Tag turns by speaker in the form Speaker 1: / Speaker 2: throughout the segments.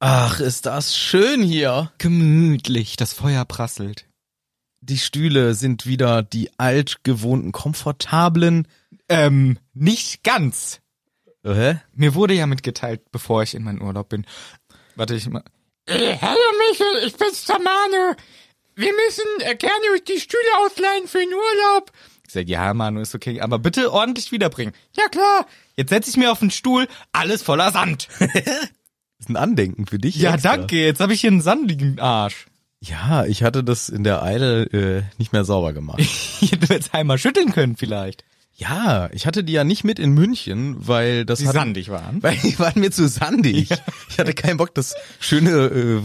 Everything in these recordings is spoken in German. Speaker 1: Ach, ist das schön hier.
Speaker 2: Gemütlich, das Feuer prasselt.
Speaker 1: Die Stühle sind wieder die altgewohnten, komfortablen. äh,
Speaker 2: Ähm, nicht ganz.
Speaker 1: Hä?
Speaker 2: Mir wurde ja mitgeteilt, bevor ich in meinen Urlaub bin. Warte, ich mal.
Speaker 3: Äh, hallo Michel, ich bin's Tamano. Wir müssen äh, gerne euch die Stühle ausleihen für den Urlaub.
Speaker 2: Ich sag, ja, Manu, ist okay, aber bitte ordentlich wiederbringen.
Speaker 3: Ja klar.
Speaker 2: Jetzt setz ich mir auf den Stuhl, alles voller Sand.
Speaker 1: Ist ein Andenken für dich.
Speaker 2: ja,
Speaker 1: extra.
Speaker 2: danke, jetzt habe ich hier einen sandigen Arsch.
Speaker 1: Ja, ich hatte das in der Eile äh, nicht mehr sauber gemacht.
Speaker 2: Ich hätte jetzt einmal schütteln können vielleicht.
Speaker 1: ja, ich hatte die ja nicht mit in München, weil das
Speaker 2: Die
Speaker 1: hatte,
Speaker 2: sandig waren.
Speaker 1: weil die waren mir zu sandig. Ich hatte keinen Bock, das schöne äh,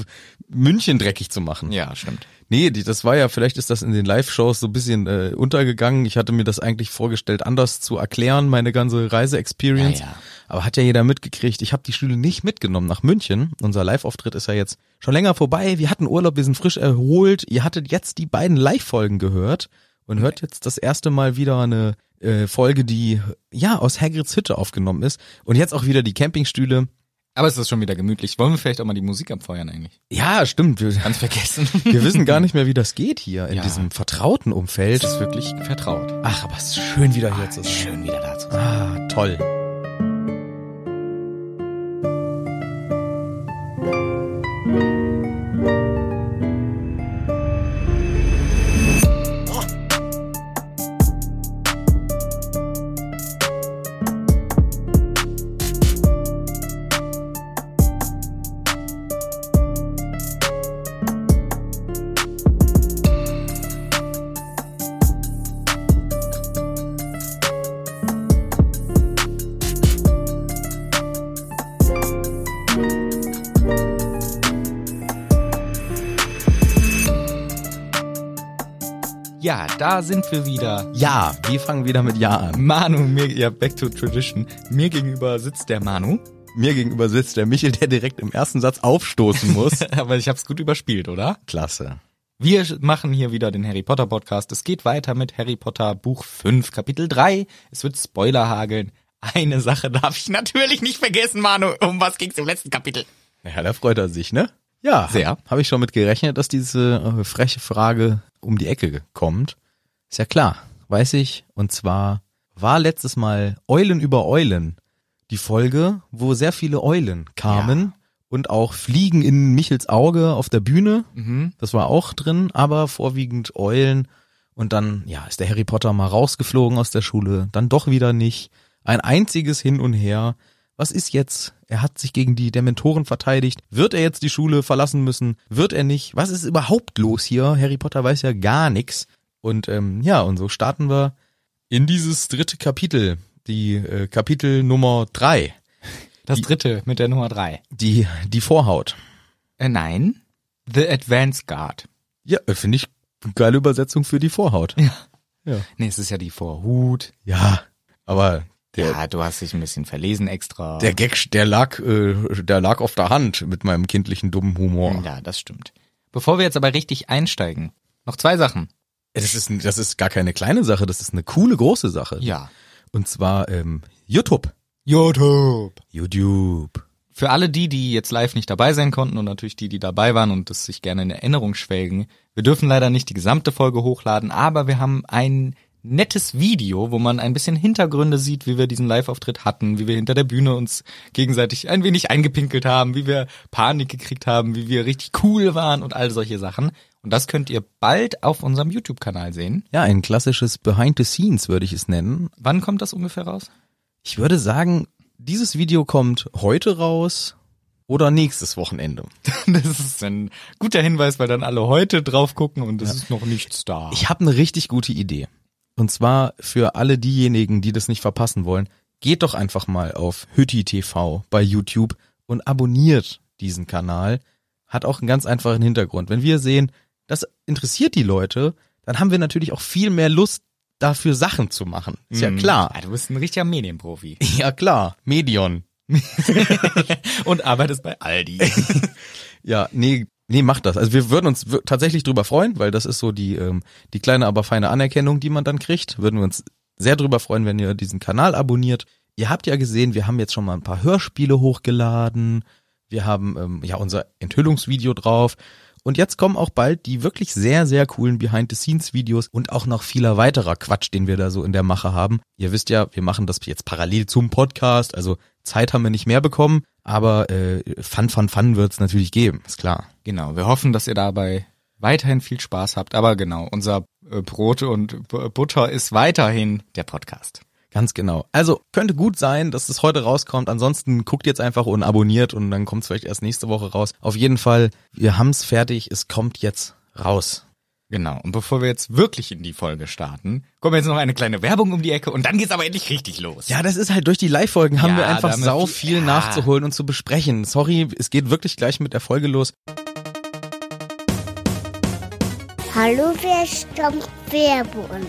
Speaker 1: München dreckig zu machen.
Speaker 2: Ja, stimmt.
Speaker 1: Nee, die, das war ja, vielleicht ist das in den Live-Shows so ein bisschen äh, untergegangen. Ich hatte mir das eigentlich vorgestellt, anders zu erklären, meine ganze Reise-Experience.
Speaker 2: Ja, ja.
Speaker 1: Aber hat ja jeder mitgekriegt. Ich habe die Stühle nicht mitgenommen nach München. Unser Live-Auftritt ist ja jetzt schon länger vorbei. Wir hatten Urlaub, wir sind frisch erholt. Ihr hattet jetzt die beiden Live-Folgen gehört und hört jetzt das erste Mal wieder eine äh, Folge, die ja aus Hagrids Hütte aufgenommen ist. Und jetzt auch wieder die Campingstühle.
Speaker 2: Aber es ist schon wieder gemütlich. Wollen wir vielleicht auch mal die Musik abfeuern eigentlich?
Speaker 1: Ja, stimmt. Wir,
Speaker 2: Ganz vergessen.
Speaker 1: wir wissen gar nicht mehr, wie das geht hier in
Speaker 2: Ja.
Speaker 1: diesem vertrauten Umfeld.
Speaker 2: ist wirklich vertraut.
Speaker 1: Ach, aber es ist schön wieder hier zu sein.
Speaker 2: Ah, Schön wieder da zu sein.
Speaker 1: Ah, toll.
Speaker 2: Ja, da sind wir wieder.
Speaker 1: Ja, wir fangen wieder mit Ja an.
Speaker 2: Manu, mir, ja, back to tradition. Mir gegenüber sitzt der Manu.
Speaker 1: Mir gegenüber sitzt der Michel, der direkt im ersten Satz aufstoßen muss.
Speaker 2: Aber ich hab's gut überspielt, oder?
Speaker 1: Klasse.
Speaker 2: Wir machen hier wieder den Harry Potter Podcast. Es geht weiter mit Harry Potter Buch 5, Kapitel 3. Es wird Spoiler hageln. Eine Sache darf ich natürlich nicht vergessen, Manu. Um was ging's im letzten Kapitel?
Speaker 1: Ja, da freut er sich, ne? Ja.
Speaker 2: Sehr.
Speaker 1: Habe ich schon mit gerechnet, dass diese äh, freche Frage um die Ecke kommt. Ist ja klar, weiß ich. Und zwar war letztes Mal Eulen über Eulen die Folge, wo sehr viele Eulen kamen und auch Fliegen in Michels Auge auf der Bühne.
Speaker 2: Mhm.
Speaker 1: Das war auch drin, aber vorwiegend Eulen. Und dann, ja, ist der Harry Potter mal rausgeflogen aus der Schule, dann doch wieder nicht. Ein einziges Hin und Her. Was ist jetzt? Er hat sich gegen die Dementoren verteidigt. Wird er jetzt die Schule verlassen müssen? Wird er nicht? Was ist überhaupt los hier? Harry Potter weiß ja gar nichts. Und ähm, ja, und so starten wir in dieses dritte Kapitel, die äh, Kapitel Nummer drei,
Speaker 2: Das dritte mit der Nummer 3.
Speaker 1: die die Vorhaut.
Speaker 2: Äh, nein. The Advanced Guard.
Speaker 1: Ja, äh, finde ich eine geile Übersetzung für die Vorhaut.
Speaker 2: Nee, es ist ja die Vorhut.
Speaker 1: Ja, aber der
Speaker 2: Ja, du hast dich ein bisschen verlesen extra.
Speaker 1: der Gag, der lag, äh, der lag auf der Hand mit meinem kindlichen dummen Humor.
Speaker 2: ja, das stimmt. Bevor wir jetzt aber richtig einsteigen, noch zwei Sachen.
Speaker 1: Das ist das ist gar keine kleine Sache, das ist eine coole große Sache.
Speaker 2: Ja.
Speaker 1: Und zwar ähm, YouTube.
Speaker 2: YouTube.
Speaker 1: YouTube.
Speaker 2: Für alle die, die jetzt live nicht dabei sein konnten und natürlich die, die dabei waren und das sich gerne in Erinnerung schwelgen, wir dürfen leider nicht die gesamte Folge hochladen, aber wir haben ein nettes Video, wo man ein bisschen Hintergründe sieht, wie wir diesen Live-Auftritt hatten, wie wir hinter der Bühne uns gegenseitig ein wenig eingepinkelt haben, wie wir Panik gekriegt haben, wie wir richtig cool waren und all solche Sachen. Und das könnt ihr bald auf unserem YouTube-Kanal sehen.
Speaker 1: Ja, ein klassisches Behind the Scenes würde ich es nennen.
Speaker 2: Wann kommt das ungefähr raus?
Speaker 1: Ich würde sagen, dieses Video kommt heute raus oder nächstes Wochenende.
Speaker 2: Das ist ein guter Hinweis, weil dann alle heute drauf gucken und es ist noch nichts da.
Speaker 1: Ich habe eine richtig gute Idee. Und zwar für alle diejenigen, die das nicht verpassen wollen, geht doch einfach mal auf Hütti TV bei YouTube und abonniert diesen Kanal. Hat auch einen ganz einfachen Hintergrund. Wenn wir sehen, das interessiert die Leute, dann haben wir natürlich auch viel mehr Lust, dafür Sachen zu machen. Ist ja
Speaker 2: Mhm.
Speaker 1: klar.
Speaker 2: Ah, du bist ein richtiger Medienprofi.
Speaker 1: Ja klar. Medion.
Speaker 2: Und arbeitest bei Aldi.
Speaker 1: Ja, nee, nee, macht das. Also wir würden uns wir- tatsächlich drüber freuen, weil das ist so die, ähm, die kleine, aber feine Anerkennung, die man dann kriegt. Würden wir uns sehr drüber freuen, wenn ihr diesen Kanal abonniert. Ihr habt ja gesehen, wir haben jetzt schon mal ein paar Hörspiele hochgeladen. Wir haben ähm, ja unser Enthüllungsvideo drauf. Und jetzt kommen auch bald die wirklich sehr, sehr coolen Behind-the-Scenes-Videos und auch noch vieler weiterer Quatsch, den wir da so in der Mache haben. Ihr wisst ja, wir machen das jetzt parallel zum Podcast, also Zeit haben wir nicht mehr bekommen, aber äh, Fun, Fun, Fun wird's natürlich geben, ist klar.
Speaker 2: Genau, wir hoffen, dass ihr dabei weiterhin viel Spaß habt. Aber genau, unser äh, Brot und B- Butter ist weiterhin der Podcast.
Speaker 1: Ganz genau. Also könnte gut sein, dass es heute rauskommt. Ansonsten guckt jetzt einfach und abonniert und dann kommt es vielleicht erst nächste Woche raus. Auf jeden Fall, wir haben's fertig. Es kommt jetzt raus.
Speaker 2: Genau. Und bevor wir jetzt wirklich in die Folge starten, kommt jetzt noch eine kleine Werbung um die Ecke und dann geht's aber endlich richtig los.
Speaker 1: Ja, das ist halt durch die Live-Folgen haben
Speaker 2: Ja,
Speaker 1: wir einfach
Speaker 2: damit-
Speaker 1: sau viel
Speaker 2: ja.
Speaker 1: nachzuholen und zu besprechen. Sorry, es geht wirklich gleich mit der Folge los.
Speaker 4: Hallo, wer stammt Werbun?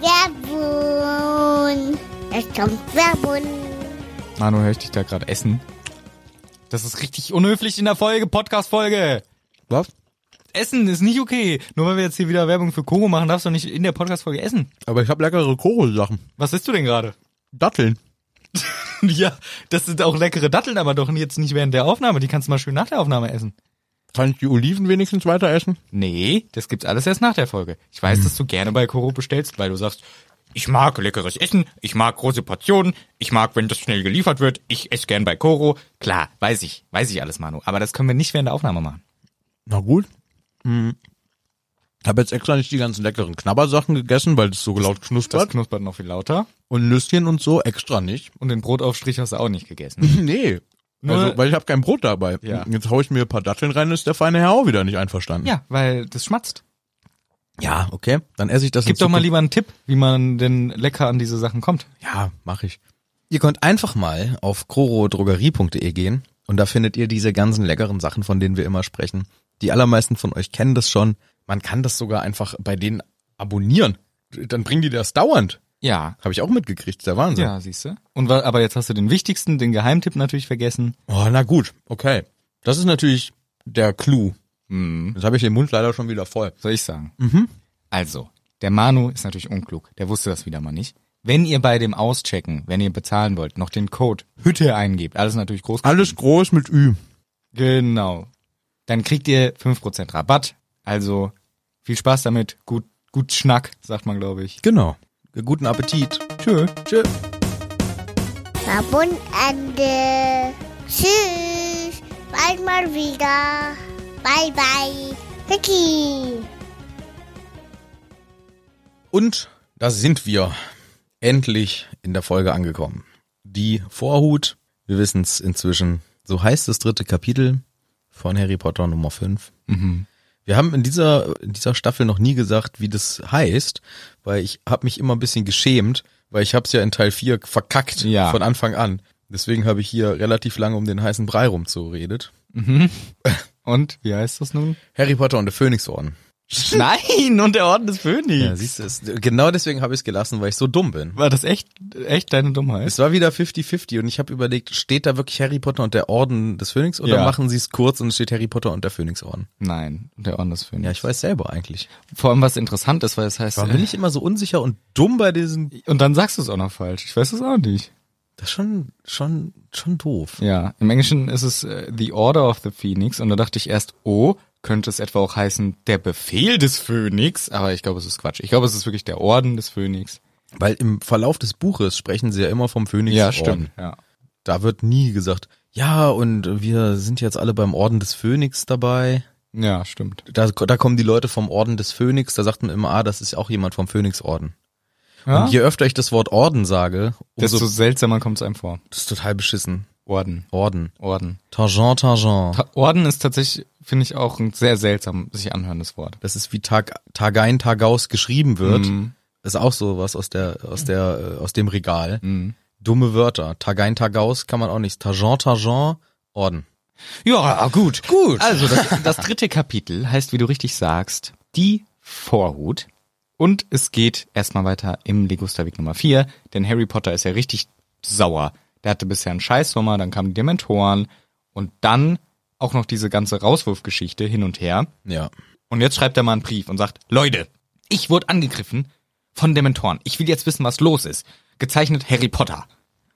Speaker 4: Werbun! Es kommt Werbun!
Speaker 2: Manu, höre ich dich da gerade essen? Das ist richtig unhöflich in der Folge, Podcast-Folge.
Speaker 1: Was?
Speaker 2: Essen ist nicht okay. Nur weil wir jetzt hier wieder Werbung für Koro machen, darfst du nicht in der Podcast-Folge essen.
Speaker 1: Aber ich habe leckere Koro-Sachen.
Speaker 2: Was isst du denn gerade?
Speaker 1: Datteln.
Speaker 2: ja, das sind auch leckere Datteln, aber doch jetzt nicht während der Aufnahme. Die kannst du mal schön nach der Aufnahme essen.
Speaker 1: Kann ich die Oliven wenigstens weiter essen?
Speaker 2: Nee, das gibt's alles erst nach der Folge. Ich weiß, dass du gerne bei Koro bestellst, weil du sagst, ich mag leckeres Essen, ich mag große Portionen, ich mag, wenn das schnell geliefert wird, ich esse gern bei Koro. Klar, weiß ich, weiß ich alles, Manu. Aber das können wir nicht während der Aufnahme machen.
Speaker 1: Na gut. Hm. Habe jetzt extra nicht die ganzen leckeren Knabbersachen gegessen, weil es so laut
Speaker 2: Das
Speaker 1: knuspert.
Speaker 2: knuspert noch viel lauter.
Speaker 1: Und Nüsschen und so extra nicht.
Speaker 2: Und den Brotaufstrich hast du auch nicht gegessen.
Speaker 1: Nee.
Speaker 2: Nur-
Speaker 1: also, weil ich habe kein Brot dabei.
Speaker 2: Ja.
Speaker 1: Jetzt hau ich mir ein paar Datteln rein, ist der feine Herr auch wieder nicht einverstanden.
Speaker 2: ja, weil das schmatzt.
Speaker 1: ja okay. Dann esse ich das.
Speaker 2: Gib
Speaker 1: in
Speaker 2: doch mal
Speaker 1: Zukunft.
Speaker 2: lieber einen Tipp, wie man denn lecker an diese Sachen kommt.
Speaker 1: Ja, mache ich. Ihr könnt einfach mal auf krorodrogerie.de gehen und da findet ihr diese ganzen leckeren Sachen, von denen wir immer sprechen. Die allermeisten von euch kennen das schon. Man kann das sogar einfach bei denen abonnieren. Dann bringen die das dauernd.
Speaker 2: Ja.
Speaker 1: Habe ich auch mitgekriegt. ist der Wahnsinn.
Speaker 2: Ja, siehst du. Und wa- aber jetzt hast du den wichtigsten, den Geheimtipp natürlich vergessen.
Speaker 1: Oh, na gut. Okay. Das ist natürlich der Clou.
Speaker 2: Mhm.
Speaker 1: Jetzt habe ich den Mund leider schon wieder voll.
Speaker 2: Soll ich sagen? Also, der Manu ist natürlich unklug. Der wusste das wieder mal nicht. Wenn ihr bei dem Auschecken, wenn ihr bezahlen wollt, noch den Code Hütte eingebt, alles natürlich groß.
Speaker 1: Alles groß mit Ü.
Speaker 2: Genau. Dann kriegt ihr 5% Rabatt. Also, viel Spaß damit. Gut, gut Schnack, sagt man, glaube ich.
Speaker 1: Genau. Guten Appetit.
Speaker 2: Tschö.
Speaker 1: Tschö.
Speaker 4: Werbun Ende! Tschüss! Bald mal wieder! Bye, bye! Vicky!
Speaker 1: Und da sind wir endlich in der Folge angekommen. Die Vorhut, wir wissen es inzwischen, so heißt das dritte Kapitel von Harry Potter Nummer 5. Wir haben in dieser, in dieser Staffel noch nie gesagt, wie das heißt, weil ich habe mich immer ein bisschen geschämt, weil ich habe es ja in Teil 4 verkackt
Speaker 2: Ja.
Speaker 1: von Anfang an. Deswegen habe ich hier relativ lange um den heißen Brei rumzuredet.
Speaker 2: Und, wie heißt das nun?
Speaker 1: Harry Potter und der Phönixorden.
Speaker 2: Nein, und der Orden des Phönix.
Speaker 1: Ja, siehst du, es- genau deswegen habe ich es gelassen, weil ich so dumm bin.
Speaker 2: War das echt, echt deine Dummheit?
Speaker 1: Es war wieder 50-50 und ich habe überlegt, steht da wirklich Harry Potter und der Orden des Phönix oder
Speaker 2: Ja.
Speaker 1: machen sie es kurz und es steht Harry Potter und der Phönixorden?
Speaker 2: Nein, der Orden des Phönix.
Speaker 1: Ja, ich weiß selber eigentlich.
Speaker 2: Vor allem, was interessant ist, weil es heißt, äh,
Speaker 1: Warum bin ich immer so unsicher und dumm bei diesen?
Speaker 2: Und dann sagst du es auch noch falsch. Ich weiß es auch nicht.
Speaker 1: Das ist schon, schon, schon doof.
Speaker 2: Ja, im Englischen ist es äh, The Order of the Phoenix und da dachte ich erst, oh, könnte es etwa auch heißen der Befehl des Phönix, aber ich glaube, es ist Quatsch. Ich glaube, es ist wirklich der Orden des Phönix.
Speaker 1: Weil im Verlauf des Buches sprechen sie ja immer vom Phönixorden.
Speaker 2: Ja.
Speaker 1: Da wird nie gesagt, ja, und wir sind jetzt alle beim Orden des Phönix dabei.
Speaker 2: ja, stimmt.
Speaker 1: Da, da kommen die Leute vom Orden des Phönix, da sagt man immer, ah, das ist auch jemand vom Phönixorden.
Speaker 2: Ja?
Speaker 1: Und je öfter ich das Wort Orden sage,
Speaker 2: Desto
Speaker 1: umso,
Speaker 2: seltsamer kommt es einem vor.
Speaker 1: das ist total beschissen.
Speaker 2: Orden.
Speaker 1: Orden.
Speaker 2: Orden.
Speaker 1: Tangent, Tangent.
Speaker 2: Ta- Orden ist tatsächlich, finde ich, auch ein sehr seltsam sich anhörendes Wort. Mhm.
Speaker 1: das ist wie Tag, Tag ein, Tag aus geschrieben wird. Ist auch sowas aus der, aus der, äh, aus dem Regal.
Speaker 2: Mhm.
Speaker 1: Dumme Wörter. Tag ein, Tag aus kann man auch nicht. Tagent, Tagent, Orden.
Speaker 2: Ja, ah, gut.
Speaker 1: Gut.
Speaker 2: Also, das, das dritte Kapitel heißt, wie du richtig sagst, die Vorhut. Und es geht erstmal weiter im Ligusterweg Nummer 4, denn Harry Potter ist ja richtig sauer. Der hatte bisher einen Scheißsommer, dann kamen die Dementoren und dann auch noch diese ganze Rauswurfgeschichte hin und her.
Speaker 1: Ja.
Speaker 2: Und jetzt schreibt er mal einen Brief und sagt, Leute, ich wurde angegriffen von Dementoren. Ich will jetzt wissen, was los ist. Gezeichnet Harry Potter.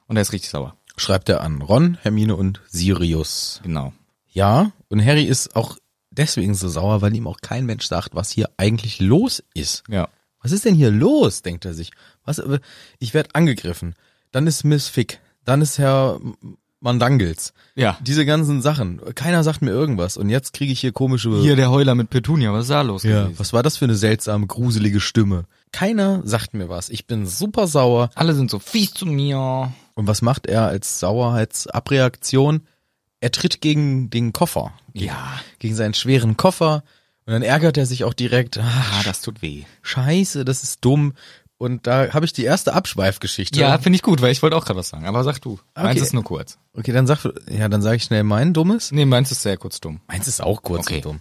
Speaker 2: Und er ist richtig sauer.
Speaker 1: schreibt er an Ron, Hermine und Sirius.
Speaker 2: Genau.
Speaker 1: Ja, und Harry ist auch deswegen so sauer, weil ihm auch kein Mensch sagt, was hier eigentlich los ist.
Speaker 2: Ja.
Speaker 1: Was ist denn hier los, denkt er sich. Was, äh, ich werde angegriffen. Dann ist Miss Fick. Dann ist Herr Mandangels.
Speaker 2: Ja.
Speaker 1: Diese ganzen Sachen. Keiner sagt mir irgendwas. Und jetzt kriege ich hier komische...
Speaker 2: Hier der Heuler mit Petunia, was ist da los
Speaker 1: ja,
Speaker 2: gewesen?
Speaker 1: was war das für eine seltsame, gruselige Stimme? Keiner sagt mir was. Ich bin super sauer.
Speaker 2: Alle sind so fies zu mir.
Speaker 1: Und was macht er als Sauerheitsabreaktion? Er tritt gegen den Koffer.
Speaker 2: Ja.
Speaker 1: Gegen seinen schweren Koffer. Und dann ärgert er sich auch direkt. Ach,
Speaker 2: Ah, das tut weh.
Speaker 1: scheiße, das ist dumm. Und da habe ich die erste Abschweifgeschichte.
Speaker 2: Ja, finde ich gut, weil ich wollte auch gerade was sagen. Aber sag du. Meins
Speaker 1: Okay.
Speaker 2: ist nur kurz.
Speaker 1: Okay, dann sag, ja, dann sage ich schnell mein dummes.
Speaker 2: Nee, meins ist sehr kurz dumm.
Speaker 1: Meins ist auch kurz
Speaker 2: Okay.
Speaker 1: und dumm.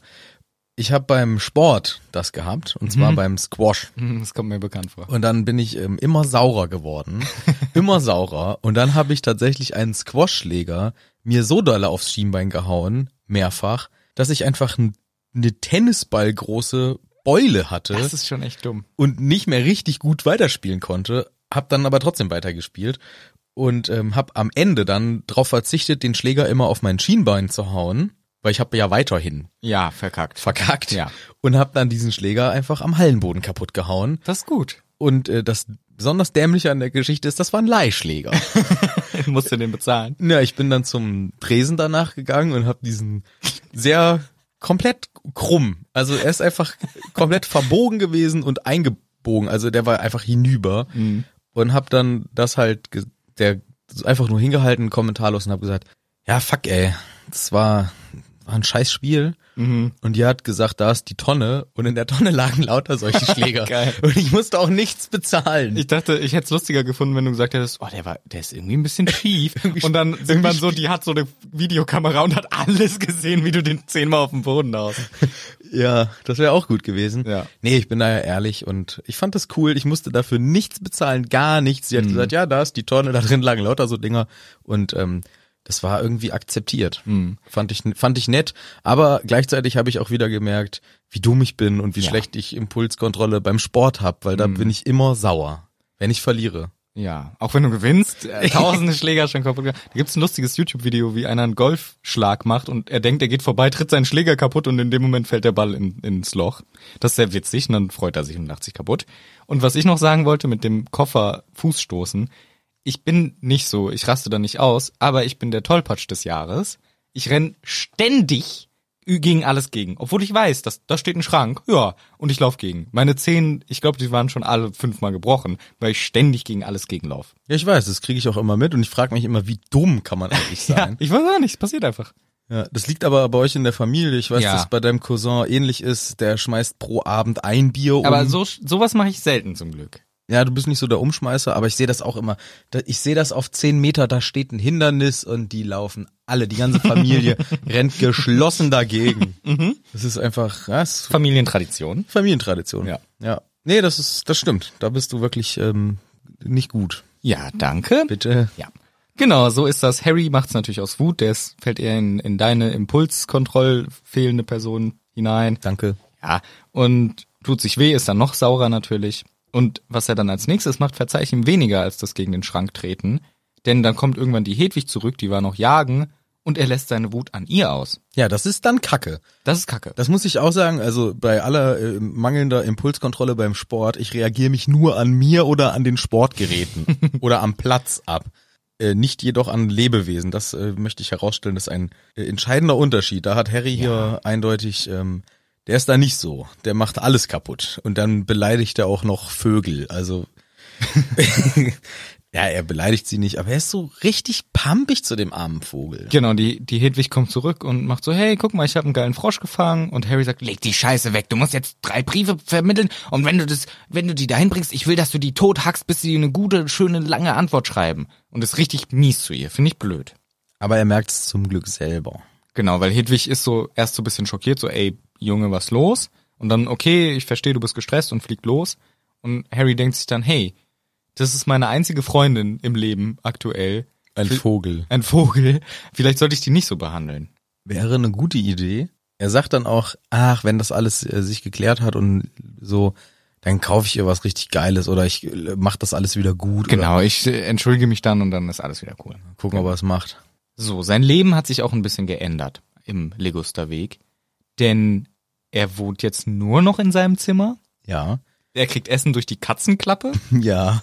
Speaker 1: Ich habe beim Sport das gehabt. Und
Speaker 2: Mhm.
Speaker 1: zwar beim Squash.
Speaker 2: Hm, Das kommt mir bekannt vor.
Speaker 1: Und dann bin ich ähm, immer saurer geworden. Immer saurer. Und dann habe ich tatsächlich einen Squashschläger mir so doll aufs Schienbein gehauen, mehrfach, dass ich einfach n- eine Tennisballgroße Beule hatte
Speaker 2: Das ist schon echt dumm.
Speaker 1: und nicht mehr richtig gut weiterspielen konnte. Hab dann aber trotzdem weitergespielt und ähm, hab am Ende dann darauf verzichtet, den Schläger immer auf mein Schienbein zu hauen, weil ich habe ja weiterhin
Speaker 2: Ja, verkackt.
Speaker 1: verkackt
Speaker 2: Ja.
Speaker 1: und hab dann diesen Schläger einfach am Hallenboden kaputt gehauen.
Speaker 2: Das ist gut.
Speaker 1: Und äh, das besonders dämliche an der Geschichte ist, das war ein Leihschläger.
Speaker 2: Musst du den bezahlen.
Speaker 1: ja, ich bin dann zum Tresen danach gegangen und habe diesen sehr komplett krumm. Also er ist einfach komplett verbogen gewesen und eingebogen. Also der war einfach hinüber und habe dann das halt ge- der einfach nur hingehalten, kommentarlos und habe gesagt, ja fuck ey, das war, war ein scheiß Spiel. Und die hat gesagt, da ist die Tonne und in der Tonne lagen lauter solche Schläger.
Speaker 2: Geil.
Speaker 1: Und ich musste auch nichts bezahlen.
Speaker 2: Ich dachte, ich hätte es lustiger gefunden, wenn du gesagt hättest, oh, der war, der ist irgendwie ein bisschen schief. und dann sieht man so, die hat so eine Videokamera und hat alles gesehen, wie du den zehnmal auf den Boden haust.
Speaker 1: Ja, das wäre auch gut gewesen.
Speaker 2: Ja.
Speaker 1: Nee, ich bin da ja ehrlich und ich fand das cool. Ich musste dafür nichts bezahlen, gar nichts.
Speaker 2: Mhm.
Speaker 1: Sie hat gesagt, ja, da ist die Tonne, da drin lagen lauter so Dinger und ähm, das war irgendwie akzeptiert.
Speaker 2: Mhm.
Speaker 1: Fand ich fand ich nett, aber gleichzeitig habe ich auch wieder gemerkt, wie dumm ich bin und wie
Speaker 2: Ja. Mhm.
Speaker 1: schlecht ich Impulskontrolle beim Sport hab, weil da bin ich immer sauer, wenn ich verliere.
Speaker 2: Ja, auch wenn du gewinnst, äh, tausende Schläger schon kaputt gemacht. Da gibt's ein lustiges YouTube-Video, wie einer einen Golfschlag macht und er denkt, er geht vorbei, tritt seinen Schläger kaputt und in dem Moment fällt der Ball in, ins Loch. Das ist sehr witzig und dann freut er sich und lacht sich kaputt. Und was ich noch sagen wollte mit dem Koffer Fußstoßen, ich bin nicht so, ich raste da nicht aus, aber ich bin der Tollpatsch des Jahres. Ich renn ständig ü- gegen alles gegen, obwohl ich weiß, dass da steht ein Schrank, ja, und ich lauf gegen. Meine Zehen, ich glaube, die waren schon alle fünfmal gebrochen, weil ich ständig gegen alles gegenlauf.
Speaker 1: Ja, ich weiß, das kriege ich auch immer mit und ich frage mich immer, wie dumm kann man eigentlich sein?
Speaker 2: ich weiß auch nicht, es passiert einfach.
Speaker 1: Ja, das liegt aber bei euch in der Familie. Ich weiß,
Speaker 2: Ja.
Speaker 1: dass es bei deinem Cousin ähnlich ist. Der schmeißt pro Abend ein Bier um.
Speaker 2: Aber so sowas mache ich selten zum Glück.
Speaker 1: ja, du bist nicht so der Umschmeißer, aber ich sehe das auch immer. Da- Ich sehe das auf zehn Meter, da steht ein Hindernis und die laufen alle, die ganze Familie rennt geschlossen dagegen.
Speaker 2: Mhm.
Speaker 1: Das ist einfach, ja, das ist
Speaker 2: Familientradition.
Speaker 1: Familientradition.
Speaker 2: Ja.
Speaker 1: ja. Nee, das ist, das stimmt. Da bist du wirklich ähm, nicht gut.
Speaker 2: Ja, danke.
Speaker 1: Bitte.
Speaker 2: Ja. Genau, so ist das. Harry macht's natürlich aus Wut, der ist, fällt eher in, in deine Impulskontroll fehlende Person hinein.
Speaker 1: Danke.
Speaker 2: Ja, und tut sich weh, ist dann noch saurer natürlich. Und was er dann als nächstes macht, verzeih ich ihm weniger als das gegen den Schrank treten. Denn dann kommt irgendwann die Hedwig zurück, die war noch jagen, und er lässt seine Wut an ihr aus.
Speaker 1: Ja, das ist dann Kacke.
Speaker 2: Das ist kacke.
Speaker 1: Das muss ich auch sagen, also bei aller äh, mangelnder Impulskontrolle beim Sport, ich reagiere mich nur an mir oder an den Sportgeräten oder am Platz ab. Äh, nicht jedoch an Lebewesen. Das äh, möchte ich herausstellen, das ist ein äh, entscheidender Unterschied. Da hat Harry hier eindeutig, ähm, der ist da nicht so. Der macht alles kaputt. Und dann beleidigt er auch noch Vögel. Also ja, er beleidigt sie nicht, aber er ist so richtig pampig zu dem armen Vogel.
Speaker 2: Genau, die, die Hedwig kommt zurück und macht so, hey, guck mal, ich habe einen geilen Frosch gefangen. Und Harry sagt, leg die Scheiße weg, du musst jetzt drei Briefe vermitteln. Und wenn du das, wenn du die dahin bringst, ich will, dass du die tot hackst, bis sie eine gute, schöne, lange Antwort schreiben. Und ist richtig mies zu ihr, finde ich blöd.
Speaker 1: Aber er merkt es zum Glück selber.
Speaker 2: Genau, weil Hedwig ist so erst so ein bisschen schockiert, so, ey, Junge, was los? Und dann, okay, ich verstehe, du bist gestresst und fliegt los. Und Harry denkt sich dann, hey, das ist meine einzige Freundin im Leben aktuell.
Speaker 1: Ein
Speaker 2: Vi-
Speaker 1: Vogel.
Speaker 2: Ein Vogel. Vielleicht sollte ich die nicht so behandeln.
Speaker 1: wäre eine gute Idee. Er sagt dann auch, ach, wenn das alles äh, sich geklärt hat und so, dann kaufe ich ihr was richtig Geiles oder ich äh, mach das alles wieder gut
Speaker 2: Genau, ich äh, entschuldige mich dann und dann ist alles wieder cool.
Speaker 1: oder gucken, ob er es macht.
Speaker 2: So, sein Leben hat sich auch ein bisschen geändert im Legusterweg, denn er wohnt jetzt nur noch in seinem Zimmer.
Speaker 1: Ja.
Speaker 2: Er kriegt Essen durch die Katzenklappe.
Speaker 1: Ja.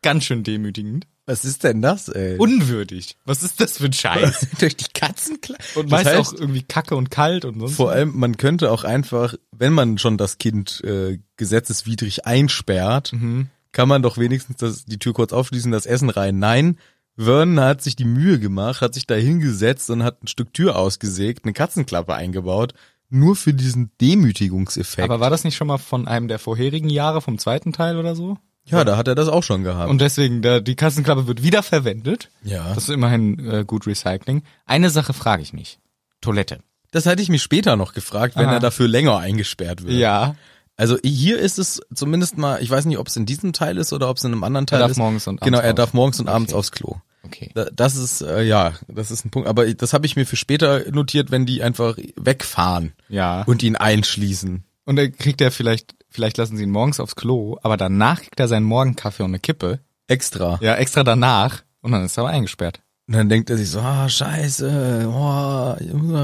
Speaker 2: Ganz schön demütigend.
Speaker 1: Was ist denn das, ey?
Speaker 2: Unwürdig. Was ist das für ein Scheiß?
Speaker 1: durch die Katzenklappe.
Speaker 2: Und
Speaker 1: Das
Speaker 2: meist
Speaker 1: heißt-
Speaker 2: auch irgendwie kacke und kalt und sonst.
Speaker 1: Vor allem, man könnte auch einfach, wenn man schon das Kind äh, gesetzeswidrig einsperrt,
Speaker 2: Mhm.
Speaker 1: kann man doch wenigstens das, die Tür kurz aufschließen, das Essen rein. Nein, Vernon hat sich die Mühe gemacht, hat sich da hingesetzt und hat ein Stück Tür ausgesägt, eine Katzenklappe eingebaut, nur für diesen Demütigungseffekt.
Speaker 2: Aber war das nicht schon mal von einem der vorherigen Jahre, vom zweiten Teil oder so?
Speaker 1: ja, da hat er das auch schon gehabt.
Speaker 2: Und deswegen, da, die Katzenklappe wird wieder verwendet.
Speaker 1: ja.
Speaker 2: Das
Speaker 1: Das,
Speaker 2: ist immerhin äh, gut Recycling. Eine Sache frage ich mich. Toilette.
Speaker 1: das hätte ich mich später noch gefragt, wenn
Speaker 2: Aha.
Speaker 1: er dafür länger eingesperrt wird.
Speaker 2: Ja.
Speaker 1: Also hier ist es zumindest mal, ich weiß nicht, ob es in diesem Teil ist oder ob es in einem anderen Teil
Speaker 2: darf
Speaker 1: ist.
Speaker 2: morgens und abends
Speaker 1: Genau, er
Speaker 2: raus.
Speaker 1: darf morgens und abends
Speaker 2: Okay.
Speaker 1: aufs Klo.
Speaker 2: Okay.
Speaker 1: Da- Das ist, äh, ja, das ist ein Punkt. Aber das habe ich mir für später notiert, wenn die einfach wegfahren
Speaker 2: Ja.
Speaker 1: und ihn einschließen.
Speaker 2: Und dann kriegt er vielleicht, vielleicht lassen sie ihn morgens aufs Klo, aber danach kriegt er seinen Morgenkaffee und eine Kippe.
Speaker 1: Extra.
Speaker 2: Ja, extra danach. Und dann ist er aber eingesperrt.
Speaker 1: Und dann denkt er sich so, ah, scheiße, oh,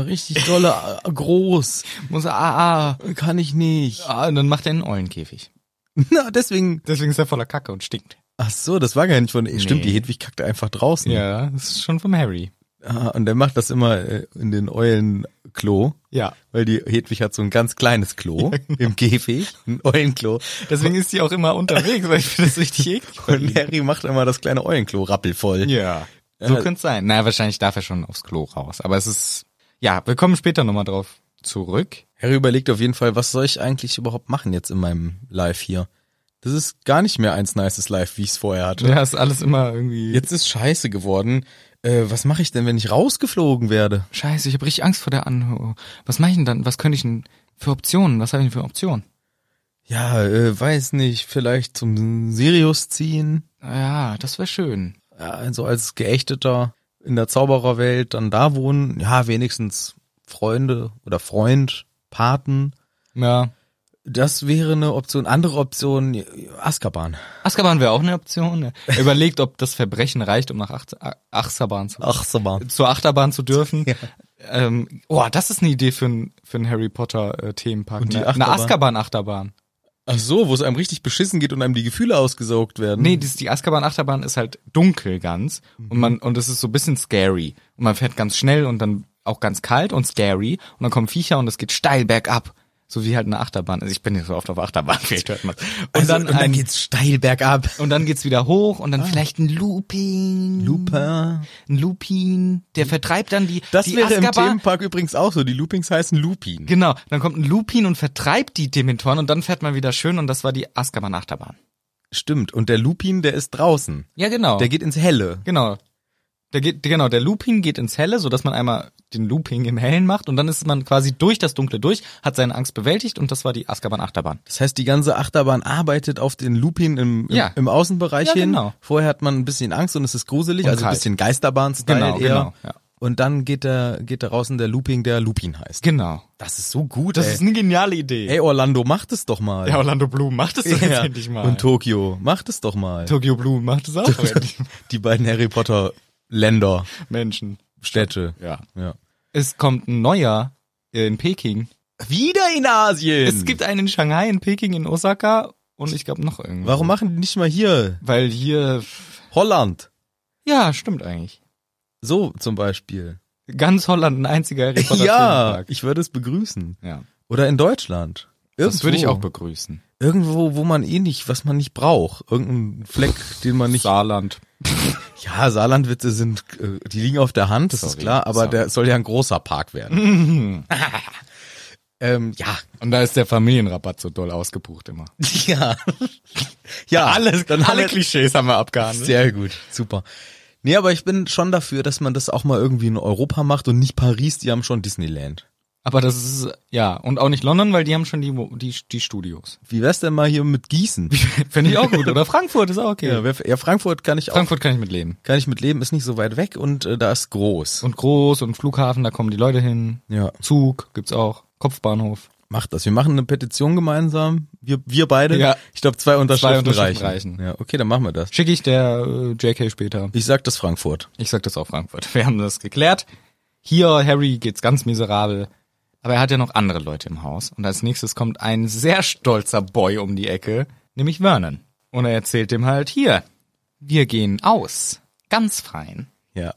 Speaker 1: richtig dolle, ah, groß,
Speaker 2: Muss er, ah, ah,
Speaker 1: kann ich nicht.
Speaker 2: ah, und dann macht er einen Eulenkäfig.
Speaker 1: Na, deswegen,
Speaker 2: Deswegen ist er voller Kacke und stinkt.
Speaker 1: ach so, das war gar nicht von, stimmt, die Hedwig kackt einfach draußen.
Speaker 2: Ja, das ist schon vom Harry.
Speaker 1: Ah, Und der macht das immer äh, in den Eulenklo.
Speaker 2: Ja.
Speaker 1: Weil die Hedwig hat so ein ganz kleines Klo im Käfig, ein Eulenklo.
Speaker 2: Deswegen ist sie auch immer unterwegs, weil ich finde das richtig eklig. bei
Speaker 1: Und
Speaker 2: ihm.
Speaker 1: Harry macht immer das kleine Eulenklo rappelvoll.
Speaker 2: Ja. So
Speaker 1: Ja.
Speaker 2: könnte es sein. Na, wahrscheinlich darf er schon aufs Klo raus. Aber es ist, ja, wir kommen später nochmal drauf zurück.
Speaker 1: Harry überlegt auf jeden Fall, was soll ich eigentlich überhaupt machen jetzt in meinem Live hier? Das ist gar nicht mehr eins nices Live, wie ich es vorher hatte.
Speaker 2: Ja, ist alles immer irgendwie.
Speaker 1: Jetzt ist scheiße geworden. Äh, was mache ich denn, wenn ich rausgeflogen werde?
Speaker 2: Scheiße, ich habe richtig Angst vor der Anhörung. Was mache ich denn dann? Was könnte ich denn für Optionen? Was habe ich denn für Optionen?
Speaker 1: Ja, äh, weiß nicht, vielleicht zum Sirius ziehen,
Speaker 2: Ja, das wäre schön.
Speaker 1: Ja, also als Geächteter in der Zaubererwelt, dann da wohnen. Ja, wenigstens Freunde oder Freund, Paten.
Speaker 2: Ja.
Speaker 1: Das wäre eine Option. Andere Option, Azkaban.
Speaker 2: Azkaban wäre auch eine Option. ne? Er Überlegt, ob das Verbrechen reicht, um nach Ach Achsterbahn zu
Speaker 1: Azkaban.
Speaker 2: zur Achterbahn zu dürfen. Ähm, oh, das ist eine Idee für einen für einen Harry Potter äh, Themenpark.
Speaker 1: Und die
Speaker 2: ne? Eine
Speaker 1: Achterbahn?
Speaker 2: Azkaban Achterbahn.
Speaker 1: Ach so, wo es einem richtig beschissen geht und einem die Gefühle ausgesaugt werden.
Speaker 2: Nee, dies, die Azkaban Achterbahn ist halt dunkel ganz
Speaker 1: Mhm.
Speaker 2: und man und es ist so ein bisschen scary und man fährt ganz schnell und dann auch ganz kalt und scary und dann kommen Viecher und es geht steil bergab, so wie halt eine Achterbahn. Also ich bin nicht so oft auf Achterbahn, vielleicht hört man. Und
Speaker 1: Also,
Speaker 2: dann ein,
Speaker 1: geht's Ah. steil bergab.
Speaker 2: und dann geht's wieder hoch und dann vielleicht ein Looping.
Speaker 1: Lupin.
Speaker 2: Ein Lupin, der vertreibt dann die
Speaker 1: Das
Speaker 2: die
Speaker 1: wäre im
Speaker 2: Azkaban
Speaker 1: Themenpark übrigens auch so. Die Loopings heißen Lupin.
Speaker 2: Genau, dann kommt ein Lupin und vertreibt die Dementoren und dann fährt man wieder schön und das war die Azkaban Achterbahn.
Speaker 1: Stimmt. Und der Lupin, der ist draußen.
Speaker 2: Ja, genau.
Speaker 1: Der geht ins Helle.
Speaker 2: Genau. Der geht, genau, der Looping geht ins Helle, so dass man einmal den Looping im Hellen macht und dann ist man quasi durch das Dunkle durch, hat seine Angst bewältigt und das war die Azkaban Achterbahn.
Speaker 1: Das heißt, die ganze Achterbahn arbeitet auf den Lupin im, im,
Speaker 2: Ja.
Speaker 1: im Außenbereich
Speaker 2: Ja,
Speaker 1: hin.
Speaker 2: genau.
Speaker 1: Vorher hat man ein bisschen Angst und es ist gruselig,
Speaker 2: Und
Speaker 1: also ein
Speaker 2: kalt.
Speaker 1: bisschen Geisterbahn-Style
Speaker 2: Genau,
Speaker 1: eher.
Speaker 2: genau, ja.
Speaker 1: Und dann geht der, geht da draußen der Looping, der Lupin heißt.
Speaker 2: Genau.
Speaker 1: Das ist so gut,
Speaker 2: Das
Speaker 1: ey.
Speaker 2: ist eine geniale Idee.
Speaker 1: Ey, Orlando, macht es doch mal.
Speaker 2: ja, Orlando Bloom macht das doch
Speaker 1: Ja.
Speaker 2: jetzt endlich mal.
Speaker 1: Und Tokio, macht es doch mal.
Speaker 2: Tokyo Bloom macht das auch endlich.
Speaker 1: Die beiden Harry Potter Länder,
Speaker 2: Menschen.
Speaker 1: Städte.
Speaker 2: Ja.
Speaker 1: Ja.
Speaker 2: Es kommt ein neuer in Peking.
Speaker 1: Wieder in Asien.
Speaker 2: Es gibt einen in Shanghai, in Peking, in Osaka und ich glaube noch irgendwo.
Speaker 1: Warum machen die nicht mal hier
Speaker 2: Weil hier,
Speaker 1: Holland?
Speaker 2: ja, stimmt eigentlich.
Speaker 1: So zum Beispiel.
Speaker 2: Ganz Holland ein einziger Harry Potter
Speaker 1: Ja,
Speaker 2: Themenpark.
Speaker 1: ich würde es begrüßen.
Speaker 2: ja.
Speaker 1: Oder in Deutschland.
Speaker 2: Das würde ich auch
Speaker 1: begrüßen.
Speaker 2: begrüßen.
Speaker 1: Irgendwo, wo man eh nicht, was man nicht braucht. Irgendein Fleck, den man nicht.
Speaker 2: Saarland.
Speaker 1: Ja, Saarlandwitze sind, äh, die liegen auf der Hand, das ist
Speaker 2: Sorry,
Speaker 1: klar, aber
Speaker 2: sorry. Mhm.
Speaker 1: der soll ja ein großer Park werden. ähm, ja,
Speaker 2: Und da ist der Familienrabatt so doll ausgebucht immer.
Speaker 1: ja. ja, dann haben wir-
Speaker 2: Klischees haben wir abgehandelt.
Speaker 1: Sehr gut, super. Nee, aber ich bin schon dafür, dass man das auch mal irgendwie in Europa macht und nicht Paris, die haben schon Disneyland.
Speaker 2: Aber das ist, ja, und auch nicht London, weil die haben schon die, die, die Studios.
Speaker 1: Wie wär's denn mal hier mit Gießen?
Speaker 2: Finde ich auch gut. Oder Frankfurt ist auch okay.
Speaker 1: Ja, wer- ja Frankfurt kann ich
Speaker 2: Frankfurt kann ich mitleben.
Speaker 1: auch, kann ich mit leben, ist nicht so weit weg und äh, da ist groß.
Speaker 2: Und groß und Flughafen, da kommen die Leute hin.
Speaker 1: Ja.
Speaker 2: Zug gibt's auch. Kopfbahnhof.
Speaker 1: Macht das. Wir machen eine Petition gemeinsam. Wir, wir beide.
Speaker 2: Ja.
Speaker 1: Ich glaube, zwei Unterschriften,
Speaker 2: Unterschriften
Speaker 1: reichen.
Speaker 2: reichen.
Speaker 1: Ja, okay, dann machen wir das.
Speaker 2: Schicke ich der äh, JK später.
Speaker 1: Ich sag das Frankfurt.
Speaker 2: Ich sag das auch Frankfurt. Wir haben das geklärt. Hier, Harry geht's ganz miserabel. Aber er hat ja noch andere Leute im Haus. Und als nächstes kommt ein sehr stolzer Boy um die Ecke, nämlich Vernon. Und er erzählt dem halt, hier, wir gehen aus. Ganz fein.
Speaker 1: Ja.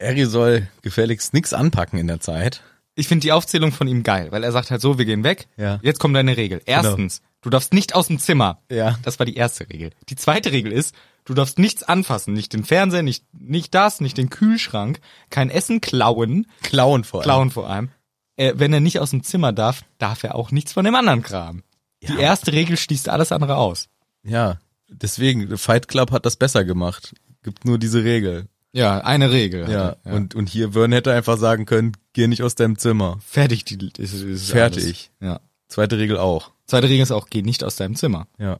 Speaker 1: Harry soll gefälligst nix anpacken in der Zeit.
Speaker 2: Ich finde die Aufzählung von ihm geil, weil er sagt halt so, wir gehen weg.
Speaker 1: Ja. Genau.
Speaker 2: Jetzt kommt deine Regel. Erstens, du darfst nicht aus dem Zimmer.
Speaker 1: Ja.
Speaker 2: Das war die erste Regel. Die zweite Regel ist, du darfst nichts anfassen. Nicht den Fernseher, nicht, nicht das, nicht den Kühlschrank, kein Essen klauen.
Speaker 1: Klauen vor allem.
Speaker 2: Clown vor allem. Äh, wenn er nicht aus dem Zimmer darf, darf er auch nichts von dem anderen Kram. Die erste Regel schließt alles andere aus.
Speaker 1: Ja. Deswegen, Fight Club hat das besser gemacht. Gibt nur diese Regel.
Speaker 2: Ja, eine Regel.
Speaker 1: Ja. Und, und hier Wern hätte einfach sagen können, geh nicht aus deinem Zimmer.
Speaker 2: fertig. Die, ist, ist
Speaker 1: Fertig.
Speaker 2: Alles. Ja.
Speaker 1: Zweite Regel auch.
Speaker 2: Zweite Regel ist auch, geh nicht aus deinem Zimmer.
Speaker 1: Ja.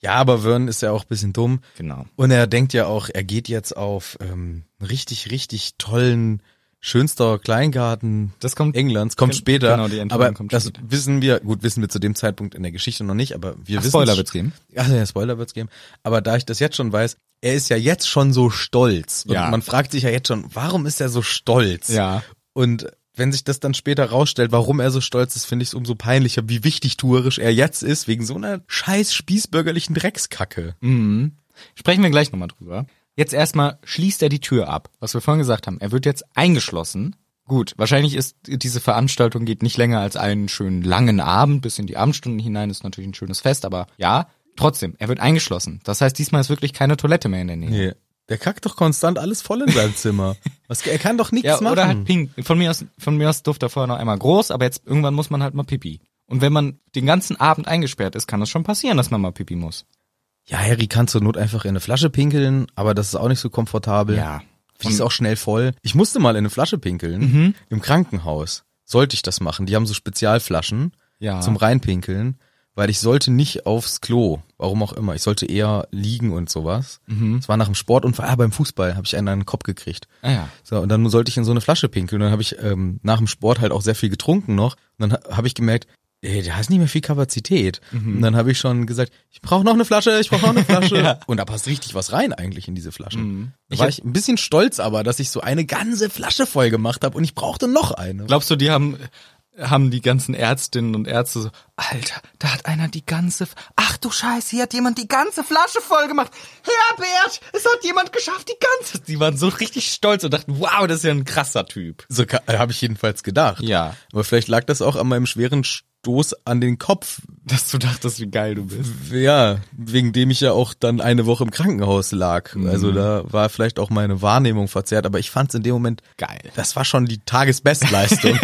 Speaker 1: Ja, aber Wern ist ja auch ein bisschen dumm.
Speaker 2: Genau.
Speaker 1: Und er denkt ja auch, er geht jetzt auf ähm, einen richtig, richtig tollen, schönster Kleingarten
Speaker 2: Das kommt
Speaker 1: Englands. Kommt
Speaker 2: Gen-
Speaker 1: später.
Speaker 2: genau, die Entwicklung
Speaker 1: aber
Speaker 2: kommt
Speaker 1: das
Speaker 2: später.
Speaker 1: wissen wir, gut, wissen wir zu dem Zeitpunkt in der Geschichte noch nicht, aber wir
Speaker 2: Ach,
Speaker 1: wissen.
Speaker 2: Spoiler wird's geben.
Speaker 1: Also ja, Spoiler wird's geben. Aber da ich das jetzt schon weiß, er ist ja jetzt schon so stolz. Und
Speaker 2: Ja.
Speaker 1: man fragt sich ja jetzt schon, warum ist er so stolz?
Speaker 2: Ja.
Speaker 1: Und wenn sich das dann später rausstellt, warum er so stolz ist, finde ich es umso peinlicher, wie wichtig tuerisch er jetzt ist, wegen so einer scheiß spießbürgerlichen Dreckskacke.
Speaker 2: Mhm. Sprechen wir gleich nochmal drüber. Jetzt erstmal schließt er die Tür ab, was wir vorhin gesagt haben. Er wird jetzt eingeschlossen. Gut, wahrscheinlich ist diese Veranstaltung geht nicht länger als einen schönen langen Abend bis in die Abendstunden hinein. Ist natürlich ein schönes Fest, aber ja, trotzdem, er wird eingeschlossen. Das heißt, diesmal ist wirklich keine Toilette mehr in der Nähe.
Speaker 1: Nee. Der kackt doch konstant alles voll in seinem Zimmer. Was, er kann doch nichts
Speaker 2: Ja,
Speaker 1: machen.
Speaker 2: oder halt pink. Von mir aus, von mir aus durfte er vorher noch einmal groß, aber jetzt irgendwann muss man halt mal pipi. Und wenn man den ganzen Abend eingesperrt ist, kann es schon passieren, dass man mal pipi muss.
Speaker 1: ja, Harry kann zur Not einfach in eine Flasche pinkeln, aber das ist auch nicht so komfortabel. Die ist
Speaker 2: Und-
Speaker 1: auch schnell voll. Ich musste mal in eine Flasche pinkeln im Krankenhaus. Sollte ich das machen? Die haben so Spezialflaschen
Speaker 2: Ja.
Speaker 1: zum Reinpinkeln, weil ich sollte nicht aufs Klo, warum auch immer. Ich sollte eher liegen und sowas. Es war nach dem Sportunfall, ah, beim Fußball habe ich einen an den Kopf gekriegt.
Speaker 2: Ah ja.
Speaker 1: So, und dann sollte ich in so eine Flasche pinkeln. Und dann habe ich ähm, nach dem Sport halt auch sehr viel getrunken noch. Und dann ha- habe ich gemerkt, ey, da ist nicht mehr viel Kapazität.
Speaker 2: Mhm.
Speaker 1: Und dann habe ich schon gesagt, ich brauche noch eine Flasche, ich brauche noch eine Flasche. Und da passt richtig was rein eigentlich in diese Flaschen. Da
Speaker 2: Mhm. Ich
Speaker 1: war
Speaker 2: hab-
Speaker 1: ich ein bisschen stolz aber, dass ich so eine ganze Flasche voll gemacht habe und ich brauchte noch eine.
Speaker 2: Glaubst du, die haben, haben die ganzen Ärztinnen und Ärzte so, Alter, da hat einer die ganze, F- ach du Scheiße, hier hat jemand die ganze Flasche voll gemacht. Herbert, es hat jemand geschafft, die ganze. Die waren so richtig stolz und dachten, wow, das ist ja ein krasser Typ.
Speaker 1: So ka- äh, habe ich jedenfalls gedacht.
Speaker 2: Ja.
Speaker 1: Aber vielleicht lag das auch an meinem schweren Stoß an den Kopf.
Speaker 2: Dass du dachtest, wie geil du bist.
Speaker 1: Ja, wegen dem ich ja auch dann eine Woche im Krankenhaus lag. Also da war vielleicht auch meine Wahrnehmung verzerrt, aber ich fand es in dem Moment
Speaker 2: Geil.
Speaker 1: Das war schon die Tagesbestleistung.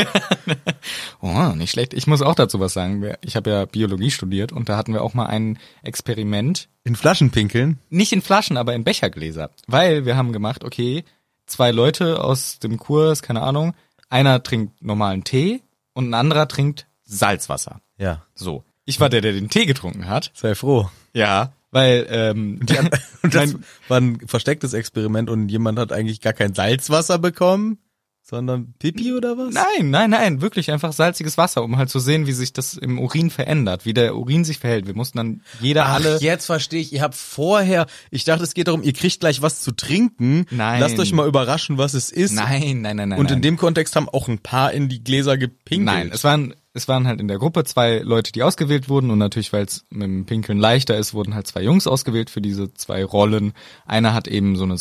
Speaker 2: Oh, nicht schlecht. Ich muss auch dazu was sagen. Wir- Ich habe ja Biologie studiert und da hatten wir auch mal ein Experiment.
Speaker 1: in Flaschenpinkeln.
Speaker 2: Nicht in Flaschen, aber in Bechergläser. Weil wir haben gemacht, okay, zwei Leute aus dem Kurs, keine Ahnung, einer trinkt normalen Tee und ein anderer trinkt Salzwasser.
Speaker 1: Ja.
Speaker 2: So. Ich war der, der den Tee getrunken hat.
Speaker 1: Sei froh.
Speaker 2: Ja. Weil, ähm,
Speaker 1: Und das
Speaker 2: mein-
Speaker 1: war ein verstecktes Experiment und jemand hat eigentlich gar kein Salzwasser bekommen, sondern Pipi oder was?
Speaker 2: nein, nein, nein, wirklich einfach salziges Wasser, um halt zu sehen, wie sich das im Urin verändert, wie der Urin sich verhält. Wir mussten dann jeder
Speaker 1: Ach,
Speaker 2: alle.
Speaker 1: jetzt verstehe ich. Ihr habt vorher, ich dachte, es geht darum, ihr kriegt gleich was zu trinken.
Speaker 2: Nein.
Speaker 1: Lasst euch mal überraschen, was es ist.
Speaker 2: Nein, nein, nein, nein.
Speaker 1: Und
Speaker 2: nein.
Speaker 1: in dem Kontext haben auch ein paar in die Gläser gepinkelt.
Speaker 2: Nein, es waren, es waren halt in der Gruppe zwei Leute, die ausgewählt wurden und natürlich, weil es mit dem Pinkeln leichter ist, wurden halt zwei Jungs ausgewählt für diese zwei Rollen. Einer hat eben so eine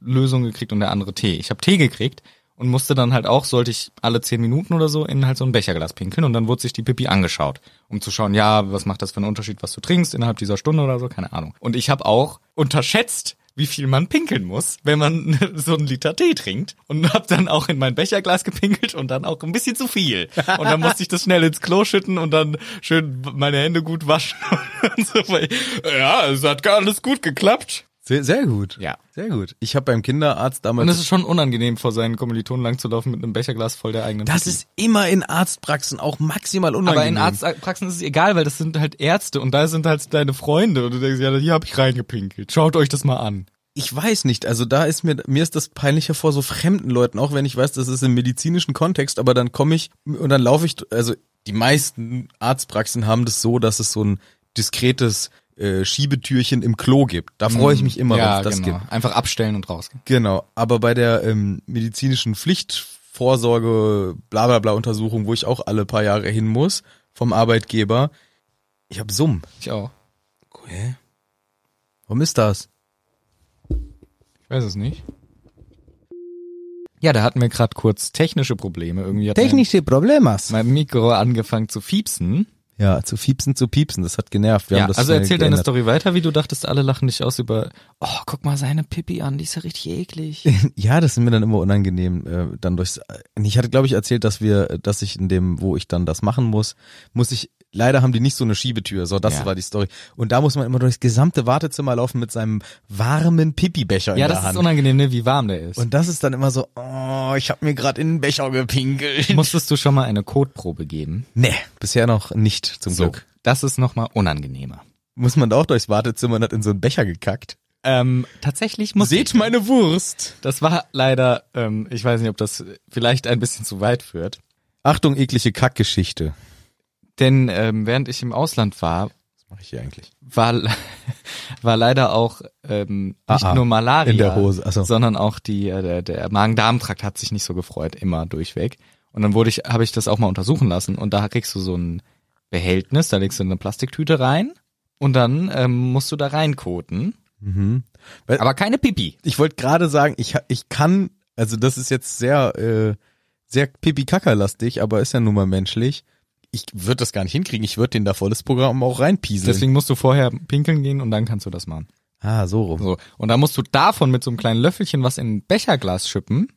Speaker 2: Salzlösung gekriegt und der andere Tee. Ich habe Tee gekriegt und musste dann halt auch, sollte ich alle zehn Minuten oder so in halt so ein Becherglas pinkeln und dann wurde sich die Pipi angeschaut, um zu schauen, ja, was macht das für einen Unterschied, was du trinkst innerhalb dieser Stunde oder so, keine Ahnung. Und ich habe auch unterschätzt, wie viel man pinkeln muss, wenn man so einen Liter Tee trinkt. Und hab dann auch in mein Becherglas gepinkelt und dann auch ein bisschen zu viel. Und dann musste ich das schnell ins Klo schütten und dann schön meine Hände gut waschen. Und so. Ja, es hat gar alles gut geklappt.
Speaker 1: Sehr, sehr gut.
Speaker 2: Ja.
Speaker 1: Sehr gut. Ich habe beim Kinderarzt damals
Speaker 2: Und es ist schon unangenehm, vor seinen Kommilitonen langzulaufen mit einem Becherglas voll der eigenen
Speaker 1: das
Speaker 2: Pipi.
Speaker 1: ist immer in Arztpraxen auch maximal unangenehm.
Speaker 2: aber in Arztpraxen ist es egal, weil das sind halt Ärzte und da sind halt deine Freunde und du denkst, ja, hier hab ich reingepinkelt. Schaut euch das mal an.
Speaker 1: Ich weiß nicht, also da ist mir, mir ist das peinlicher vor so fremden Leuten, auch wenn ich weiß, das ist im medizinischen Kontext, aber dann komme ich und dann laufe ich, also die meisten Arztpraxen haben das so, dass es so ein diskretes äh, Schiebetürchen im Klo gibt. Da freue ich mich immer,
Speaker 2: ja,
Speaker 1: wenn es das
Speaker 2: genau.
Speaker 1: gibt.
Speaker 2: Einfach abstellen und rausgehen.
Speaker 1: Genau, aber bei der ähm, medizinischen Pflichtvorsorge, bla bla bla Untersuchung, wo ich auch alle paar Jahre hin muss, vom Arbeitgeber, ich hab Summ.
Speaker 2: Ich auch.
Speaker 1: Hä? Warum ist das?
Speaker 2: Ich weiß es nicht. Ja, da hatten wir gerade kurz technische Probleme. Irgendwie hat
Speaker 1: Problemas.
Speaker 2: mein, mein Mikro angefangen zu fiepsen.
Speaker 1: Ja, zu fiepsen, zu piepsen, das hat genervt. Wir
Speaker 2: ja,
Speaker 1: haben das
Speaker 2: also
Speaker 1: schnell
Speaker 2: erzähl deine
Speaker 1: geändert.
Speaker 2: Story weiter, wie du dachtest, alle lachen dich aus über, oh, guck mal seine Pippi an, die ist ja richtig eklig.
Speaker 1: Ja, das ist mir dann immer unangenehm, äh, dann durchs. Ich hatte, glaube ich, erzählt, dass wir, äh, dass ich in dem, wo ich dann das machen muss, muss ich. Leider haben die nicht so eine Schiebetür, so das
Speaker 2: Ja.
Speaker 1: war die Story. Und da muss man immer durchs gesamte Wartezimmer laufen mit seinem warmen Pipi-Becher
Speaker 2: ja,
Speaker 1: in
Speaker 2: das
Speaker 1: der Hand.
Speaker 2: ist unangenehm, ne, wie warm der ist.
Speaker 1: Und das ist dann immer so, oh, ich habe mir gerade in den Becher gepinkelt.
Speaker 2: Musstest du schon mal eine Kotprobe geben?
Speaker 1: Nee, bisher noch nicht, zum Glück.
Speaker 2: Das ist nochmal unangenehmer.
Speaker 1: Muss man da auch durchs Wartezimmer und hat in so einen Becher gekackt.
Speaker 2: Ähm, tatsächlich muss
Speaker 1: Seht meine Wurst.
Speaker 2: Das war leider, ähm, ich weiß nicht, ob das vielleicht ein bisschen zu weit führt.
Speaker 1: Achtung, eklige Kackgeschichte.
Speaker 2: Denn ähm, während ich im Ausland war,
Speaker 1: Was mache ich hier eigentlich?
Speaker 2: war, le- war leider auch ähm, nicht
Speaker 1: Ah, ah,
Speaker 2: nur Malaria
Speaker 1: in der Hose, ach so.
Speaker 2: sondern auch die äh, der, der Magen-Darm-Trakt hat sich nicht so gefreut immer durchweg. Und dann wurde ich habe ich das auch mal untersuchen lassen und da kriegst du so ein Behältnis, da legst du eine Plastiktüte rein und dann ähm, musst du da reinkoten,
Speaker 1: Mhm. Weil-
Speaker 2: aber keine Pipi.
Speaker 1: ich wollte gerade sagen, ich, ha- ich kann, also das ist jetzt sehr, äh, sehr pipi lastig aber ist ja nun mal menschlich. Ich würde das gar nicht hinkriegen. Ich würde den da volles Programm auch reinpieseln.
Speaker 2: Deswegen musst du vorher pinkeln gehen und dann kannst du das machen.
Speaker 1: ah, so rum.
Speaker 2: So. Und da musst du davon mit so einem kleinen Löffelchen was in ein Becherglas schippen.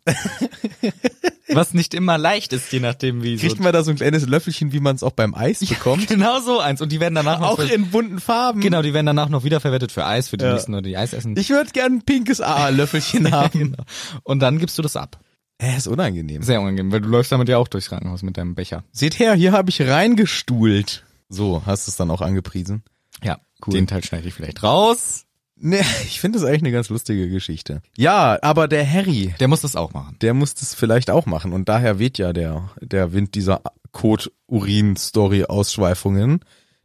Speaker 2: was nicht immer leicht ist, je nachdem wie
Speaker 1: Kriegt
Speaker 2: so.
Speaker 1: man da so ein kleines Löffelchen, wie man es auch beim Eis bekommt?
Speaker 2: Genau so eins. Und die werden danach noch
Speaker 1: Um auch
Speaker 2: für,
Speaker 1: in bunten Farben.
Speaker 2: genau, die werden danach noch wiederverwertet für Eis, für die
Speaker 1: Ja.
Speaker 2: nächsten Leute, die Eis essen.
Speaker 1: Ich würde gern ein pinkes AA-Löffelchen haben.
Speaker 2: genau. Und dann gibst du das ab.
Speaker 1: Äh, ist unangenehm.
Speaker 2: Sehr unangenehm, weil du läufst damit ja auch durchs Krankenhaus mit deinem Becher.
Speaker 1: Seht her, hier habe ich reingestuhlt. So, hast du es dann auch angepriesen?
Speaker 2: Ja, cool. Den Teil schneide ich vielleicht raus.
Speaker 1: Nee, ich finde das eigentlich eine ganz lustige Geschichte. Ja, aber der Harry,
Speaker 2: Der muss das auch machen.
Speaker 1: der muss das vielleicht auch machen. Und daher weht ja der, der Wind dieser Kot-Urin-Story-Ausschweifungen.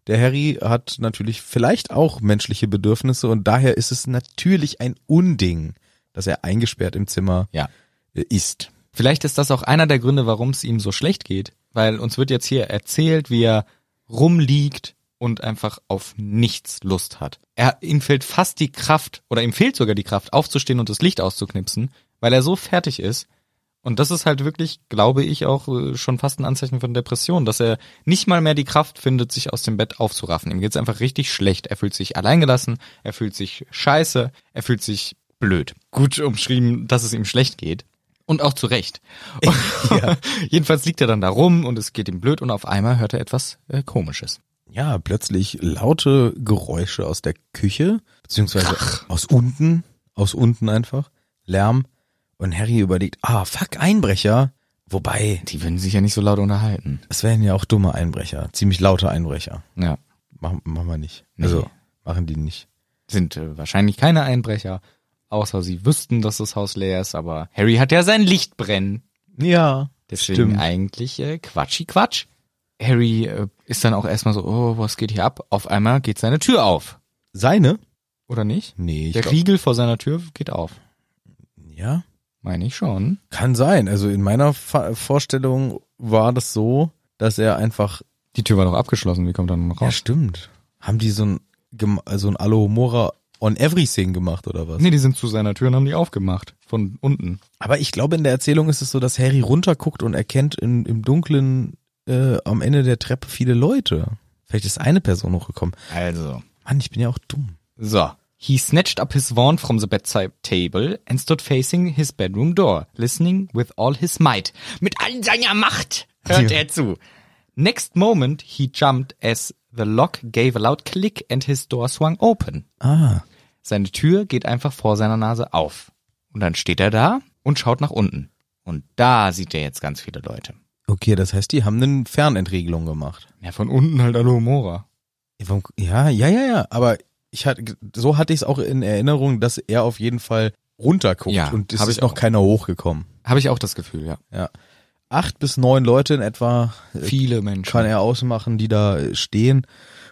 Speaker 1: Der Harry hat natürlich vielleicht auch menschliche Bedürfnisse und daher ist es natürlich ein Unding, dass er eingesperrt im Zimmer
Speaker 2: Ja.
Speaker 1: äh, ist.
Speaker 2: Vielleicht ist das auch einer der Gründe, warum es ihm so schlecht geht, weil uns wird jetzt hier erzählt, wie er rumliegt und einfach auf nichts Lust hat. Er, ihm fehlt fast die Kraft oder ihm fehlt sogar die Kraft, aufzustehen und das Licht auszuknipsen, weil er so fertig ist. Und das ist halt wirklich, glaube ich, auch äh, schon fast ein Anzeichen von Depression, dass er nicht mal mehr die Kraft findet, sich aus dem Bett aufzuraffen. Ihm geht's einfach richtig schlecht. Er fühlt sich alleingelassen, er fühlt sich scheiße, er fühlt sich blöd. Gut umschrieben, dass es ihm schlecht geht. Und auch zu Recht. Jedenfalls liegt er dann da rum und es geht ihm blöd und auf einmal hört er etwas äh, Komisches.
Speaker 1: Ja, plötzlich laute Geräusche aus der Küche, beziehungsweise aus unten, aus unten einfach, Lärm. Und Harry überlegt, ah, fuck, Einbrecher. Wobei,
Speaker 2: Die würden sich ja nicht so laut unterhalten.
Speaker 1: es wären ja auch dumme Einbrecher, ziemlich laute Einbrecher.
Speaker 2: Ja.
Speaker 1: Machen, machen wir nicht.
Speaker 2: Nee.
Speaker 1: Also, machen die nicht.
Speaker 2: Sind äh, wahrscheinlich keine Einbrecher, außer sie wüssten, dass das Haus leer ist, aber Harry hat ja sein Licht brennen.
Speaker 1: Ja,
Speaker 2: Deswegen
Speaker 1: stimmt.
Speaker 2: eigentlich äh, Quatschi Quatsch. Harry äh, ist dann auch erstmal so, oh, was geht hier ab? Auf einmal geht seine Tür auf.
Speaker 1: Seine?
Speaker 2: Oder nicht?
Speaker 1: Nee, ich
Speaker 2: Der
Speaker 1: glaub,
Speaker 2: Riegel vor seiner Tür geht auf.
Speaker 1: ja.
Speaker 2: Meine ich schon.
Speaker 1: Kann sein. Also in meiner Fa- Vorstellung war das so, dass er einfach
Speaker 2: Die Tür war doch abgeschlossen, wie kommt er dann
Speaker 1: Ja,
Speaker 2: raus?
Speaker 1: stimmt. Haben die so ein, gem- so ein Alohomora on everything gemacht oder was?
Speaker 2: nee, die sind zu seiner Tür und haben die aufgemacht. Von unten.
Speaker 1: Aber ich glaube, in der Erzählung ist es so, dass Harry runterguckt und erkennt in, im Dunklen äh, am Ende der Treppe viele Leute. Vielleicht ist eine Person hochgekommen.
Speaker 2: Also.
Speaker 1: Mann, ich bin ja auch dumm.
Speaker 2: So. He snatched up his wand from the bedside table and stood facing his bedroom door, listening with all his might. Mit all seiner Macht hört er zu. Next moment he jumped as the lock gave a loud click and his door swung open.
Speaker 1: Ah,
Speaker 2: Seine Tür geht einfach vor seiner Nase auf. Und dann steht er da und schaut nach unten. Und da sieht er jetzt ganz viele Leute.
Speaker 1: okay, das heißt, die haben eine Fernentriegelung gemacht.
Speaker 2: Ja, von unten halt Alohomora.
Speaker 1: Ja, warum- Ja, ja, ja, ja. Aber ich hatte, so hatte ich es auch in Erinnerung, dass er auf jeden Fall runterguckt
Speaker 2: Ja,
Speaker 1: und es
Speaker 2: hab
Speaker 1: ist
Speaker 2: ich
Speaker 1: noch
Speaker 2: auch.
Speaker 1: keiner hochgekommen.
Speaker 2: Habe ich auch das Gefühl, ja.
Speaker 1: Ja. acht bis neun Leute in etwa äh,
Speaker 2: Viele Menschen.
Speaker 1: kann er ausmachen, die da äh, stehen.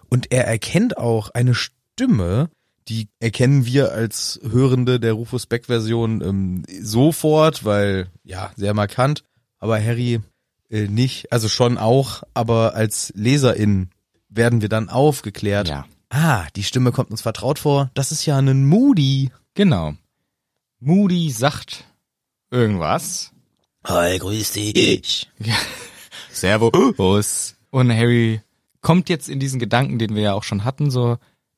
Speaker 1: Und er erkennt auch eine Stimme, die erkennen wir als Hörende der Rufus Beck-Version ähm, sofort, weil ja, sehr markant. Aber Harry äh, nicht, also schon auch, aber als Leserin werden wir dann aufgeklärt.
Speaker 2: Ja.
Speaker 1: Ah, die Stimme kommt uns vertraut vor. Das ist ja ein Moody.
Speaker 2: Genau. Moody sagt irgendwas.
Speaker 1: Hi, grüß dich.
Speaker 2: Servus. Und Harry kommt jetzt in diesen Gedanken, den wir ja auch schon hatten, so,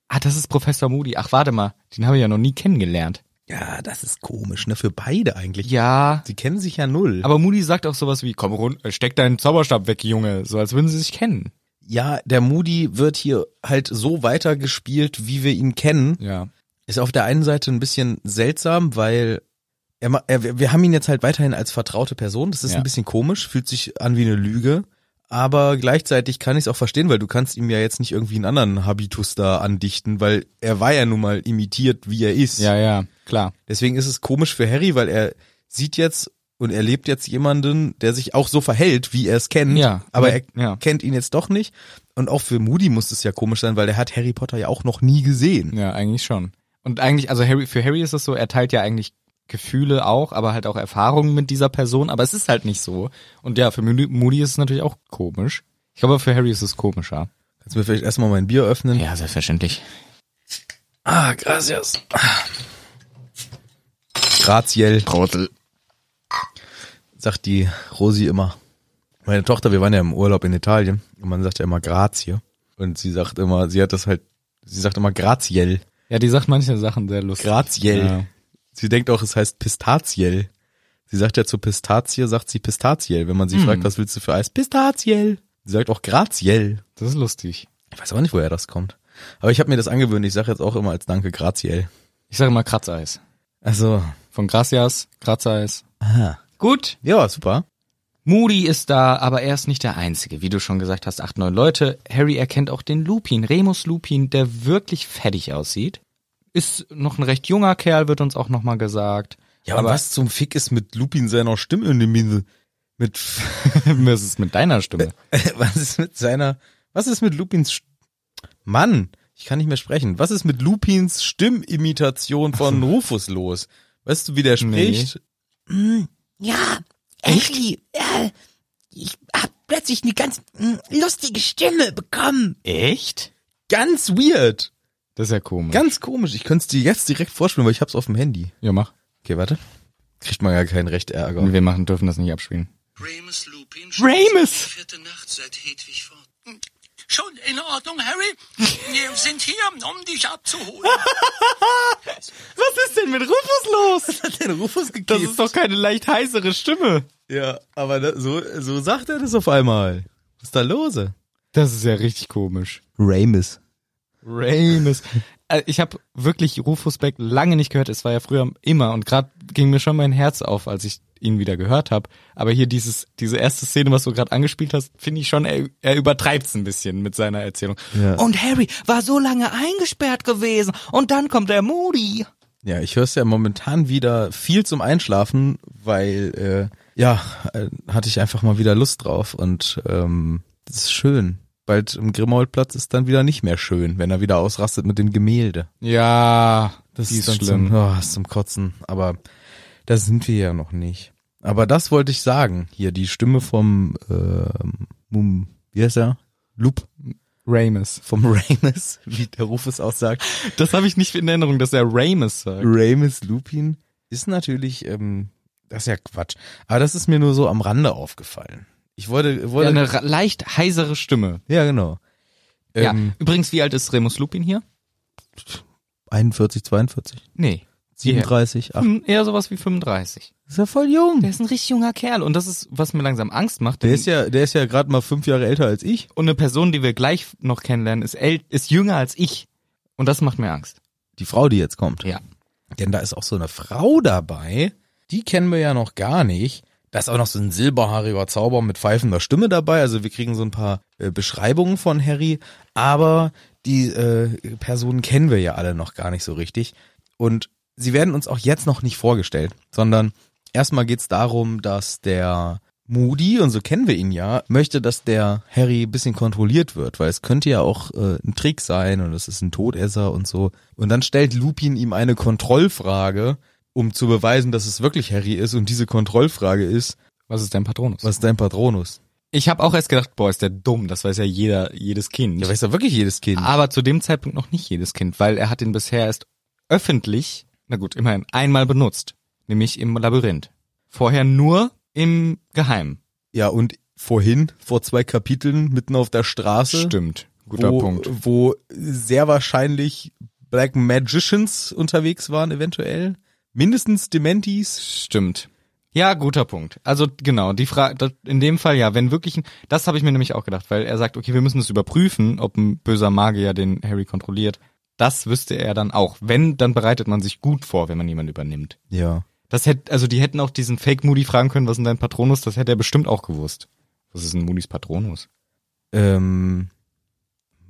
Speaker 2: ah, das ist Professor Moody. Ach, warte mal, den habe ich ja noch nie kennengelernt.
Speaker 1: Ja, das ist komisch, ne? Für beide eigentlich.
Speaker 2: Ja.
Speaker 1: Sie kennen sich ja null.
Speaker 2: Aber Moody sagt auch sowas wie, komm run, äh, steck deinen Zauberstab weg, Junge. So, als würden sie sich kennen.
Speaker 1: ja, der Moody wird hier halt so weitergespielt, wie wir ihn kennen.
Speaker 2: Ja.
Speaker 1: Ist auf der einen Seite ein bisschen seltsam, weil er, ma- er, wir- wir haben ihn jetzt halt weiterhin als vertraute Person. Das ist
Speaker 2: Ja.
Speaker 1: ein bisschen komisch, fühlt sich an wie eine Lüge. Aber gleichzeitig kann ich es auch verstehen, weil du kannst ihm ja jetzt nicht irgendwie einen anderen Habitus da andichten, weil er war ja nun mal imitiert, wie er ist.
Speaker 2: Ja, ja, klar.
Speaker 1: Deswegen ist es komisch für Harry, weil er sieht jetzt und erlebt jetzt jemanden, der sich auch so verhält, wie er es kennt.
Speaker 2: Ja,
Speaker 1: aber
Speaker 2: aber-
Speaker 1: er
Speaker 2: ja.
Speaker 1: kennt ihn jetzt doch nicht. Und auch für Moody muss es ja komisch sein, weil er hat Harry Potter ja auch noch nie gesehen.
Speaker 2: Ja, eigentlich schon. Und eigentlich, also Harry, für Harry ist es so, er teilt ja eigentlich Gefühle auch, aber halt auch Erfahrungen mit dieser Person, aber es ist halt nicht so. Und ja, für Moody- Moody ist es natürlich auch komisch. Ich glaube, für Harry ist es komischer.
Speaker 1: Kannst du mir vielleicht erstmal mein Bier öffnen?
Speaker 2: Ja, selbstverständlich.
Speaker 1: Ah, gracias. Graziell,
Speaker 2: Trottel.
Speaker 1: sagt die Rosi immer. Meine Tochter, wir waren ja im Urlaub in Italien und man sagt ja immer Grazie. Und sie sagt immer, sie hat das halt, sie sagt immer Graziell.
Speaker 2: Ja, die sagt manche Sachen sehr lustig.
Speaker 1: Graziell.
Speaker 2: Ja.
Speaker 1: Sie denkt auch, es heißt Pistaziell. Sie sagt ja zu Pistazie, sagt sie Pistaziell. Wenn man sie fragt, was willst du für Eis? Pistaziell. Sie sagt auch Graziell.
Speaker 2: Das ist lustig.
Speaker 1: Ich weiß aber nicht, woher das kommt. Aber ich habe mir das angewöhnt. Ich sage jetzt auch immer als Danke Graziell.
Speaker 2: Ich sage immer Kratzeis.
Speaker 1: Also,
Speaker 2: Von Gracias, Kratzeis.
Speaker 1: aha.
Speaker 2: Gut.
Speaker 1: Ja, super.
Speaker 2: Moody ist da, aber er ist nicht der Einzige. Wie du schon gesagt hast, acht, neun Leute. Harry erkennt auch den Lupin, Remus Lupin, der wirklich fettig aussieht. Ist noch ein recht junger Kerl, wird uns auch nochmal gesagt.
Speaker 1: Ja, aber was zum Fick ist mit Lupin seiner Stimme in dem Insel? Mit,
Speaker 2: was ist mit deiner Stimme?
Speaker 1: was ist mit seiner, was ist mit Lupins, St- Mann, ich kann nicht mehr sprechen. Was ist mit Lupins Stimmimitation von Rufus los? Weißt du, wie der spricht?
Speaker 5: Mm, Ja, Ashley, äh, ich hab plötzlich eine ganz mm, lustige Stimme bekommen.
Speaker 2: Echt? Hm.
Speaker 1: Ganz weird.
Speaker 2: Das ist ja komisch.
Speaker 1: Ganz komisch. Ich könnte es dir jetzt direkt vorspielen, weil ich hab's auf dem Handy.
Speaker 2: ja, mach.
Speaker 1: Okay, warte. Kriegt man ja keinen recht Ärger.
Speaker 2: Wir machen, dürfen das nicht abspielen.
Speaker 6: Remus Lupin
Speaker 2: Remus!
Speaker 6: die vierte Nacht seit Hedwig fort.
Speaker 5: Hm, Schon in Ordnung, Harry. Wir sind hier, um dich abzuholen.
Speaker 2: Was ist denn mit Rufus los?
Speaker 1: hat den Rufus gekippt?
Speaker 2: Das ist doch keine leicht heißere Stimme.
Speaker 1: ja, aber da, so, so sagt er das auf einmal. Was ist da lose?
Speaker 2: Das ist ja richtig komisch.
Speaker 1: Ramis.
Speaker 2: Ramus. Äh, Ich habe wirklich Rufus Beck lange nicht gehört. Es war ja früher immer und gerade ging mir schon mein Herz auf, als ich ihn wieder gehört habe. Aber hier dieses diese erste Szene, was du gerade angespielt hast, finde ich schon, er, er übertreibt es ein bisschen mit seiner Erzählung.
Speaker 1: Ja.
Speaker 2: Und Harry war so lange eingesperrt gewesen und dann kommt der Moody.
Speaker 1: Ja, ich höre es ja momentan wieder viel zum Einschlafen, weil äh, ja, äh, hatte ich einfach mal wieder Lust drauf und ähm, das ist schön. Bald im Grimoldplatz ist dann wieder nicht mehr schön, wenn er wieder ausrastet mit dem Gemälde.
Speaker 2: Ja, das
Speaker 1: Die dann Zum, oh, ist zum Kotzen, aber da sind wir ja noch nicht. Aber das wollte ich sagen. Hier die Stimme vom ähm, Mum, wie heißt er? Loop
Speaker 2: Ramus.
Speaker 1: vom Ramus, wie der Ruf es aussagt.
Speaker 2: Das habe ich nicht in Erinnerung, dass er Ramus sagt.
Speaker 1: Ramus Lupin ist natürlich, ähm, das ist ja Quatsch. Aber das ist mir nur so am Rande aufgefallen. Ich wollte,
Speaker 2: Ja, ne.
Speaker 1: wollte,
Speaker 2: eine ra- leicht heisere Stimme.
Speaker 1: ja, genau. Ähm,
Speaker 2: ja. Übrigens, wie alt ist Remus Lupin hier?
Speaker 1: 41, 42,
Speaker 2: Nee.
Speaker 1: 37, 8.
Speaker 2: Hm, Eher sowas wie 35.
Speaker 1: Ist ja voll jung.
Speaker 2: Der ist ein richtig junger Kerl und das ist, was mir langsam Angst macht.
Speaker 1: Der
Speaker 2: denn-
Speaker 1: ist ja, der ist ja gerade mal fünf Jahre älter als ich.
Speaker 2: und eine Person, die wir gleich noch kennenlernen, ist, äl ist jünger als ich. Und das macht mir Angst.
Speaker 1: Die Frau, die jetzt kommt.
Speaker 2: Ja.
Speaker 1: Denn da ist auch so eine Frau dabei, die kennen wir ja noch gar nicht. Da ist auch noch so ein silberhaariger Zauber mit pfeifender Stimme dabei. Also wir kriegen so ein paar äh, Beschreibungen von Harry, aber die äh, Personen kennen wir ja alle noch gar nicht so richtig. Und sie werden uns auch jetzt noch nicht vorgestellt, sondern erstmal geht's darum, dass der Moody, und so kennen wir ihn ja, möchte, dass der Harry ein bisschen kontrolliert wird, weil es könnte ja auch äh, ein Trick sein und es ist ein Todesser und so. Und dann stellt Lupin ihm eine Kontrollfrage, um zu beweisen, dass es wirklich Harry ist und diese Kontrollfrage ist,
Speaker 2: Was ist dein Patronus?
Speaker 1: was ist dein Patronus?
Speaker 2: Ich habe auch erst gedacht, boah, ist der dumm, das weiß ja jeder, jedes Kind.
Speaker 1: Ja, weiß ja wirklich jedes Kind.
Speaker 2: aber zu dem Zeitpunkt noch nicht jedes Kind, weil er hat ihn bisher erst öffentlich, na gut, immerhin einmal benutzt, nämlich im Labyrinth. Vorher nur im Geheimen.
Speaker 1: Ja, und vorhin, vor zwei Kapiteln, mitten auf der Straße,
Speaker 2: Stimmt. Guter
Speaker 1: wo,
Speaker 2: Punkt.
Speaker 1: wo sehr wahrscheinlich Black Magicians unterwegs waren, eventuell. Mindestens Dementis.
Speaker 2: Stimmt. Ja, guter Punkt. Also genau, die Frage in dem Fall ja, wenn wirklich ein, das habe ich mir nämlich auch gedacht, weil er sagt, okay, wir müssen das überprüfen, ob ein böser Magier den Harry kontrolliert. Das wüsste er dann auch. Wenn, dann bereitet man sich gut vor, wenn man jemanden übernimmt.
Speaker 1: Ja.
Speaker 2: Das hätte also die hätten auch diesen Fake Moody fragen können, was ist denn dein Patronus? Das hätte er bestimmt auch gewusst. Was ist ein Moody's Patronus?
Speaker 1: Ähm,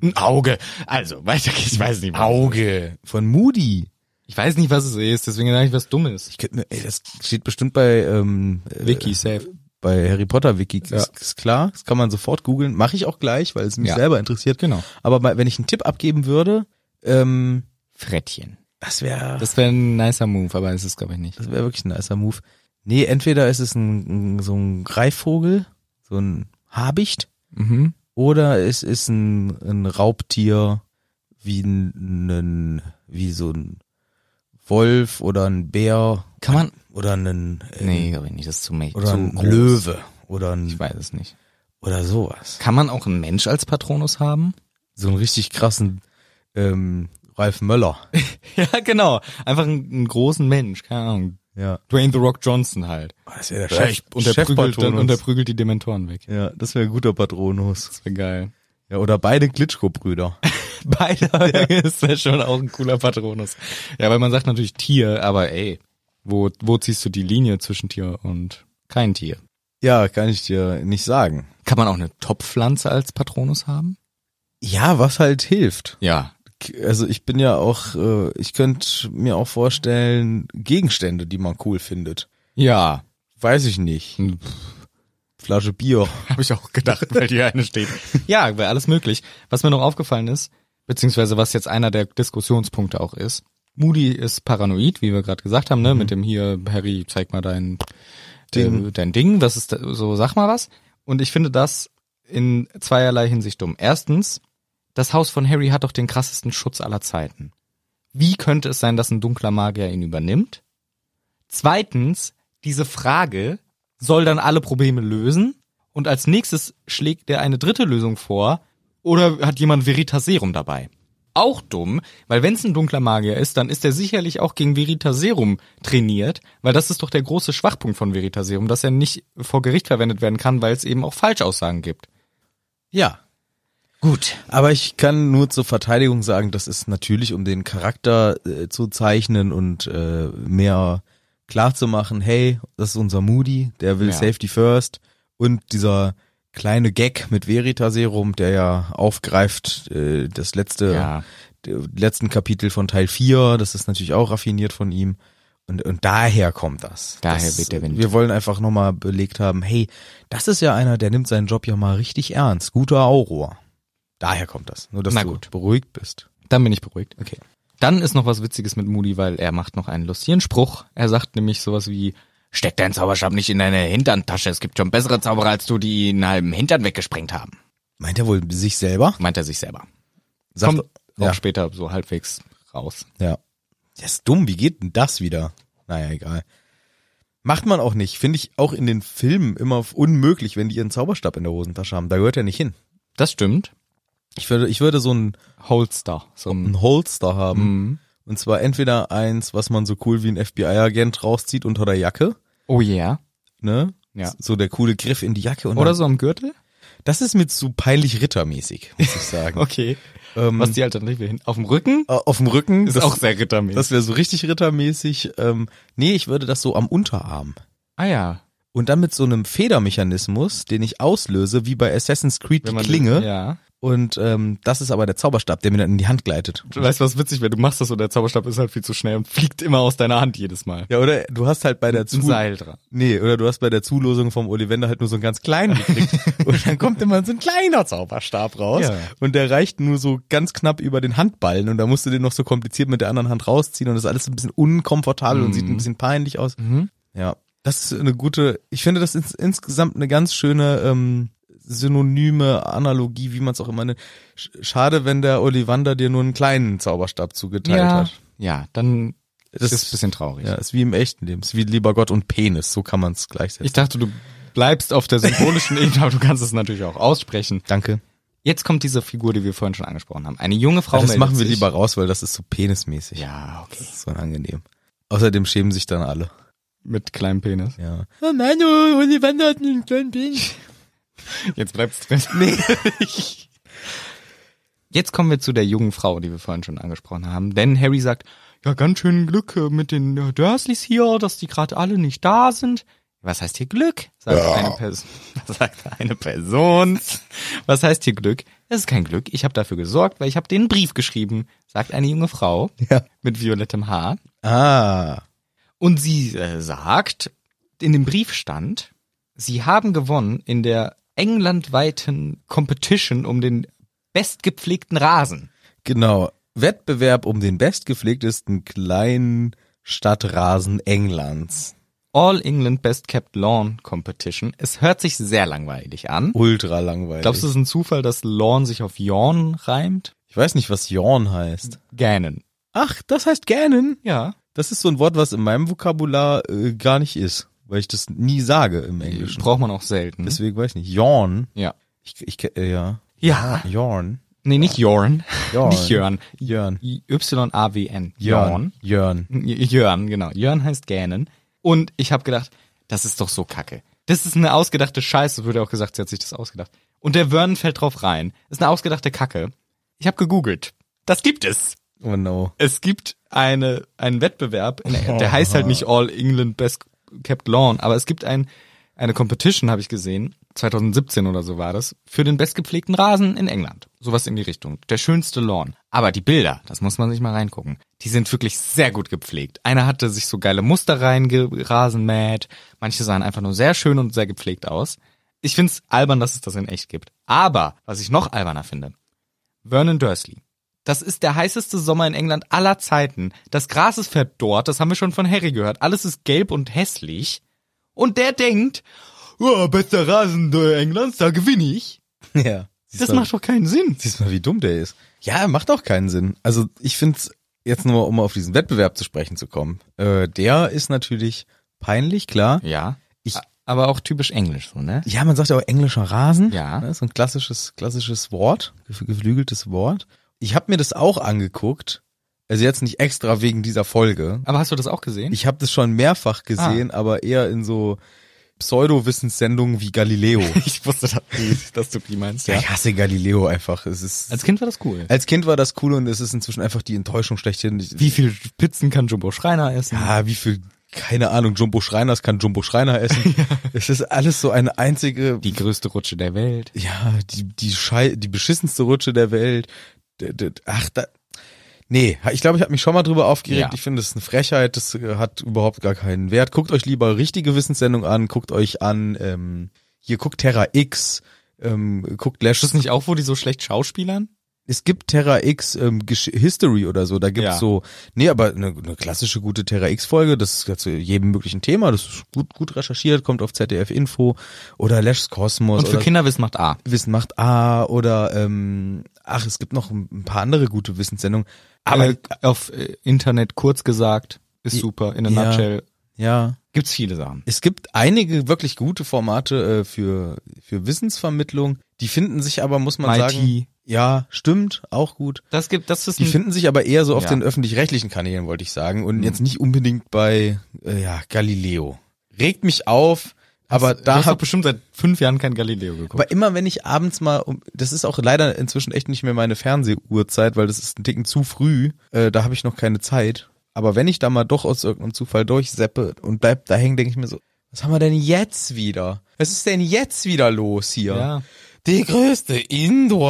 Speaker 2: Ein Auge. Also, weiter geht's, ich weiß nicht. Was
Speaker 1: Auge. Von Moody.
Speaker 2: Ich weiß nicht, was es ist, deswegen sage ich was Dummes.
Speaker 1: Ich könnte mir, ey, das steht bestimmt bei, ähm, äh,
Speaker 2: Wiki safe.
Speaker 1: bei Harry Potter Wiki.
Speaker 2: Ja.
Speaker 1: Ist, ist klar. Das kann man sofort googeln. Mache ich auch gleich, weil es mich
Speaker 2: Ja.
Speaker 1: selber interessiert.
Speaker 2: Genau.
Speaker 1: Aber mal, wenn ich einen Tipp abgeben würde, ähm,
Speaker 2: Frettchen.
Speaker 1: das wäre
Speaker 2: Das wäre ein nicer Move, aber ist es glaube ich nicht.
Speaker 1: Das wäre wirklich ein nicer Move. Nee, entweder ist es ein, ein, so ein Greifvogel, so ein Habicht,
Speaker 2: Mhm.
Speaker 1: oder es ist ein, ein Raubtier wie ein, ein wie so ein Wolf oder ein Bär
Speaker 2: Kann man.
Speaker 1: oder ein äh,
Speaker 2: Nee, glaube ich nicht. Das ist zu mächtig.
Speaker 1: oder
Speaker 2: zu
Speaker 1: ein
Speaker 2: groß.
Speaker 1: Löwe oder
Speaker 2: Ich
Speaker 1: ein,
Speaker 2: weiß es nicht.
Speaker 1: oder sowas.
Speaker 2: Kann man auch einen Mensch als Patronus haben?
Speaker 1: So einen richtig krassen ähm, Ralf Möller.
Speaker 2: ja, genau. Einfach einen, einen großen Mensch. Keine Ahnung.
Speaker 1: Ja.
Speaker 2: Dwayne The Rock Johnson halt.
Speaker 1: Das wäre der
Speaker 2: Chef, und, der prügelt dann, und der prügelt die Dementoren weg.
Speaker 1: Ja, das wäre ein guter Patronus.
Speaker 2: Das wäre geil.
Speaker 1: Ja, oder beide Klitschko-Brüder.
Speaker 2: Beider ist ja schon auch ein cooler Patronus. Ja, weil man sagt natürlich Tier, aber ey, wo, wo ziehst du die Linie zwischen Tier und kein Tier?
Speaker 1: Ja, kann ich dir nicht sagen.
Speaker 2: Kann man auch eine Topfpflanze als Patronus haben?
Speaker 1: Ja, was halt hilft.
Speaker 2: Ja.
Speaker 1: Also ich bin ja auch, äh, ich könnte mir auch vorstellen, Gegenstände, die man cool findet.
Speaker 2: Ja.
Speaker 1: Weiß ich nicht.
Speaker 2: Hm.
Speaker 1: Flasche Bier.
Speaker 2: Habe ich auch gedacht, weil die eine steht. Ja, wäre alles möglich. Was mir noch aufgefallen ist, beziehungsweise was jetzt einer der Diskussionspunkte auch ist, Moody ist paranoid, wie wir gerade gesagt haben, ne? Mit dem hier, Harry, zeig mal dein Ding. Äh, dein Ding, was ist da, so, sag mal was. Und ich finde das in zweierlei Hinsicht dumm. Erstens, das Haus von Harry hat doch den krassesten Schutz aller Zeiten. Wie könnte es sein, dass ein dunkler Magier ihn übernimmt? Zweitens, diese Frage soll dann alle Probleme lösen. Und als nächstes schlägt er eine dritte Lösung vor. Oder hat jemand Veritaserum dabei? Auch dumm, weil wenn es ein dunkler Magier ist, dann ist er sicherlich auch gegen Veritaserum trainiert, weil das ist doch der große Schwachpunkt von Veritaserum, dass er nicht vor Gericht verwendet werden kann, weil es eben auch Falschaussagen gibt.
Speaker 1: Ja. Gut. Aber ich kann nur zur Verteidigung sagen, das ist natürlich, um den Charakter äh, zu zeichnen und äh, mehr klar zu machen, hey, das ist unser Moody, der will
Speaker 2: Ja.
Speaker 1: Safety First. Und dieser kleine Gag mit Veritaserum, der ja aufgreift, äh, das letzte der letzten Kapitel von Teil 4, das ist natürlich auch raffiniert von ihm. Und, und daher kommt das.
Speaker 2: Daher
Speaker 1: das,
Speaker 2: weht der Wind.
Speaker 1: Wir wollen einfach nochmal belegt haben, hey, das ist ja einer, der nimmt seinen Job ja mal richtig ernst. Guter Auror. Daher kommt das. Nur, dass
Speaker 2: Na
Speaker 1: du
Speaker 2: gut.
Speaker 1: beruhigt bist.
Speaker 2: Dann bin ich beruhigt.
Speaker 1: Okay.
Speaker 2: Dann ist noch was Witziges mit Moody, weil er macht noch einen lustigen Spruch. Er sagt nämlich sowas wie, steck deinen Zauberstab nicht in deine Hinterntasche, es gibt schon bessere Zauberer als du, die ihn halben Hintern weggesprengt haben,
Speaker 1: Meint er wohl sich selber?
Speaker 2: meint er sich selber.
Speaker 1: Sagt,
Speaker 2: Kommt auch
Speaker 1: ja.
Speaker 2: später so halbwegs raus.
Speaker 1: ja. Der ist dumm, wie geht denn das wieder? Naja, egal. Macht man auch nicht. Finde ich auch in den Filmen immer unmöglich, wenn die ihren Zauberstab in der Hosentasche haben. Da gehört er nicht hin.
Speaker 2: Das stimmt.
Speaker 1: Ich würde, ich würde so einen,
Speaker 2: Holster. So ein
Speaker 1: einen Holster haben.
Speaker 2: Mhm.
Speaker 1: Und zwar entweder eins, was man so cool wie ein FBI-Agent rauszieht unter der Jacke,
Speaker 2: Oh yeah.
Speaker 1: ne?
Speaker 2: Ja.
Speaker 1: So der coole Griff in die Jacke. Und
Speaker 2: Oder
Speaker 1: dann,
Speaker 2: so am Gürtel?
Speaker 1: Das ist mit so peinlich rittermäßig, muss ich sagen.
Speaker 2: Okay.
Speaker 1: Mhm. Ähm,
Speaker 2: Was die Alternative hin? Auf dem Rücken?
Speaker 1: äh, auf dem Rücken,
Speaker 2: Ist
Speaker 1: das,
Speaker 2: auch sehr rittermäßig.
Speaker 1: das wäre so richtig rittermäßig. Ähm, nee, ich würde das so am Unterarm.
Speaker 2: ah ja.
Speaker 1: Und dann mit so einem Federmechanismus, den ich auslöse, wie bei Assassin's Creed die Klinge,
Speaker 2: Ja.
Speaker 1: Und ähm, das ist aber der Zauberstab, der mir dann in die Hand gleitet.
Speaker 2: Du weißt, was witzig wäre? Du machst das und der Zauberstab ist halt viel zu schnell und fliegt immer aus deiner Hand jedes Mal.
Speaker 1: Ja, oder du hast halt bei der
Speaker 2: Ein
Speaker 1: Zu
Speaker 2: Seil dran.
Speaker 1: Nee, oder du hast bei der Zulosung vom Ollivander halt nur so einen ganz kleinen gekriegt. und dann kommt immer so ein kleiner Zauberstab raus.
Speaker 2: Ja.
Speaker 1: Und der reicht nur so ganz knapp über den Handballen. Und da musst du den noch so kompliziert mit der anderen Hand rausziehen. Und das ist alles ein bisschen unkomfortabel und
Speaker 2: Mhm.
Speaker 1: sieht ein bisschen peinlich aus. Ja, das ist eine gute, ich finde das ins, insgesamt eine ganz schöne ähm, synonyme Analogie, wie man es auch immer nennt. Sch- Schade, wenn der Ollivander dir nur einen kleinen Zauberstab zugeteilt
Speaker 2: Ja.
Speaker 1: hat.
Speaker 2: ja, dann
Speaker 1: Das-
Speaker 2: ist es ein bisschen traurig.
Speaker 1: Ja, ist wie im echten Leben. Ist wie lieber Gott und Penis. So kann man es gleichsetzen.
Speaker 2: Ich dachte, du bleibst auf der symbolischen Ebene, aber du kannst es natürlich auch aussprechen.
Speaker 1: Danke.
Speaker 2: Jetzt kommt diese Figur, die wir vorhin schon angesprochen haben. Eine junge Frau
Speaker 1: Ja, das
Speaker 2: meldet
Speaker 1: machen wir
Speaker 2: sich.
Speaker 1: lieber raus, weil das ist so penismäßig.
Speaker 2: Ja, okay.
Speaker 1: Das ist so unangenehm. Außerdem schämen sich dann alle.
Speaker 2: Mit kleinem Penis.
Speaker 1: Ja.
Speaker 5: Oh Mann, oh, Ollivander hat einen kleinen Penis.
Speaker 2: Jetzt bleibt's drin. Nee. Jetzt kommen wir zu der jungen Frau, die wir vorhin schon angesprochen haben. Denn Harry sagt, ja, ganz schön Glück äh, mit den äh, Dursleys hier, dass die gerade alle nicht da sind. Was heißt hier Glück? Sagt eine Person. Sagt eine Person. Was heißt hier Glück? Es ist kein Glück. Ich habe dafür gesorgt, weil ich habe den Brief geschrieben, sagt eine junge Frau
Speaker 1: Ja.
Speaker 2: mit violettem Haar.
Speaker 1: Ah.
Speaker 2: Und sie äh, sagt, in dem Brief stand, sie haben gewonnen in der englandweiten Competition um den bestgepflegten Rasen.
Speaker 1: Genau. Wettbewerb um den bestgepflegtesten kleinen Stadtrasen Englands.
Speaker 2: All England Best Kept Lawn Competition. Es hört sich sehr langweilig an.
Speaker 1: Ultra langweilig.
Speaker 2: Glaubst du, es ist ein Zufall, dass Lawn sich auf Yawn reimt?
Speaker 1: ich weiß nicht, was Yawn heißt.
Speaker 2: Gähnen.
Speaker 1: Ach, das heißt gähnen.
Speaker 2: Ja.
Speaker 1: Das ist so ein Wort, was in meinem Vokabular äh, gar nicht ist, weil ich das nie sage im Englischen.
Speaker 2: Braucht man auch selten.
Speaker 1: Deswegen weiß ich nicht. Yawn.
Speaker 2: ja.
Speaker 1: Ich, ich ke- äh, ja.
Speaker 2: Ja.
Speaker 1: Yawn.
Speaker 2: Nee, nicht Jorn.
Speaker 1: Yawn.
Speaker 2: Nicht Jörn.
Speaker 1: Jörn.
Speaker 2: Y-A-W-N. Jorn.
Speaker 1: Jörn. Jörn.
Speaker 2: J- Jörn, genau. Jörn heißt Gähnen. Und ich habe gedacht, das ist doch so kacke. Das ist eine ausgedachte Scheiße, wurde auch gesagt, sie hat sich das ausgedacht. Und der Wörn fällt drauf rein. Ist eine ausgedachte Kacke. Ich habe gegoogelt. Das gibt es.
Speaker 1: Oh no.
Speaker 2: Es gibt eine, einen Wettbewerb, in, der heißt halt nicht All England Best Kept Lawn, aber es gibt ein, eine Competition, habe ich gesehen, 2017 oder so war das, für den bestgepflegten Rasen in England. Sowas in die Richtung. Der schönste Lawn. Aber die Bilder, das muss man sich mal reingucken, die sind wirklich sehr gut gepflegt. Einer hatte sich so geile Muster reingerasenmäht, manche sahen einfach nur sehr schön und sehr gepflegt aus. Ich find's albern, dass es das in echt gibt. Aber, was ich noch alberner finde, Vernon Dursley. Das ist der heißeste Sommer in England aller Zeiten. Das Gras ist verdorrt, das haben wir schon von Harry gehört. Alles ist gelb und hässlich. Und der denkt, oh, bester Rasen äh, Englands, da gewinne ich.
Speaker 1: Ja.
Speaker 2: Das macht doch keinen Sinn.
Speaker 1: Siehst mal, wie dumm der ist. Ja, macht auch keinen Sinn. Also ich finde jetzt nur, um auf diesen Wettbewerb zu sprechen zu kommen, äh, der ist natürlich peinlich, klar.
Speaker 2: Ja,
Speaker 1: Ich,
Speaker 2: aber auch typisch englisch so, ne?
Speaker 1: ja, man sagt ja auch englischer Rasen.
Speaker 2: Ja.
Speaker 1: Ne, so ein klassisches, klassisches Wort, gef- geflügeltes Wort. Ich habe mir das auch angeguckt, also jetzt nicht extra wegen dieser Folge.
Speaker 2: Aber hast du das auch gesehen?
Speaker 1: Ich habe das schon
Speaker 2: Ah.
Speaker 1: mehrfach gesehen, aber eher in so Pseudo-Wissenssendungen wie Galileo.
Speaker 2: Ich wusste, dass, dass du die meinst,
Speaker 1: Ich hasse Galileo einfach. Es ist
Speaker 2: Als Kind war das cool.
Speaker 1: Als Kind war das cool und es ist inzwischen einfach die Enttäuschung schlechthin.
Speaker 2: Wie viel Pizzen kann Jumbo Schreiner essen?
Speaker 1: Ja, Ah, wie viel, keine Ahnung, Jumbo Schreiners kann Jumbo Schreiner essen. Es ist alles so eine einzige,
Speaker 2: Die größte Rutsche der Welt.
Speaker 1: ja, die, die, Schei die beschissenste Rutsche der Welt. D- d- Ach, da, nee, ich glaube, ich habe mich schon mal drüber aufgeregt.
Speaker 2: Ja.
Speaker 1: Ich finde, das ist eine Frechheit, das äh, hat überhaupt gar keinen Wert. Guckt euch lieber richtige Wissenssendung an, guckt euch an, ähm, hier guckt Terra X, ähm, guckt Lash
Speaker 2: Ist das nicht auch, wo die so schlecht schauspielern?
Speaker 1: es gibt Terra X ähm, Gesch- History oder so, da gibt's
Speaker 2: Ja.
Speaker 1: so, nee, aber eine, eine klassische gute Terra X Folge, das ist ja zu jedem möglichen Thema, das ist gut gut recherchiert, kommt auf ZDF Info oder Lash's Kosmos
Speaker 2: Und für
Speaker 1: oder
Speaker 2: Kinderwissen macht A.
Speaker 1: Wissen macht A oder ähm, ach, es gibt noch ein ein paar andere gute Wissenssendungen, aber
Speaker 2: Aber auf äh, Internet kurz gesagt ist super. In a
Speaker 1: Ja.
Speaker 2: nutshell
Speaker 1: ja,
Speaker 2: gibt's viele Sachen.
Speaker 1: Es gibt einige wirklich gute Formate äh, für, für Wissensvermittlung. Die finden sich aber, muss man
Speaker 2: MIT.
Speaker 1: sagen. Ja, stimmt, auch gut.
Speaker 2: Das gibt, das ist
Speaker 1: Die finden sich aber eher so auf
Speaker 2: Ja.
Speaker 1: den öffentlich-rechtlichen Kanälen, wollte ich sagen. Und jetzt nicht unbedingt bei äh, ja, Galileo. Regt mich auf, aber
Speaker 2: du
Speaker 1: da
Speaker 2: hast doch
Speaker 1: hab,
Speaker 2: bestimmt seit fünf Jahren kein Galileo geguckt.
Speaker 1: aber immer wenn ich abends mal, um, das ist auch leider inzwischen echt nicht mehr meine Fernsehuhrzeit, weil das ist ein Ticken zu früh, äh, da habe ich noch keine Zeit. Aber wenn ich da mal doch aus irgendeinem Zufall durchseppe und bleib da hängen, denke ich mir so, was haben wir denn jetzt wieder? Was ist denn jetzt wieder los hier?
Speaker 2: ja.
Speaker 1: Die größte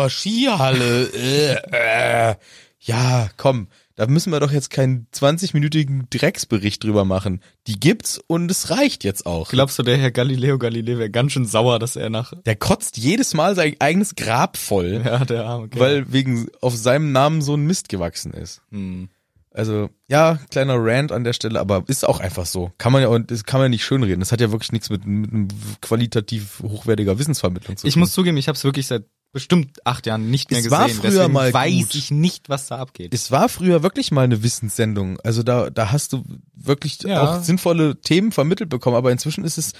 Speaker 1: Indoor-Skihalle. äh, äh. Ja, komm. Da müssen wir doch jetzt keinen 20-minütigen Drecksbericht drüber machen. Die gibt's und es reicht jetzt auch.
Speaker 2: Glaubst du, der Herr Galileo Galilei wäre ganz schön sauer, dass er nach...
Speaker 1: Der kotzt jedes Mal sein eigenes Grab voll,
Speaker 2: Ja, der arme Kerl.
Speaker 1: weil wegen auf seinem Namen so ein Mist gewachsen ist.
Speaker 2: Hm.
Speaker 1: Also, ja, kleiner Rant an der Stelle, aber ist auch einfach so. Kann man ja, und das kann man ja nicht schönreden. Das hat ja wirklich nichts mit, mit einem qualitativ hochwertiger Wissensvermittlung zu tun.
Speaker 2: Ich muss zugeben, ich habe es wirklich seit bestimmt acht Jahren nicht mehr
Speaker 1: Es
Speaker 2: gesehen.
Speaker 1: war früher
Speaker 2: Deswegen
Speaker 1: mal
Speaker 2: weiß
Speaker 1: gut.
Speaker 2: ich nicht, was da abgeht.
Speaker 1: Es war früher wirklich mal eine Wissenssendung. Also da, da hast du wirklich
Speaker 2: Ja.
Speaker 1: auch sinnvolle Themen vermittelt bekommen. Aber inzwischen ist es,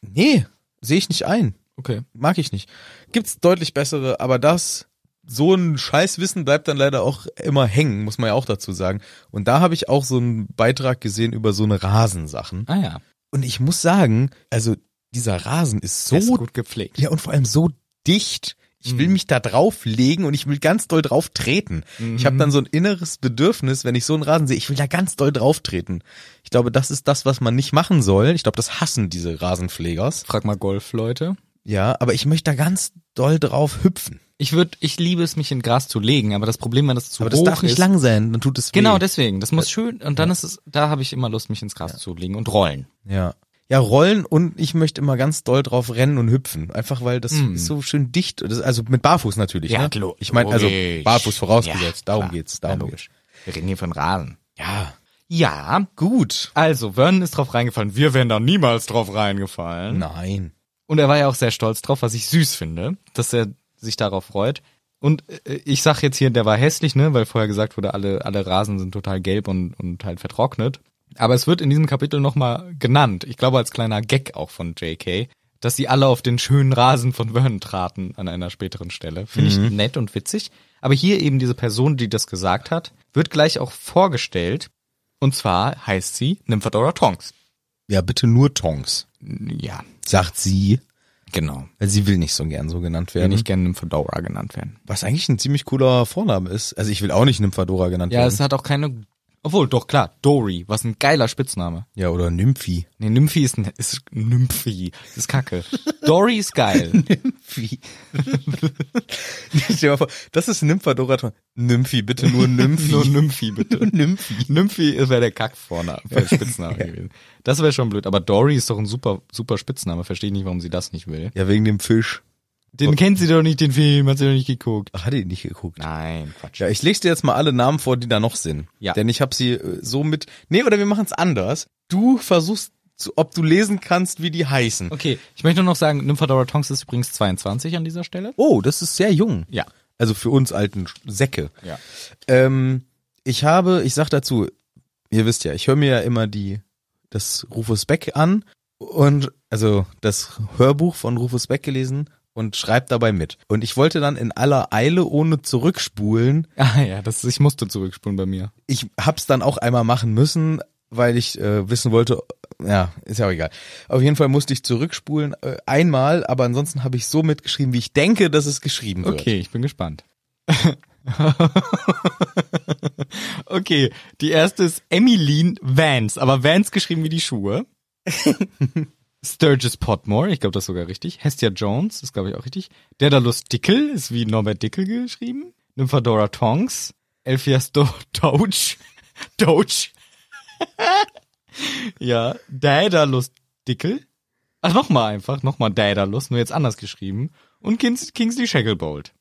Speaker 1: nee, sehe ich nicht ein.
Speaker 2: Okay.
Speaker 1: Mag ich nicht. Gibt's deutlich bessere, aber das, so ein Scheißwissen bleibt dann leider auch immer hängen, muss man ja auch dazu sagen. Und da habe ich auch so einen Beitrag gesehen über so eine Rasensachen.
Speaker 2: Ah ja,
Speaker 1: Und ich muss sagen, also dieser Rasen ist so
Speaker 2: der ist gut Mhm. gepflegt.
Speaker 1: ja, und vor allem so dicht. Ich will mich da drauf legen und ich will ganz doll drauf treten. Ich
Speaker 2: Mhm.
Speaker 1: habe dann so ein inneres Bedürfnis, wenn ich so einen Rasen sehe, ich will da ganz doll drauf treten. Ich glaube, das ist das, was man nicht machen soll. Ich glaube, das hassen diese Rasenpflegers.
Speaker 2: Frag mal Golfleute.
Speaker 1: Ja, aber ich möchte da ganz doll drauf hüpfen.
Speaker 2: Ich würde, ich liebe es, mich in Gras zu legen, aber das Problem, wenn das zu
Speaker 1: aber
Speaker 2: hoch
Speaker 1: das darf nicht
Speaker 2: ist,
Speaker 1: lang sein, dann tut es weh.
Speaker 2: Genau, deswegen. Das muss schön und dann ist es, da habe ich immer Lust, mich ins Gras zu legen und rollen.
Speaker 1: Ja. Ja, rollen und ich möchte immer ganz doll drauf rennen und hüpfen. Einfach weil das ist so schön dicht. Das, also mit Barfuß natürlich.
Speaker 2: Hm. Ja,
Speaker 1: ne?
Speaker 2: klar.
Speaker 1: Ich meine, also
Speaker 2: Logisch.
Speaker 1: Barfuß vorausgesetzt.
Speaker 2: Ja,
Speaker 1: darum
Speaker 2: klar.
Speaker 1: geht's. Darum
Speaker 2: Ja,
Speaker 1: geht's.
Speaker 2: logisch. Wir reden hier von Rasen.
Speaker 1: Ja.
Speaker 2: Ja,
Speaker 1: Gut.
Speaker 2: also Vernon ist drauf reingefallen. Wir wären da niemals drauf reingefallen.
Speaker 1: Nein.
Speaker 2: Und er war ja auch sehr stolz drauf, was ich süß finde, dass er sich darauf freut. Und äh, ich sag jetzt hier, der war hässlich, ne, weil vorher gesagt wurde, alle, alle Rasen sind total gelb und, und halt vertrocknet. Aber es wird in diesem Kapitel nochmal genannt, ich glaube als kleiner Gag auch von JK, dass sie alle auf den schönen Rasen von Vernon traten an einer späteren Stelle. Finde ich nett und witzig. Aber hier eben diese Person, die das gesagt hat, wird gleich auch vorgestellt. Und zwar heißt sie Nymphadora Tonks.
Speaker 1: Ja, bitte nur Tongs,
Speaker 2: Ja,
Speaker 1: sagt sie.
Speaker 2: genau.
Speaker 1: Weil sie will nicht so gern so genannt
Speaker 2: Will
Speaker 1: werden.
Speaker 2: nicht gerne Nymphadora genannt werden.
Speaker 1: was eigentlich ein ziemlich cooler Vorname ist. Also ich will auch nicht Nymphadora genannt
Speaker 2: Ja,
Speaker 1: werden.
Speaker 2: es hat auch keine. Obwohl, doch klar, Dory, was ein geiler Spitzname.
Speaker 1: Ja, oder Nymphi.
Speaker 2: Nee, Nymphi ist, n- ist Nymphi. Das ist kacke. Dory ist geil.
Speaker 1: Nymphi. Stell dir mal vor, das ist Nymphadora. Tongs. Nymphi, bitte nur Nymphi.
Speaker 2: Nur Nymphi, bitte.
Speaker 1: Nymphi.
Speaker 2: Nymphi wäre der Kack vorne, der Spitzname gewesen. Das wäre schon blöd, aber Dory ist doch ein super, super Spitzname. Verstehe ich nicht, warum sie das nicht will.
Speaker 1: Ja, wegen dem Fisch.
Speaker 2: Den kennt sie doch nicht, den Film, hat sie doch nicht geguckt.
Speaker 1: Ach, hat ihr nicht geguckt?
Speaker 2: Nein, Quatsch.
Speaker 1: Ja, ich lese dir jetzt mal alle Namen vor, die da noch sind.
Speaker 2: Ja.
Speaker 1: Denn ich habe sie äh, so mit. Nee, oder wir machen es anders. Du versuchst, zu, ob du lesen kannst, wie die heißen.
Speaker 2: Okay, ich möchte nur noch sagen, Nymphadora Tonks ist übrigens 22 an dieser Stelle.
Speaker 1: Oh, das ist sehr jung.
Speaker 2: Ja.
Speaker 1: Also für uns alten Sch- Säcke.
Speaker 2: Ja.
Speaker 1: Ähm, ich habe, ich sag dazu, ihr wisst ja, ich höre mir ja immer die das Rufus Beck an und also das Hörbuch von Rufus Beck gelesen und schreibt dabei mit. Und ich wollte dann in aller Eile ohne zurückspulen
Speaker 2: Ah ja, das, ich musste zurückspulen bei mir.
Speaker 1: ich hab's dann auch einmal machen müssen, weil ich äh, wissen wollte, ja, ist ja auch egal. Auf jeden Fall musste ich zurückspulen äh, einmal, aber ansonsten habe ich so mitgeschrieben, wie ich denke, dass es geschrieben wird.
Speaker 2: Okay, ich bin gespannt. okay, die erste ist Emmeline Vance, aber Vance geschrieben wie die Schuhe. Sturgis Potmore, ich glaube, das ist sogar richtig. Hestia Jones, ist glaube ich auch richtig. Daedalus Dickel ist wie Norbert Dickel geschrieben. Nymphadora Tonks. Elphias Do Doge. Doge. ja, Daedalus Dickel. Ach, nochmal einfach, nochmal Daedalus, nur jetzt anders geschrieben. Und Kings Kingsley Shacklebolt.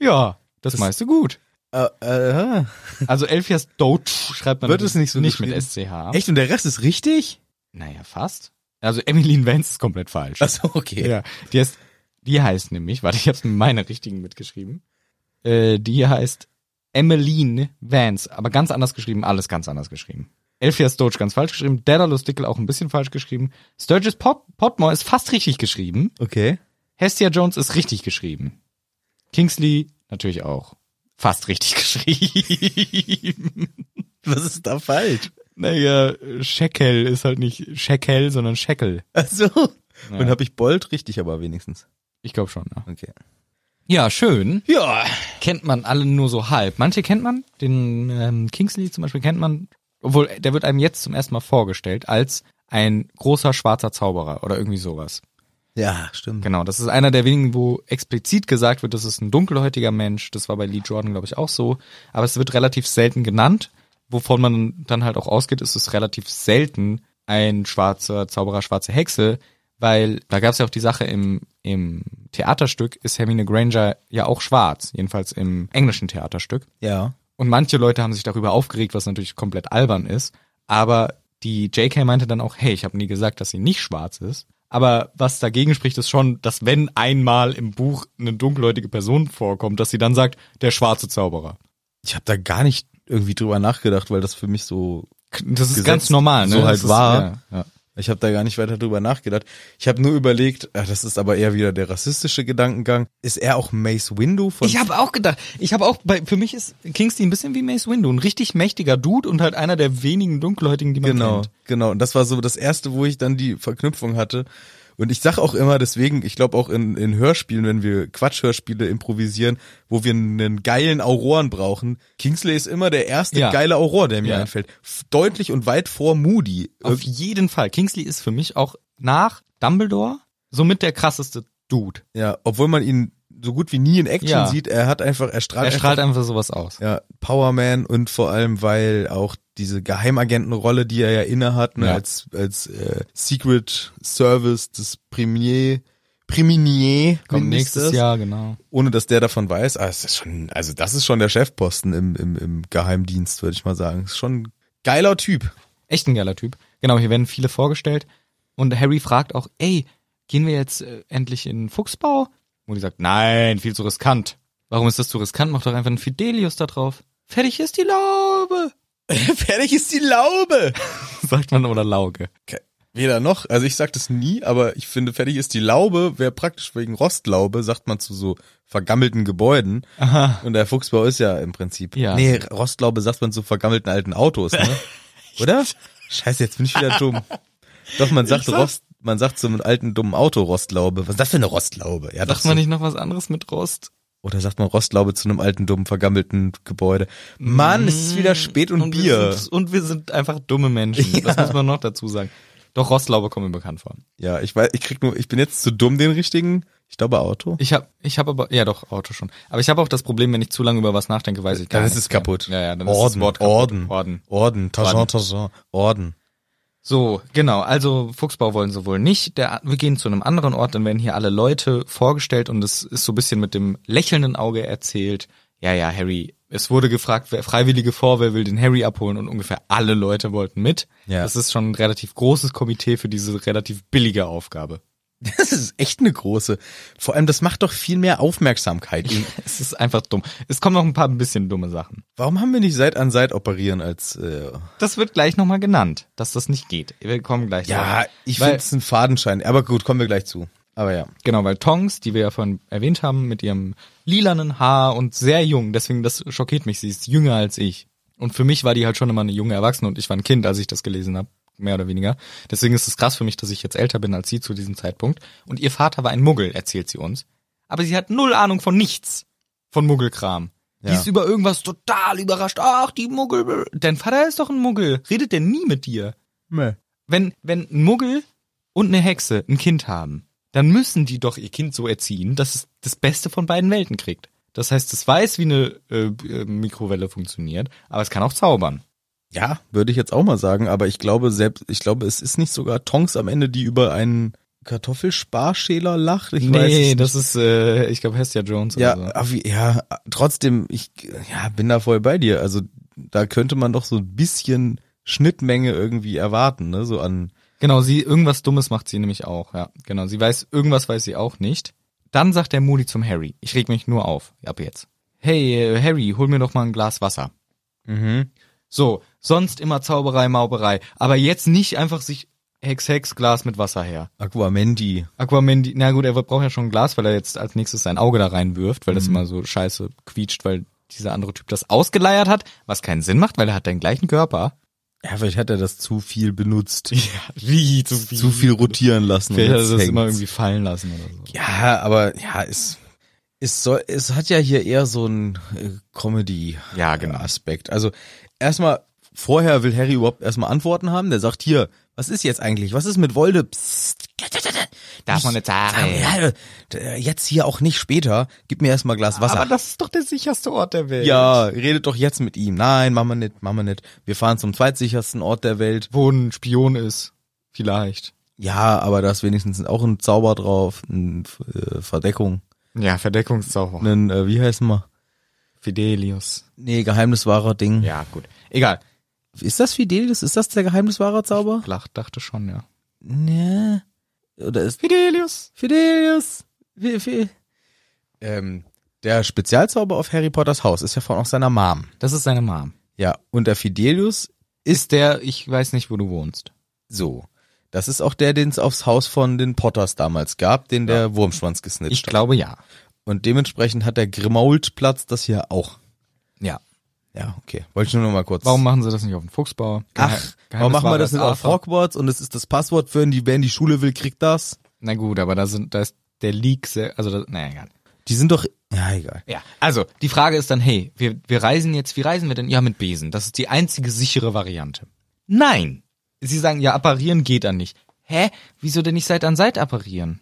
Speaker 2: Ja, das, meiste gut.
Speaker 1: Äh, äh,
Speaker 2: Also Elphias Doge schreibt man
Speaker 1: Wird es
Speaker 2: natürlich
Speaker 1: nicht so
Speaker 2: nicht mit
Speaker 1: geschrieben?
Speaker 2: SCH.
Speaker 1: echt? Und der Rest ist richtig?
Speaker 2: Naja, fast. Also Emmeline Vance ist komplett falsch.
Speaker 1: Achso, okay.
Speaker 2: Ja, die heißt, die heißt nämlich, warte, ich hab's mit meiner richtigen mitgeschrieben. Äh, die heißt Emmeline Vance, aber ganz anders geschrieben, alles ganz anders geschrieben. Elphias Doge ganz falsch geschrieben, Daedalus Dickel auch ein bisschen falsch geschrieben, Sturgis Pot Potmore ist fast richtig geschrieben,
Speaker 1: Okay.
Speaker 2: Hestia Jones ist richtig geschrieben. Kingsley natürlich auch fast richtig geschrieben.
Speaker 1: Was ist da falsch?
Speaker 2: naja, Shekel ist halt nicht Shekel, sondern Shekel.
Speaker 1: Achso. Und habe ich Bold richtig, aber wenigstens.
Speaker 2: Ich glaube schon. ne? Ja.
Speaker 1: Okay.
Speaker 2: ja, schön.
Speaker 1: Ja.
Speaker 2: Kennt man alle nur so halb. Manche kennt man, den ähm, Kingsley zum Beispiel kennt man, obwohl der wird einem jetzt zum ersten Mal vorgestellt als ein großer schwarzer Zauberer oder irgendwie sowas.
Speaker 1: Ja, stimmt.
Speaker 2: Genau, das ist einer der wenigen, wo explizit gesagt wird, das ist ein dunkelhäutiger Mensch. Das war bei Lee Jordan, glaube ich, auch so. Aber es wird relativ selten genannt. Wovon man dann halt auch ausgeht, ist es relativ selten ein schwarzer Zauberer, schwarze Hexe. Weil da gab es ja auch die Sache, im, im Theaterstück ist Hermine Granger ja auch schwarz. Jedenfalls im englischen Theaterstück.
Speaker 1: Ja.
Speaker 2: Und manche Leute haben sich darüber aufgeregt, was natürlich komplett albern ist. Aber die JK meinte dann auch, hey, ich habe nie gesagt, dass sie nicht schwarz ist. Aber was dagegen spricht, ist schon, dass wenn einmal im Buch eine dunkelhäutige Person vorkommt, dass sie dann sagt, der schwarze Zauberer.
Speaker 1: Ich habe da gar nicht irgendwie drüber nachgedacht, weil das für mich so
Speaker 2: Das ist
Speaker 1: Gesetz
Speaker 2: ganz normal, ne?
Speaker 1: so halt
Speaker 2: das ist,
Speaker 1: war.
Speaker 2: Ja, ja.
Speaker 1: Ich habe da gar nicht weiter drüber nachgedacht. Ich habe nur überlegt, ah, das ist aber eher wieder der rassistische Gedankengang. Ist er auch Mace Windu von
Speaker 2: Ich habe auch gedacht, ich habe auch bei für mich ist Kingsley ein bisschen wie Mace Windu, ein richtig mächtiger Dude und halt einer der wenigen dunkelhäutigen, die man
Speaker 1: Genau,
Speaker 2: kennt.
Speaker 1: genau. Und das war so das erste, wo ich dann die Verknüpfung hatte. Und ich sag auch immer, deswegen, ich glaube auch in, in Hörspielen, wenn wir Quatschhörspiele improvisieren, wo wir einen geilen Auroren brauchen, Kingsley ist immer der erste
Speaker 2: Ja.
Speaker 1: geile Auror, der mir
Speaker 2: Ja.
Speaker 1: einfällt. F- Deutlich und weit vor Moody.
Speaker 2: Auf jeden Fall. Kingsley ist für mich auch nach Dumbledore somit der krasseste Dude.
Speaker 1: Ja, obwohl man ihn so gut wie nie in Action
Speaker 2: Ja.
Speaker 1: sieht, er hat einfach, er strahlt,
Speaker 2: Er strahlt
Speaker 1: einfach,
Speaker 2: einfach sowas aus.
Speaker 1: ja, Powerman und vor allem, weil auch diese Geheimagentenrolle, die er ja inne hat, ne,
Speaker 2: Ja.
Speaker 1: als, als äh, Secret Service des Premier, Premier
Speaker 2: Kommt nächstes
Speaker 1: Ministers,
Speaker 2: Jahr, genau.
Speaker 1: ohne dass der davon weiß, ah, es ist schon, also das ist schon der Chefposten im, im, im Geheimdienst, würde ich mal sagen. Ist schon ein geiler Typ.
Speaker 2: Echt ein geiler Typ. Genau, hier werden viele vorgestellt. Und Harry fragt auch, ey, gehen wir jetzt äh, endlich in Fuchsbau? Moody sagt, nein, viel zu riskant. Warum ist das zu riskant? Mach doch einfach einen Fidelius da drauf. Fertig ist die Laube,
Speaker 1: Fertig ist die Laube.
Speaker 2: sagt man oder Lauge.
Speaker 1: Weder noch, also ich sag das nie, aber ich finde, fertig ist die Laube, wäre praktisch wegen Rostlaube, sagt man zu so vergammelten Gebäuden.
Speaker 2: Aha.
Speaker 1: Und der Fuchsbau ist ja im Prinzip.
Speaker 2: Ja.
Speaker 1: Nee, Rostlaube sagt man zu vergammelten alten Autos, ne? Oder? Scheiße, jetzt bin ich wieder dumm. Doch, man sagt Rost, man sagt zum alten dummen Auto Rostlaube. Was ist das für eine Rostlaube? Ja, doch
Speaker 2: Sagt
Speaker 1: so.
Speaker 2: man nicht noch was anderes mit Rost?
Speaker 1: Oder sagt man Rostlaube zu einem alten, dummen, vergammelten Gebäude? Mann, es ist wieder spät und,
Speaker 2: Wir
Speaker 1: Bier.
Speaker 2: sind, Mm, und wir sind einfach dumme Menschen. Das muss man noch dazu sagen. Doch Rostlaube kommt mir bekannt vor.
Speaker 1: Ja, ich weiß, ich krieg nur, ich bin jetzt zu dumm, den richtigen. Ich glaube Auto.
Speaker 2: Ich habe ich hab aber, ja doch, Auto schon. Aber ich habe auch das Problem, wenn ich zu lange über was nachdenke, weiß ich gar
Speaker 1: Dann
Speaker 2: nicht.
Speaker 1: ist es kaputt.
Speaker 2: Ja, ja, dann
Speaker 1: Orden,
Speaker 2: ist das Wort kaputt.
Speaker 1: Orden,
Speaker 2: Orden.
Speaker 1: Orden, Tajon,
Speaker 2: Orden.
Speaker 1: Tajon, Orden.
Speaker 2: So, genau. Also Fuchsbau wollen sie wohl nicht. Der, wir gehen zu einem anderen Ort, dann werden hier alle Leute vorgestellt und es ist so ein bisschen mit dem lächelnden Auge erzählt. Ja, ja, Harry. Es wurde gefragt, wer Freiwillige vor, wer will den Harry abholen und ungefähr alle Leute wollten mit.
Speaker 1: Ja.
Speaker 2: Das ist schon ein relativ großes Komitee für diese relativ billige Aufgabe.
Speaker 1: Das ist echt eine große. Vor allem, das macht doch viel mehr Aufmerksamkeit.
Speaker 2: Es ist einfach dumm. Es kommen noch ein paar ein bisschen dumme Sachen.
Speaker 1: Warum haben wir nicht Seit an Seit operieren als äh,
Speaker 2: Das wird gleich nochmal genannt, dass das nicht geht. Wir kommen gleich
Speaker 1: Ja,
Speaker 2: drauf.
Speaker 1: ich
Speaker 2: Weil-
Speaker 1: finde es ein Fadenschein. Aber gut, kommen wir gleich zu. Aber ja.
Speaker 2: Genau, weil Tongs, die wir ja vorhin erwähnt haben, mit ihrem lilanen Haar und sehr jung, deswegen das schockiert mich, sie ist jünger als ich. Und für mich war die halt schon immer eine junge Erwachsene und ich war ein Kind, als ich das gelesen habe, mehr oder weniger. Deswegen ist es krass für mich, dass ich jetzt älter bin als sie zu diesem Zeitpunkt. Und ihr Vater war ein Muggel, erzählt sie uns. Aber sie hat null Ahnung von nichts, von Muggelkram. Die
Speaker 1: Ja.
Speaker 2: ist über irgendwas total überrascht. Ach, die Muggel. Dein Vater ist doch ein Muggel. Redet der nie mit dir? wenn, wenn ein Muggel und eine Hexe ein Kind haben, dann müssen die doch ihr Kind so erziehen, dass es das Beste von beiden Welten kriegt. Das heißt, es weiß, wie eine äh, äh, Mikrowelle funktioniert, aber es kann auch zaubern.
Speaker 1: Ja, würde ich jetzt auch mal sagen, aber ich glaube selbst, ich glaube, es ist nicht sogar Tonks am Ende, die über einen Kartoffelsparschäler lacht. Ich weiß. es
Speaker 2: das ist, äh, ich glaube, Hestia Jones
Speaker 1: Ja,
Speaker 2: oder so.
Speaker 1: aber wie- ja, trotzdem, ich ja, bin da voll bei dir. Also da könnte man doch so ein bisschen Schnittmenge irgendwie erwarten, ne? So an
Speaker 2: Genau, sie, irgendwas Dummes macht sie nämlich auch, ja. Genau, sie weiß, irgendwas weiß sie auch nicht. Dann sagt der Moody zum Harry, ich reg mich nur auf, ab jetzt. Hey, äh, Harry, hol mir doch mal ein Glas Wasser. Mhm. So, sonst immer Zauberei, Mauberei, aber jetzt nicht einfach sich Hex, Hex, Glas mit Wasser her.
Speaker 1: Aquamendi.
Speaker 2: Aquaman, na gut, er braucht ja schon ein Glas, weil er jetzt als nächstes sein Auge da reinwirft, weil das immer so scheiße quietscht, weil dieser andere Typ das ausgeleiert hat, was keinen Sinn macht, weil er hat den gleichen Körper.
Speaker 1: Ja, vielleicht hat er das zu viel benutzt.
Speaker 2: Ja, wie zu viel.
Speaker 1: Zu viel rotieren lassen. und
Speaker 2: Vielleicht hat er
Speaker 1: jetzt
Speaker 2: das immer
Speaker 1: hängt's.
Speaker 2: irgendwie fallen lassen oder so.
Speaker 1: Ja, aber ja, es, es soll, es hat ja hier eher so einen äh, Comedy
Speaker 2: Ja, genau.
Speaker 1: äh, Aspekt. Also erstmal vorher will Harry überhaupt erstmal Antworten haben. Der sagt hier, was ist jetzt eigentlich? Was ist mit Wolde? Psst.
Speaker 2: Darf man
Speaker 1: nicht
Speaker 2: nicht sagen.
Speaker 1: sagen. Ja, jetzt hier auch nicht später. Gib mir erstmal Glas Wasser.
Speaker 2: Aber das ist doch der sicherste Ort der Welt.
Speaker 1: ja, redet doch jetzt mit ihm. Nein, machen wir nicht, machen wir nicht. Wir fahren zum zweitsichersten Ort der Welt.
Speaker 2: Wo ein Spion ist. Vielleicht.
Speaker 1: Ja, aber da ist wenigstens auch ein Zauber drauf, eine äh, Verdeckung.
Speaker 2: Ja, Verdeckungszauber.
Speaker 1: Ein, äh, wie heißen wir?
Speaker 2: Ne. Fidelius.
Speaker 1: Nee, Geheimniswahrer Ding.
Speaker 2: Ja, gut. Egal.
Speaker 1: Ist das Fidelius? Ist das der Geheimniswahrer Zauber?
Speaker 2: Flach dachte schon, ja.
Speaker 1: Nee. Oder ist
Speaker 2: Fidelius.
Speaker 1: Fidelius? Wie, wie? Ähm, der Spezialzauber auf Harry Potters Haus ist ja von auch seiner Mom.
Speaker 2: Das ist seine Mom.
Speaker 1: Ja, und der Fidelius
Speaker 2: Ist der, Äh, ich weiß nicht, wo du wohnst.
Speaker 1: So. Das ist auch der, den es aufs Haus von den Potters damals gab, den der Wurmschwanz gesnitcht
Speaker 2: Ich glaube ja.
Speaker 1: hat. Und dementsprechend hat der Grimault-Platz das hier auch.
Speaker 2: Ja.
Speaker 1: Ja, okay. Wollte ich nur noch mal kurz.
Speaker 2: Warum machen sie das nicht auf den Fuchsbau?
Speaker 1: Ach, warum machen wir das nicht auf
Speaker 2: Rock?
Speaker 1: Hogwarts und es ist das Passwort für die, wer in die Schule will, kriegt das?
Speaker 2: Na gut, aber da sind, da ist der Leak sehr, also das, naja, egal.
Speaker 1: Die sind doch, ja, egal.
Speaker 2: Ja, also die Frage ist dann, hey, wir, wir reisen jetzt, wie reisen wir denn? Ja, mit Besen. Das ist die einzige sichere Variante. Nein. Sie sagen, ja, apparieren geht dann nicht. Hä? Wieso denn nicht Seite an Seite apparieren?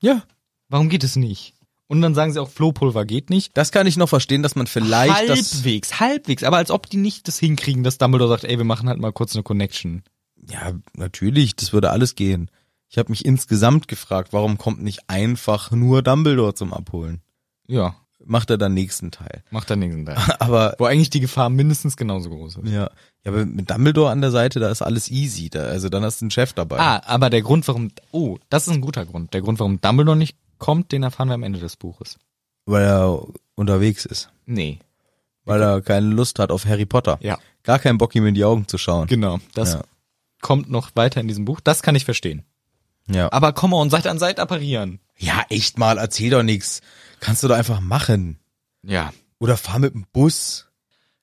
Speaker 1: Ja.
Speaker 2: Warum geht es nicht? Und dann sagen sie auch, Flohpulver geht nicht.
Speaker 1: Das kann ich noch verstehen, dass man vielleicht das,
Speaker 2: halbwegs, halbwegs. Aber als ob die nicht das hinkriegen, dass Dumbledore sagt, ey, wir machen halt mal kurz eine Connection.
Speaker 1: ja, natürlich, das würde alles gehen. Ich habe mich insgesamt gefragt, warum kommt nicht einfach nur Dumbledore zum Abholen?
Speaker 2: Ja,
Speaker 1: Macht er dann nächsten Teil.
Speaker 2: macht dann nächsten Teil.
Speaker 1: Aber
Speaker 2: Wo eigentlich die Gefahr mindestens genauso groß ist.
Speaker 1: Ja. ja, aber mit Dumbledore an der Seite, da ist alles easy. Da, also dann hast du einen Chef dabei.
Speaker 2: Ah, aber der Grund, warum, oh, das ist ein guter Grund. Der Grund, warum Dumbledore nicht kommt, den erfahren wir am Ende des Buches.
Speaker 1: Weil er unterwegs ist.
Speaker 2: Nee.
Speaker 1: Weil er keine Lust hat auf Harry Potter.
Speaker 2: Ja.
Speaker 1: Gar keinen Bock, ihm in die Augen zu schauen.
Speaker 2: Genau, das
Speaker 1: Ja.
Speaker 2: kommt noch weiter in diesem Buch. Das kann ich verstehen.
Speaker 1: ja.
Speaker 2: Aber komm on, Seite an Seite apparieren.
Speaker 1: ja, echt mal, erzähl doch nix. Kannst du doch einfach machen.
Speaker 2: Ja.
Speaker 1: Oder fahr mit dem Bus.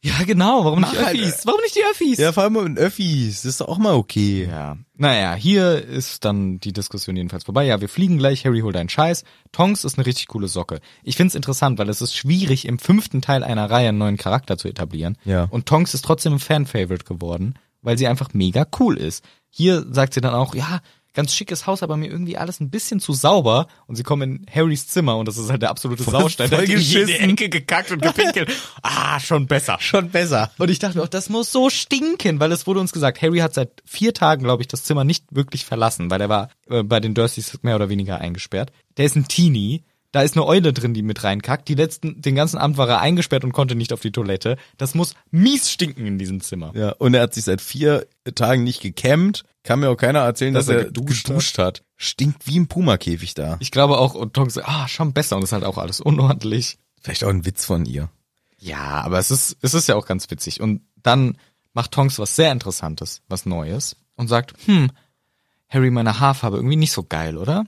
Speaker 2: Ja, genau. Warum nicht
Speaker 1: Mach halt,
Speaker 2: Öffis? Warum nicht die Öffis?
Speaker 1: Ja, fahr mal mit den Öffis. Das ist doch auch mal okay.
Speaker 2: Ja. Naja, hier ist dann die Diskussion jedenfalls vorbei. Ja, wir fliegen gleich, Harry holt einen Scheiß. Tonks ist eine richtig coole Socke. Ich find's interessant, weil es ist schwierig, im fünften Teil einer Reihe einen neuen Charakter zu etablieren.
Speaker 1: Ja.
Speaker 2: Und Tonks ist trotzdem ein Fan-Favorite geworden, weil sie einfach mega cool ist. Hier sagt sie dann auch, ja, ganz schickes Haus, aber mir irgendwie alles ein bisschen zu sauber. Und sie kommen in Harrys Zimmer und das ist halt der absolute Saustein. Da hat die in jede
Speaker 1: geschissen.
Speaker 2: Ecke gekackt und gepinkelt. ah, schon besser.
Speaker 1: Schon besser.
Speaker 2: Und ich dachte mir auch, das muss so stinken, weil es wurde uns gesagt, Harry hat seit vier Tagen, glaube ich, das Zimmer nicht wirklich verlassen, weil er war äh, bei den Dursleys mehr oder weniger eingesperrt. Der ist ein Teenie, da ist eine Eule drin, die mit reinkackt. Die letzten, den ganzen Abend war er eingesperrt und konnte nicht auf die Toilette. Das muss mies stinken in diesem Zimmer.
Speaker 1: Ja, und er hat sich seit vier Tagen nicht gekämmt. Kann mir auch keiner erzählen, dass,
Speaker 2: Dass er
Speaker 1: er
Speaker 2: geduscht
Speaker 1: hat. Stinkt wie ein Pumakäfig da.
Speaker 2: Ich glaube auch, und Tonks, ah, schon besser und ist halt auch alles unordentlich.
Speaker 1: Vielleicht auch ein Witz von ihr.
Speaker 2: Ja, aber es ist, es ist ja auch ganz witzig. Und dann macht Tonks was sehr Interessantes, was Neues und sagt, hm, Harry, meine Haarfarbe irgendwie nicht so geil, oder?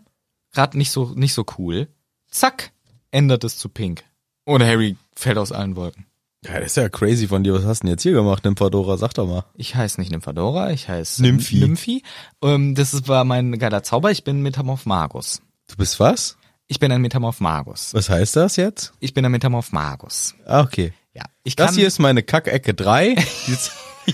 Speaker 2: Gerade nicht so, nicht so cool. Zack, ändert es zu pink. Und Harry fällt aus allen Wolken.
Speaker 1: Ja, das ist ja crazy von dir. Was hast du denn jetzt hier gemacht, Nymphadora? Sag doch mal.
Speaker 2: Ich heiße nicht Nymphadora, ich heiße
Speaker 1: Nymphi.
Speaker 2: Nymphi. Ähm, das ist- war mein geiler Zauber. Ich bin Metamorph Magus.
Speaker 1: Du bist was?
Speaker 2: Ich bin ein Metamorph Magus.
Speaker 1: Was heißt das jetzt?
Speaker 2: Ich bin ein Metamorph Magus.
Speaker 1: Ah, okay.
Speaker 2: Ja, ich kann
Speaker 1: Das hier ist meine Kackecke 3.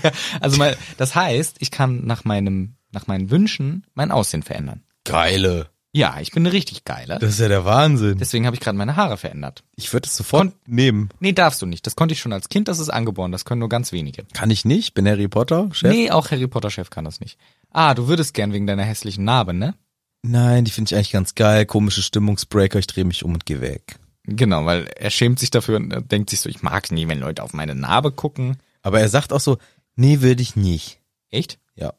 Speaker 2: Ja, also mal, das heißt, ich kann nach meinem, nach meinen Wünschen mein Aussehen verändern.
Speaker 1: Geile.
Speaker 2: Ja, ich bin eine richtig geile.
Speaker 1: Das ist ja der Wahnsinn.
Speaker 2: Deswegen habe ich gerade meine Haare verändert.
Speaker 1: Ich würde es sofort nehmen.
Speaker 2: Nee, darfst du nicht. Das konnte ich schon als Kind, das ist angeboren, das können nur ganz wenige.
Speaker 1: Kann ich nicht? Bin Harry Potter, Chef?
Speaker 2: Nee, auch Harry Potter Chef kann das nicht. Ah, du würdest gern wegen deiner hässlichen Narbe, ne?
Speaker 1: Nein, die finde ich eigentlich ganz geil. Komische Stimmungsbreaker. Ich drehe mich um und gehe weg.
Speaker 2: Genau, weil er schämt sich dafür und er denkt sich so, ich mag nie, wenn Leute auf meine Narbe gucken.
Speaker 1: Aber er sagt auch so, nee, würde ich nicht.
Speaker 2: Echt?
Speaker 1: Ja.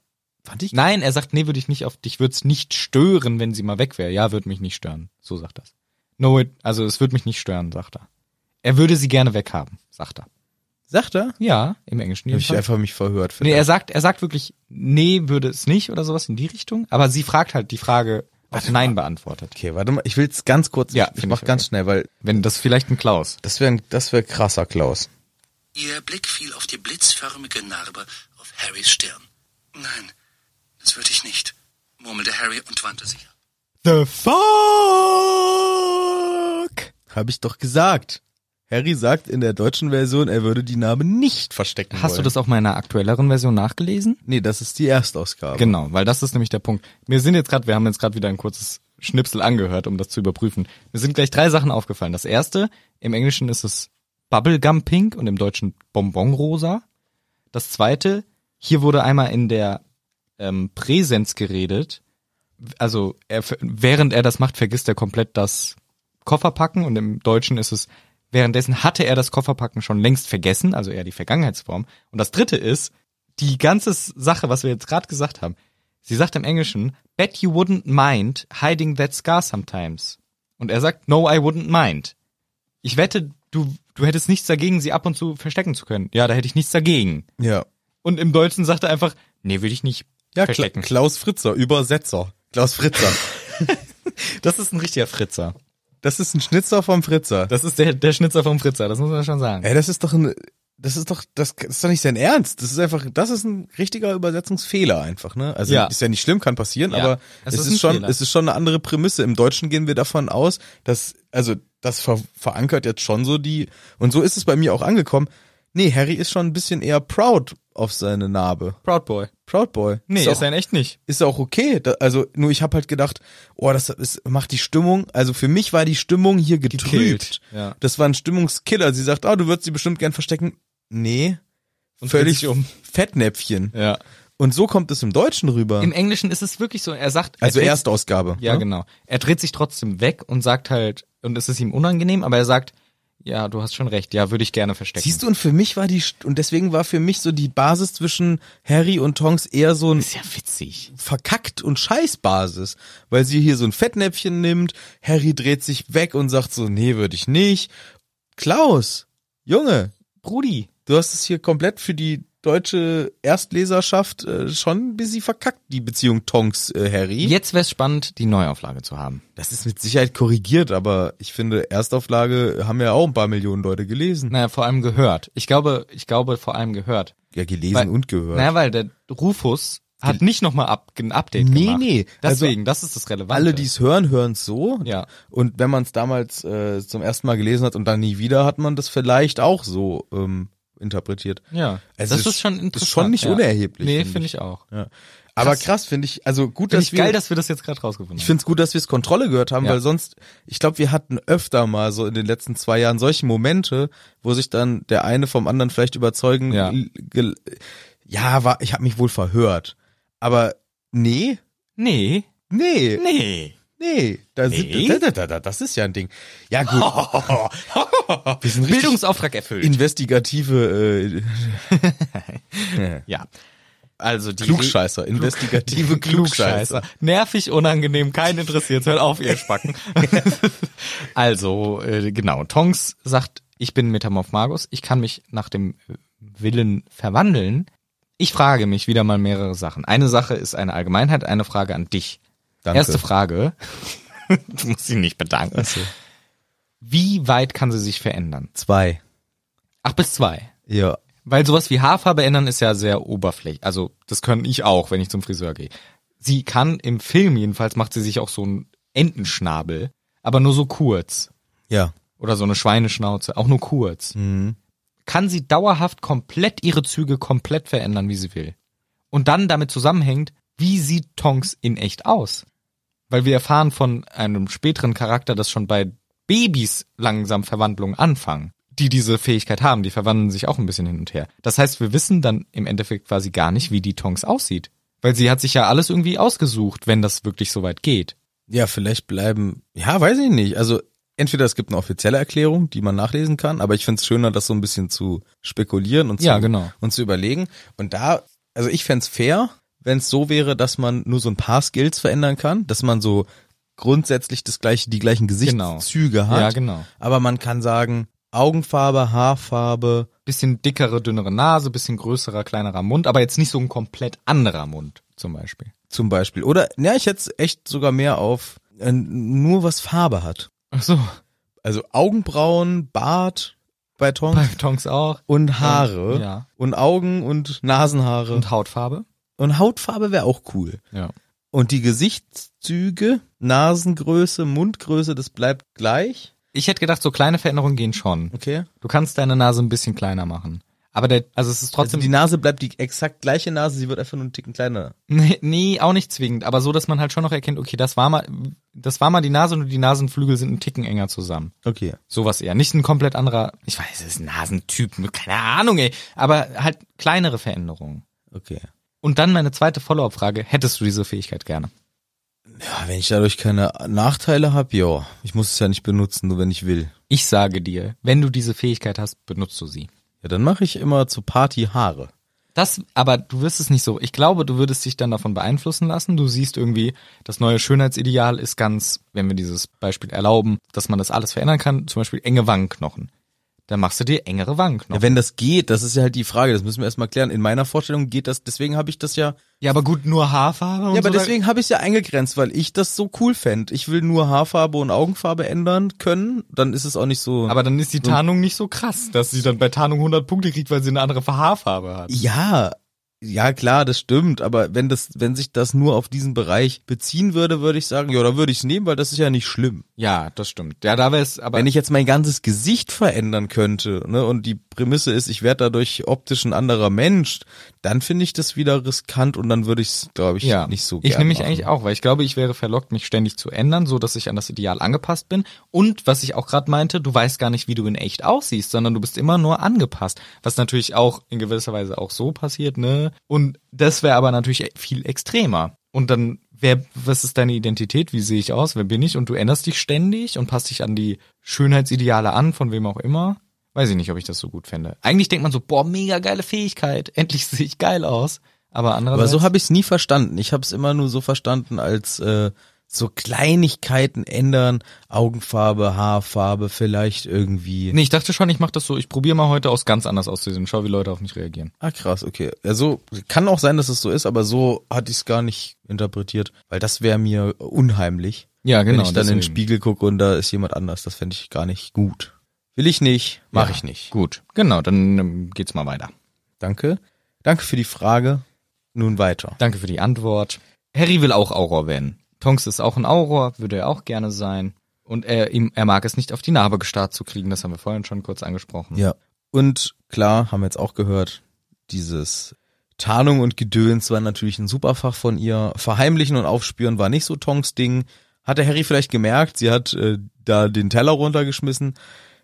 Speaker 1: Fand ich?
Speaker 2: Nein, er sagt, nee, würde ich nicht auf dich, würde es nicht stören, wenn sie mal weg wäre. Ja, würde mich nicht stören. So sagt er No, it, also es würde mich nicht stören, sagt er. Er würde sie gerne weghaben, sagt er.
Speaker 1: Sagt er?
Speaker 2: Ja, im Englischen.
Speaker 1: Habe ich
Speaker 2: jedenfalls.
Speaker 1: einfach mich verhört.
Speaker 2: Nee, er sagt, er sagt wirklich, nee, würde es nicht oder sowas in die Richtung. Aber sie fragt halt die Frage auf Nein beantwortet.
Speaker 1: okay, warte mal. Ich will es ganz kurz.
Speaker 2: Ja,
Speaker 1: ich, ich
Speaker 2: find
Speaker 1: mach
Speaker 2: ich
Speaker 1: ganz
Speaker 2: okay.
Speaker 1: schnell, weil
Speaker 2: Wenn das vielleicht ein Klaus.
Speaker 1: das wäre das wär krasser, Klaus.
Speaker 6: Ihr Blick fiel auf die blitzförmige Narbe auf Harrys Stirn. Nein, das würde ich nicht, murmelte Harry und wandte sich ab.
Speaker 2: The fuck?
Speaker 1: Habe ich doch gesagt. Harry sagt in der deutschen Version, er würde die Narbe nicht verstecken
Speaker 2: Hast du
Speaker 1: wollen.
Speaker 2: das auf meiner aktuelleren Version nachgelesen?
Speaker 1: Nee, das ist die Erstausgabe.
Speaker 2: Genau, weil das ist nämlich der Punkt. Wir sind jetzt gerade, wir haben jetzt gerade wieder ein kurzes Schnipsel angehört, um das zu überprüfen. Mir sind gleich drei Sachen aufgefallen. Das erste, im Englischen ist es Bubblegum Pink und im Deutschen Bonbon Rosa. Das zweite, hier wurde einmal in der ähm, Präsenz geredet. Also er, ver- während er das macht, vergisst er komplett das Kofferpacken und im Deutschen ist es, währenddessen hatte er das Kofferpacken schon längst vergessen, also eher die Vergangenheitsform. Und das dritte ist, die ganze Sache, was wir jetzt gerade gesagt haben. Sie sagt im Englischen, bet you wouldn't mind hiding that scar sometimes. Und er sagt, no, I wouldn't mind. Ich wette, du, du hättest nichts dagegen, sie ab und zu verstecken zu können. Ja, da hätte ich nichts dagegen.
Speaker 1: Ja.
Speaker 2: Und im Deutschen sagt er einfach, nee, würde ich nicht
Speaker 1: Ja, Kla
Speaker 2: verstecken.
Speaker 1: Klaus Fritzer, Übersetzer. Klaus Fritzer.
Speaker 2: Das ist ein richtiger Fritzer.
Speaker 1: Das ist ein Schnitzer vom Fritzer.
Speaker 2: Das ist der, der Schnitzer vom Fritzer, das muss man schon sagen.
Speaker 1: Ey, das ist doch ein, das ist doch, das, das ist doch nicht sein Ernst. Das ist einfach, das ist ein richtiger Übersetzungsfehler einfach, ne? Also
Speaker 2: Ja.
Speaker 1: ist ja nicht schlimm, kann passieren,
Speaker 2: Ja,
Speaker 1: aber
Speaker 2: es
Speaker 1: es,
Speaker 2: ist
Speaker 1: ist,
Speaker 2: ein
Speaker 1: schon,
Speaker 2: Fehler.
Speaker 1: es ist schon eine andere Prämisse. Im Deutschen gehen wir davon aus, dass, also das ver verankert jetzt schon so die, und so ist es bei mir auch angekommen. Nee, Harry ist schon ein bisschen eher proud auf seine Narbe.
Speaker 2: Proud Boy.
Speaker 1: Proud Boy.
Speaker 2: Nee,
Speaker 1: auch-
Speaker 2: ist er in echt nicht.
Speaker 1: ist auch okay. Da, also nur ich habe halt gedacht, oh, das ist, macht die Stimmung. Also für mich war die Stimmung hier getrübt.
Speaker 2: Gekillt, ja.
Speaker 1: Das war ein Stimmungskiller. Sie sagt, ah, du würdest sie bestimmt gern verstecken. Nee. Und
Speaker 2: dreht
Speaker 1: völlig
Speaker 2: sich um.
Speaker 1: Fettnäpfchen.
Speaker 2: Ja.
Speaker 1: Und so kommt es im Deutschen rüber.
Speaker 2: Im Englischen ist es wirklich so, er sagt, er
Speaker 1: also
Speaker 2: dreht-
Speaker 1: Erstausgabe.
Speaker 2: Ja,
Speaker 1: ne?
Speaker 2: genau. Er dreht sich trotzdem weg und sagt halt, und es ist ihm unangenehm, aber er sagt, ja, du hast schon recht, ja, würde ich gerne verstecken.
Speaker 1: Siehst du, und für mich war die, St- und deswegen war für mich so die Basis zwischen Harry und Tonks eher so ein
Speaker 2: ist ja witzig.
Speaker 1: verkackt und Scheißbasis, weil sie hier so ein Fettnäpfchen nimmt, Harry dreht sich weg und sagt so, nee, würde ich nicht. Klaus, Junge,
Speaker 2: Brudi.
Speaker 1: du hast es hier komplett für die deutsche Erstleserschaft äh, schon ein bisschen verkackt, die Beziehung Tonks äh, Harry.
Speaker 2: Jetzt wär's spannend, die Neuauflage zu haben.
Speaker 1: Das ist mit Sicherheit korrigiert, aber ich finde, Erstauflage haben ja auch ein paar Millionen Leute gelesen.
Speaker 2: Naja, vor allem gehört. Ich glaube, ich glaube, vor allem gehört.
Speaker 1: Ja, gelesen
Speaker 2: Weil-
Speaker 1: und gehört.
Speaker 2: Naja, weil der Rufus hat nicht nochmal up, ein Update
Speaker 1: Nee,
Speaker 2: gemacht.
Speaker 1: nee. Also-
Speaker 2: Deswegen, das ist das Relevante.
Speaker 1: alle, die es hören, hören es so.
Speaker 2: Ja.
Speaker 1: Und wenn man es damals äh, zum ersten Mal gelesen hat und dann nie wieder, hat man das vielleicht auch so ähm, interpretiert.
Speaker 2: Ja.
Speaker 1: Also
Speaker 2: das
Speaker 1: es
Speaker 2: ist, schon interessant.
Speaker 1: Ist schon nicht
Speaker 2: ja.
Speaker 1: unerheblich.
Speaker 2: Nee,
Speaker 1: finde
Speaker 2: finde ich auch.
Speaker 1: Ja. Aber krass, finde ich. Also gut,
Speaker 2: Finde
Speaker 1: dass
Speaker 2: ich
Speaker 1: wir.
Speaker 2: geil, dass wir das jetzt gerade rausgefunden
Speaker 1: ich
Speaker 2: haben.
Speaker 1: finde es gut, dass wir es Kontrolle gehört haben,
Speaker 2: Ja.
Speaker 1: weil sonst, ich glaube, wir hatten öfter mal so in den letzten zwei Jahren solche Momente, wo sich dann der eine vom anderen vielleicht überzeugen,
Speaker 2: Ja.
Speaker 1: gel- ja war, ich habe mich wohl verhört. Aber nee,
Speaker 2: Nee.
Speaker 1: nee,
Speaker 2: Nee.
Speaker 1: Nee, da
Speaker 2: Nee?
Speaker 1: Sind, da, da, da, da, das ist ja ein Ding. Ja gut, wir sind richtig
Speaker 2: Bildungsauftrag erfüllt.
Speaker 1: investigative äh,
Speaker 2: ja. Also die
Speaker 1: Klugscheißer, investigative Klugscheißer.
Speaker 2: Nervig, unangenehm, kein interessiert. Hört auf, ihr Spacken. also, äh, genau. Tonks sagt, ich bin Metamorph Magus. Ich kann mich nach dem Willen verwandeln. Ich frage mich wieder mal mehrere Sachen. Eine Sache ist eine Allgemeinheit, eine Frage an dich.
Speaker 1: Danke.
Speaker 2: Erste Frage. du musst dich nicht bedanken. Wie weit kann sie sich verändern?
Speaker 1: Zwei.
Speaker 2: Ach, bis zwei.
Speaker 1: Ja,
Speaker 2: Weil sowas wie Haarfarbe ändern ist ja sehr oberflächlich. Also das kann ich auch, wenn ich zum Friseur gehe. Sie kann im Film jedenfalls macht sie sich auch so einen Entenschnabel, aber nur so kurz
Speaker 1: ja.
Speaker 2: oder so eine Schweineschnauze, auch nur kurz. Kann sie dauerhaft komplett ihre Züge komplett verändern, wie sie will. Und dann damit zusammenhängt, wie sieht Tonks in echt aus? Weil wir erfahren von einem späteren Charakter, dass schon bei Babys langsam Verwandlungen anfangen, die diese Fähigkeit haben. Die verwandeln sich auch ein bisschen hin und her. Das heißt, wir wissen dann im Endeffekt quasi gar nicht, wie die Tonks aussieht. Weil sie hat sich ja alles irgendwie ausgesucht, wenn das wirklich so weit geht.
Speaker 1: Ja, vielleicht bleiben. Ja, weiß ich nicht. Also entweder es gibt eine offizielle Erklärung, die man nachlesen kann, aber ich find's schöner, das so ein bisschen zu spekulieren und zu,
Speaker 2: Ja, genau.
Speaker 1: und zu überlegen. Und da, also ich fänd's fair, wenn's so wäre, dass man nur so ein paar Skills verändern kann, dass man so grundsätzlich das gleiche, die gleichen Gesichtszüge hat.
Speaker 2: Ja, genau.
Speaker 1: Aber man kann sagen, Augenfarbe, Haarfarbe,
Speaker 2: bisschen dickere, dünnere Nase, bisschen größerer, kleinerer Mund, aber jetzt nicht so ein komplett anderer Mund zum Beispiel.
Speaker 1: zum Beispiel. Oder, ja, ich hätte echt sogar mehr auf äh, nur was Farbe hat.
Speaker 2: Ach so,
Speaker 1: Also Augenbrauen, Bart bei Tongs.
Speaker 2: bei Tonks auch.
Speaker 1: und Haare
Speaker 2: Ja.
Speaker 1: und Augen und Nasenhaare und,
Speaker 2: Und Hautfarbe.
Speaker 1: Hautfarbe wäre auch cool.
Speaker 2: Ja.
Speaker 1: Und die Gesichtszüge, Nasengröße, Mundgröße, das bleibt gleich.
Speaker 2: Ich hätte gedacht, so kleine Veränderungen gehen schon.
Speaker 1: Okay.
Speaker 2: Du kannst deine Nase ein bisschen kleiner machen. Aber der, also es ist
Speaker 1: Also
Speaker 2: trotzdem
Speaker 1: die Nase bleibt die exakt gleiche Nase, sie wird einfach nur einen Ticken kleiner.
Speaker 2: Nee, nee, auch nicht zwingend, aber so, dass man halt schon noch erkennt, okay, das war mal, das war mal die Nase und die Nasenflügel sind ein Ticken enger zusammen.
Speaker 1: Okay.
Speaker 2: Sowas eher. Nicht ein komplett anderer, ich weiß, es ist ein Nasentyp, keine Ahnung, ey. Aber halt kleinere Veränderungen.
Speaker 1: Okay.
Speaker 2: Und dann meine zweite Follow-up-Frage, hättest du diese Fähigkeit gerne?
Speaker 1: Ja, wenn ich dadurch keine Nachteile habe, ja. Ich muss es ja nicht benutzen, nur wenn ich will.
Speaker 2: Ich sage dir, wenn du diese Fähigkeit hast, benutzt du sie.
Speaker 1: Ja, dann mache ich immer zur Party Haare.
Speaker 2: Das, aber du wirst es nicht so. Ich glaube, du würdest dich dann davon beeinflussen lassen. Du siehst irgendwie, das neue Schönheitsideal ist ganz, wenn wir dieses Beispiel erlauben, dass man das alles verändern kann, zum Beispiel enge Wangenknochen. Dann machst du dir engere
Speaker 1: Ja,
Speaker 2: Wangenknochen.
Speaker 1: wenn das geht, das ist ja halt die Frage, das müssen wir erstmal klären. In meiner Vorstellung geht das, deswegen habe ich das ja.
Speaker 2: Ja, aber gut, nur Haarfarbe und
Speaker 1: Ja, aber
Speaker 2: so
Speaker 1: deswegen habe ich es ja eingegrenzt, weil ich das so cool fänd. Ich will nur Haarfarbe und Augenfarbe ändern können, dann ist es auch nicht so.
Speaker 2: Aber dann ist die Tarnung nicht so krass, dass sie dann bei Tarnung 100 Punkte kriegt, weil sie eine andere Haarfarbe hat.
Speaker 1: Ja, ja klar, das stimmt. Aber wenn das, wenn sich das nur auf diesen Bereich beziehen würde, würde ich sagen, ja, da würde ich es nehmen, weil das ist ja nicht schlimm.
Speaker 2: Ja, das stimmt. Ja, da wäre es, aber
Speaker 1: Wenn ich jetzt mein ganzes Gesicht verändern könnte, ne, und die Prämisse ist, ich werde dadurch optisch ein anderer Mensch, dann finde ich das wieder riskant und dann würde ich es, glaube ich,
Speaker 2: ja,
Speaker 1: nicht so
Speaker 2: Ich
Speaker 1: gern
Speaker 2: nehme mich
Speaker 1: machen.
Speaker 2: eigentlich auch, weil ich glaube, ich wäre verlockt, mich ständig zu ändern, so dass ich an das Ideal angepasst bin. Und was ich auch gerade meinte, du weißt gar nicht, wie du in echt aussiehst, sondern du bist immer nur angepasst. Was natürlich auch in gewisser Weise auch so passiert, ne? Und das wäre aber natürlich viel extremer. Und dann, wer, was ist deine Identität? Wie sehe ich aus? Wer bin ich? Und du änderst dich ständig und passt dich an die Schönheitsideale an, von wem auch immer. Weiß ich nicht, ob ich das so gut fände. Eigentlich denkt man so, boah, mega geile Fähigkeit. Endlich sehe ich geil aus. Aber
Speaker 1: Aber
Speaker 2: andererseits.
Speaker 1: so habe ich es nie verstanden. Ich habe es immer nur so verstanden als äh, so Kleinigkeiten ändern, Augenfarbe, Haarfarbe, vielleicht irgendwie.
Speaker 2: Nee, ich dachte schon, ich mache das so, ich probiere mal heute aus ganz anders auszusehen. Schau, wie Leute auf mich reagieren.
Speaker 1: Ah, krass, okay. Ja, so kann auch sein, dass es so ist, aber so hatte ich es gar nicht interpretiert, weil das wäre mir unheimlich.
Speaker 2: Ja,
Speaker 1: wenn ich genau, dann in den
Speaker 2: deswegen.
Speaker 1: Spiegel gucke und da ist jemand anders. Das fände ich gar nicht gut. Will ich nicht, mache
Speaker 2: Ja,
Speaker 1: ich nicht.
Speaker 2: Gut, genau, dann ähm, geht's mal weiter.
Speaker 1: Danke. Danke für die Frage. Nun weiter.
Speaker 2: Danke für die Antwort. Harry will auch Auror werden. Tonks ist auch ein Auror, würde er auch gerne sein. Und er, ihm, er mag es nicht, auf die Narbe gestarrt zu kriegen. Das haben wir vorhin schon kurz angesprochen.
Speaker 1: Ja. Und klar, haben wir jetzt auch gehört, dieses Tarnung und Gedöns war natürlich ein Superfach von ihr. Verheimlichen und Aufspüren war nicht so Tongs Ding. Hatte Harry vielleicht gemerkt, sie hat äh, da den Teller runtergeschmissen.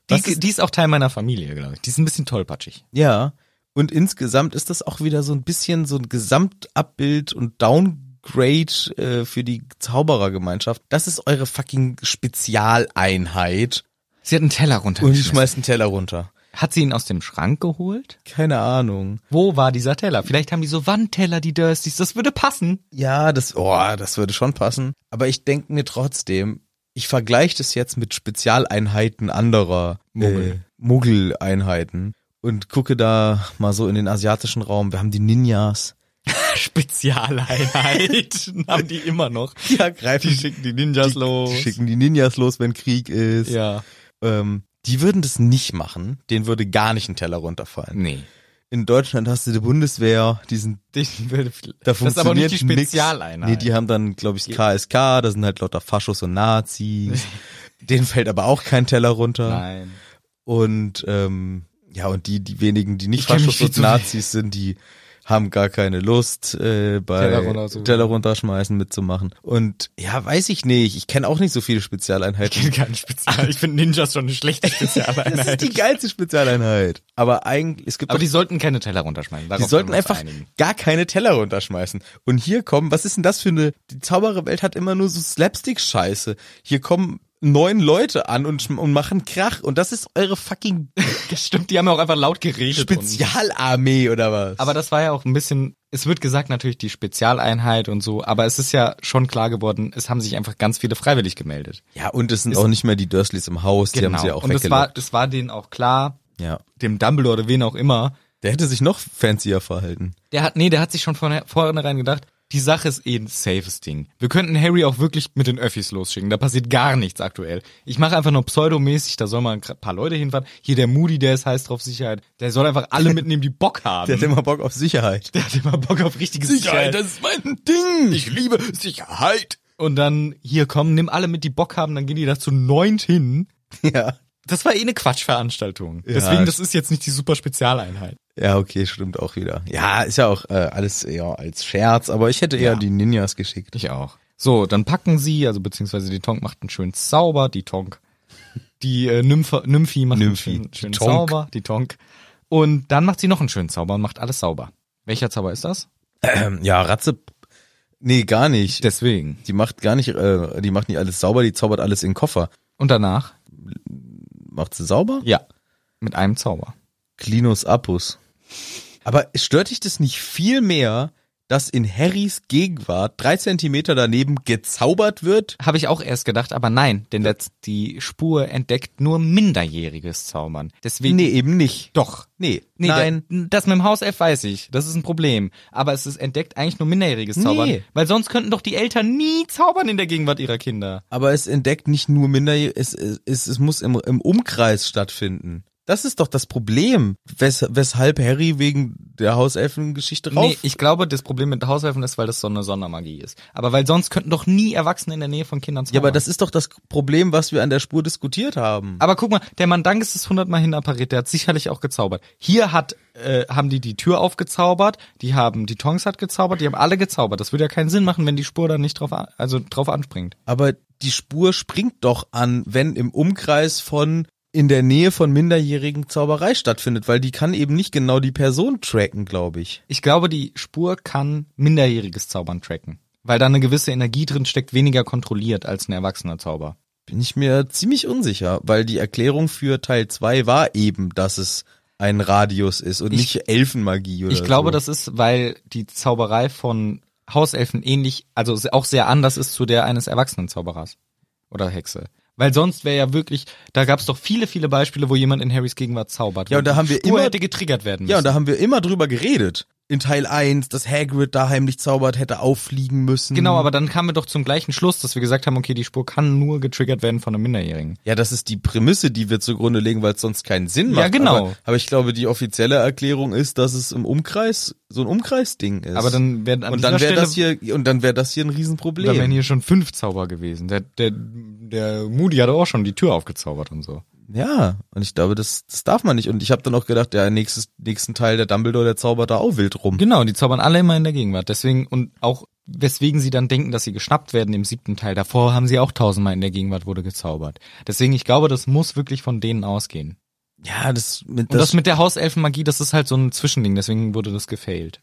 Speaker 2: Die,
Speaker 1: Was
Speaker 2: ist, die ist auch Teil meiner Familie, glaube ich. Die ist ein bisschen tollpatschig.
Speaker 1: Ja, und insgesamt ist das auch wieder so ein bisschen so ein Gesamtabbild und Downgrade äh, für die Zauberergemeinschaft. Das ist eure fucking Spezialeinheit.
Speaker 2: Sie hat einen Teller
Speaker 1: Und
Speaker 2: runtergeschmissen.
Speaker 1: schmeißt einen Teller runter.
Speaker 2: Hat sie ihn aus dem Schrank geholt?
Speaker 1: Keine Ahnung.
Speaker 2: Wo war dieser Teller? Vielleicht haben die so Wandteller, die Dursties. Das würde passen.
Speaker 1: Ja, das, oh, das würde schon passen. Aber ich denke mir trotzdem, ich vergleiche das jetzt mit Spezialeinheiten anderer
Speaker 2: Muggel.
Speaker 1: Äh, Muggel-Einheiten und gucke da mal so in den asiatischen Raum. Wir haben die Ninjas.
Speaker 2: Spezialeinheit haben die immer noch.
Speaker 1: Ja, greifen
Speaker 2: Die schicken die Ninjas
Speaker 1: die,
Speaker 2: los.
Speaker 1: Die schicken die Ninjas los, wenn Krieg ist.
Speaker 2: ja.
Speaker 1: Ähm, die würden das nicht machen. Denen würde gar nicht ein Teller runterfallen.
Speaker 2: Nee.
Speaker 1: In Deutschland hast du die Bundeswehr, die sind,
Speaker 2: Ich würde,
Speaker 1: da
Speaker 2: das ist aber
Speaker 1: funktioniert
Speaker 2: nicht die
Speaker 1: nix.
Speaker 2: Spezialeinheit.
Speaker 1: Nee, die haben dann, glaube ich, KSK, da sind halt lauter Faschos und Nazis. Denen fällt aber auch kein Teller runter.
Speaker 2: Nein.
Speaker 1: Und ähm, ja, und die, die wenigen, die nicht
Speaker 2: Ich kenn mich
Speaker 1: Faschos
Speaker 2: viel
Speaker 1: und
Speaker 2: zu wenig.
Speaker 1: Nazis sind, die haben gar keine Lust, äh, bei
Speaker 2: Teller
Speaker 1: Teller,
Speaker 2: runter zu-
Speaker 1: runterschmeißen mitzumachen. Und ja, weiß ich nicht. Ich kenne auch nicht so viele Spezialeinheiten.
Speaker 2: Keine Spezial. Ich finde Ninjas schon eine schlechte
Speaker 1: Das ist
Speaker 2: Spezialeinheit.
Speaker 1: die geilste Spezialeinheit. Aber eigentlich, es gibt
Speaker 2: aber
Speaker 1: doch,
Speaker 2: die sollten keine Teller runterschmeißen.
Speaker 1: die
Speaker 2: Darauf
Speaker 1: sollten
Speaker 2: können wir uns
Speaker 1: einfach
Speaker 2: einigen.
Speaker 1: gar keine Teller runterschmeißen. Und hier kommen, was ist denn das für eine, die Zaubererwelt hat immer nur so Slapstick-Scheiße. Hier kommen neun Leute an und, schm- und machen Krach. Und das ist eure fucking
Speaker 2: Das stimmt, die haben ja auch einfach laut geredet. und-
Speaker 1: Spezialarmee oder was?
Speaker 2: Aber das war ja auch ein bisschen, es wird gesagt natürlich die Spezialeinheit und so, aber es ist ja schon klar geworden, es haben sich einfach ganz viele freiwillig gemeldet. Genau.
Speaker 1: ja, und es sind auch nicht mehr die Dursleys im Haus, die haben sie ja auch
Speaker 2: Und das war,
Speaker 1: weggelockt.
Speaker 2: das war denen auch klar,
Speaker 1: Ja.
Speaker 2: dem Dumbledore oder wen auch immer,
Speaker 1: Der hätte sich noch fancier verhalten.
Speaker 2: Der hat, nee, der hat sich schon von vornherein gedacht, die Sache ist eh ein safes Ding. Wir könnten Harry auch wirklich mit den Öffis losschicken. Da passiert gar nichts aktuell. Ich mache einfach nur pseudomäßig, da soll mal ein paar Leute hinfahren. Hier der Moody, der ist heiß drauf Sicherheit. Der soll einfach alle mitnehmen, die Bock haben.
Speaker 1: Der hat immer Bock auf Sicherheit.
Speaker 2: Der hat immer Bock auf richtige Sicherheit.
Speaker 1: ist mein Ding. Ich liebe Sicherheit.
Speaker 2: Und dann, hier komm, nimm alle mit, die Bock haben, dann gehen die da zu neunt hin.
Speaker 1: Ja.
Speaker 2: Das war eh eine Quatschveranstaltung.
Speaker 1: Ja.
Speaker 2: Deswegen, das ist jetzt nicht die super Spezialeinheit.
Speaker 1: Ja, okay, stimmt auch wieder. Ja, ist ja auch äh, alles eher als Scherz, aber ich hätte eher
Speaker 2: Ja.
Speaker 1: die Ninjas geschickt.
Speaker 2: Ich auch. So, dann packen sie, also beziehungsweise die Tonk macht einen schönen Zauber, die Tonk. Die äh, Nymphe, Nymphi macht
Speaker 1: Nymphi,
Speaker 2: einen schönen,
Speaker 1: die
Speaker 2: schönen
Speaker 1: Tonk.
Speaker 2: Zauber, die Tonk. Und dann macht sie noch einen schönen Zauber und macht alles sauber. Welcher Zauber ist das?
Speaker 1: Ähm, ja, Ratze. Nee, gar nicht.
Speaker 2: Deswegen.
Speaker 1: Die macht gar nicht, äh, die macht nicht alles sauber, die zaubert alles in den Koffer.
Speaker 2: Und danach?
Speaker 1: Macht sie sauber?
Speaker 2: Ja. Mit einem Zauber.
Speaker 1: Clinus Appus. Aber stört dich das nicht viel mehr, dass in Harrys Gegenwart drei Zentimeter daneben gezaubert wird?
Speaker 2: Habe ich auch erst gedacht, aber nein, denn letzt, die Spur entdeckt nur minderjähriges Zaubern. Deswegen.
Speaker 1: Nee, eben nicht.
Speaker 2: Doch.
Speaker 1: Nee,
Speaker 2: Nee,
Speaker 1: nein.
Speaker 2: da- das mit dem Hauself weiß ich. Das ist ein Problem. Aber es ist entdeckt eigentlich nur minderjähriges Zaubern.
Speaker 1: Nee.
Speaker 2: Weil sonst könnten doch die Eltern nie zaubern in der Gegenwart ihrer Kinder.
Speaker 1: Aber es entdeckt nicht nur Minder, es, es, es, es muss im, im Umkreis stattfinden. Das ist doch das Problem, wes, weshalb Harry wegen der Hauselfengeschichte rauf.
Speaker 2: Nee, ich glaube, das Problem mit Hauselfen ist, weil das so eine Sondermagie ist. Aber weil sonst könnten doch nie Erwachsene in der Nähe von Kindern zaubern.
Speaker 1: ja, aber das ist doch das Problem, was wir an der Spur diskutiert haben.
Speaker 2: Aber guck mal, der Mandanges ist hundertmal hinappariert, der hat sicherlich auch gezaubert. Hier hat, äh, haben die die Tür aufgezaubert, die haben, die Tongs hat gezaubert, die haben alle gezaubert. Das würde ja keinen Sinn machen, wenn die Spur da nicht drauf, a- also drauf anspringt.
Speaker 1: Aber die Spur springt doch an, wenn im Umkreis von in der Nähe von minderjährigen Zauberei stattfindet, weil die kann eben nicht genau die Person tracken, glaube ich.
Speaker 2: Ich glaube, die Spur kann minderjähriges Zaubern tracken. Weil da eine gewisse Energie drin steckt, weniger kontrolliert als ein erwachsener Zauber.
Speaker 1: Bin ich mir ziemlich unsicher, weil die Erklärung für Teil 2 war eben, dass es ein Radius ist und
Speaker 2: Ich-
Speaker 1: nicht Elfenmagie oder
Speaker 2: Ich glaube,
Speaker 1: Äh, so.
Speaker 2: das ist, weil die Zauberei von Hauselfen ähnlich, also se- auch sehr anders ist zu der eines erwachsenen Zauberers oder Hexe. Weil sonst wäre ja wirklich, da gab es doch viele, viele Beispiele, wo jemand in Harrys Gegenwart zaubert.
Speaker 1: Ja, und da haben wir
Speaker 2: Spur
Speaker 1: immer-
Speaker 2: hätte getriggert werden müssen.
Speaker 1: Ja, und da haben wir immer drüber geredet. In Teil 1, dass Hagrid da heimlich zaubert, hätte auffliegen müssen.
Speaker 2: genau, aber dann kamen wir doch zum gleichen Schluss, dass wir gesagt haben, okay, die Spur kann nur getriggert werden von einem Minderjährigen.
Speaker 1: Ja, das ist die Prämisse, die wir zugrunde legen, weil es sonst keinen Sinn
Speaker 2: Ja,
Speaker 1: macht.
Speaker 2: genau.
Speaker 1: Aber, aber ich glaube, die offizielle Erklärung ist, dass es im Umkreis so ein Umkreisding ist.
Speaker 2: Aber dann wären an
Speaker 1: und dann
Speaker 2: dieser
Speaker 1: wäre das
Speaker 2: Stelle-
Speaker 1: hier und dann wäre das hier ein
Speaker 2: Da wären
Speaker 1: Riesenproblem.
Speaker 2: hier schon fünf Zauber gewesen. Der, der, der Moody hatte auch schon die Tür aufgezaubert und so.
Speaker 1: Ja, und ich glaube, das, das darf man nicht. Und ich habe dann auch gedacht, ja, nächstes nächsten Teil der Dumbledore, der zaubert da auch wild rum.
Speaker 2: Genau, die zaubern alle immer in der Gegenwart. Deswegen und auch weswegen sie dann denken, dass sie geschnappt werden im siebten Teil. Davor haben sie auch tausendmal in der Gegenwart wurde gezaubert. Deswegen, ich glaube, das muss wirklich von denen ausgehen.
Speaker 1: Ja, das mit
Speaker 2: Und das, mit der Hauselfenmagie, das ist halt so ein Zwischending. Deswegen wurde das gefailt.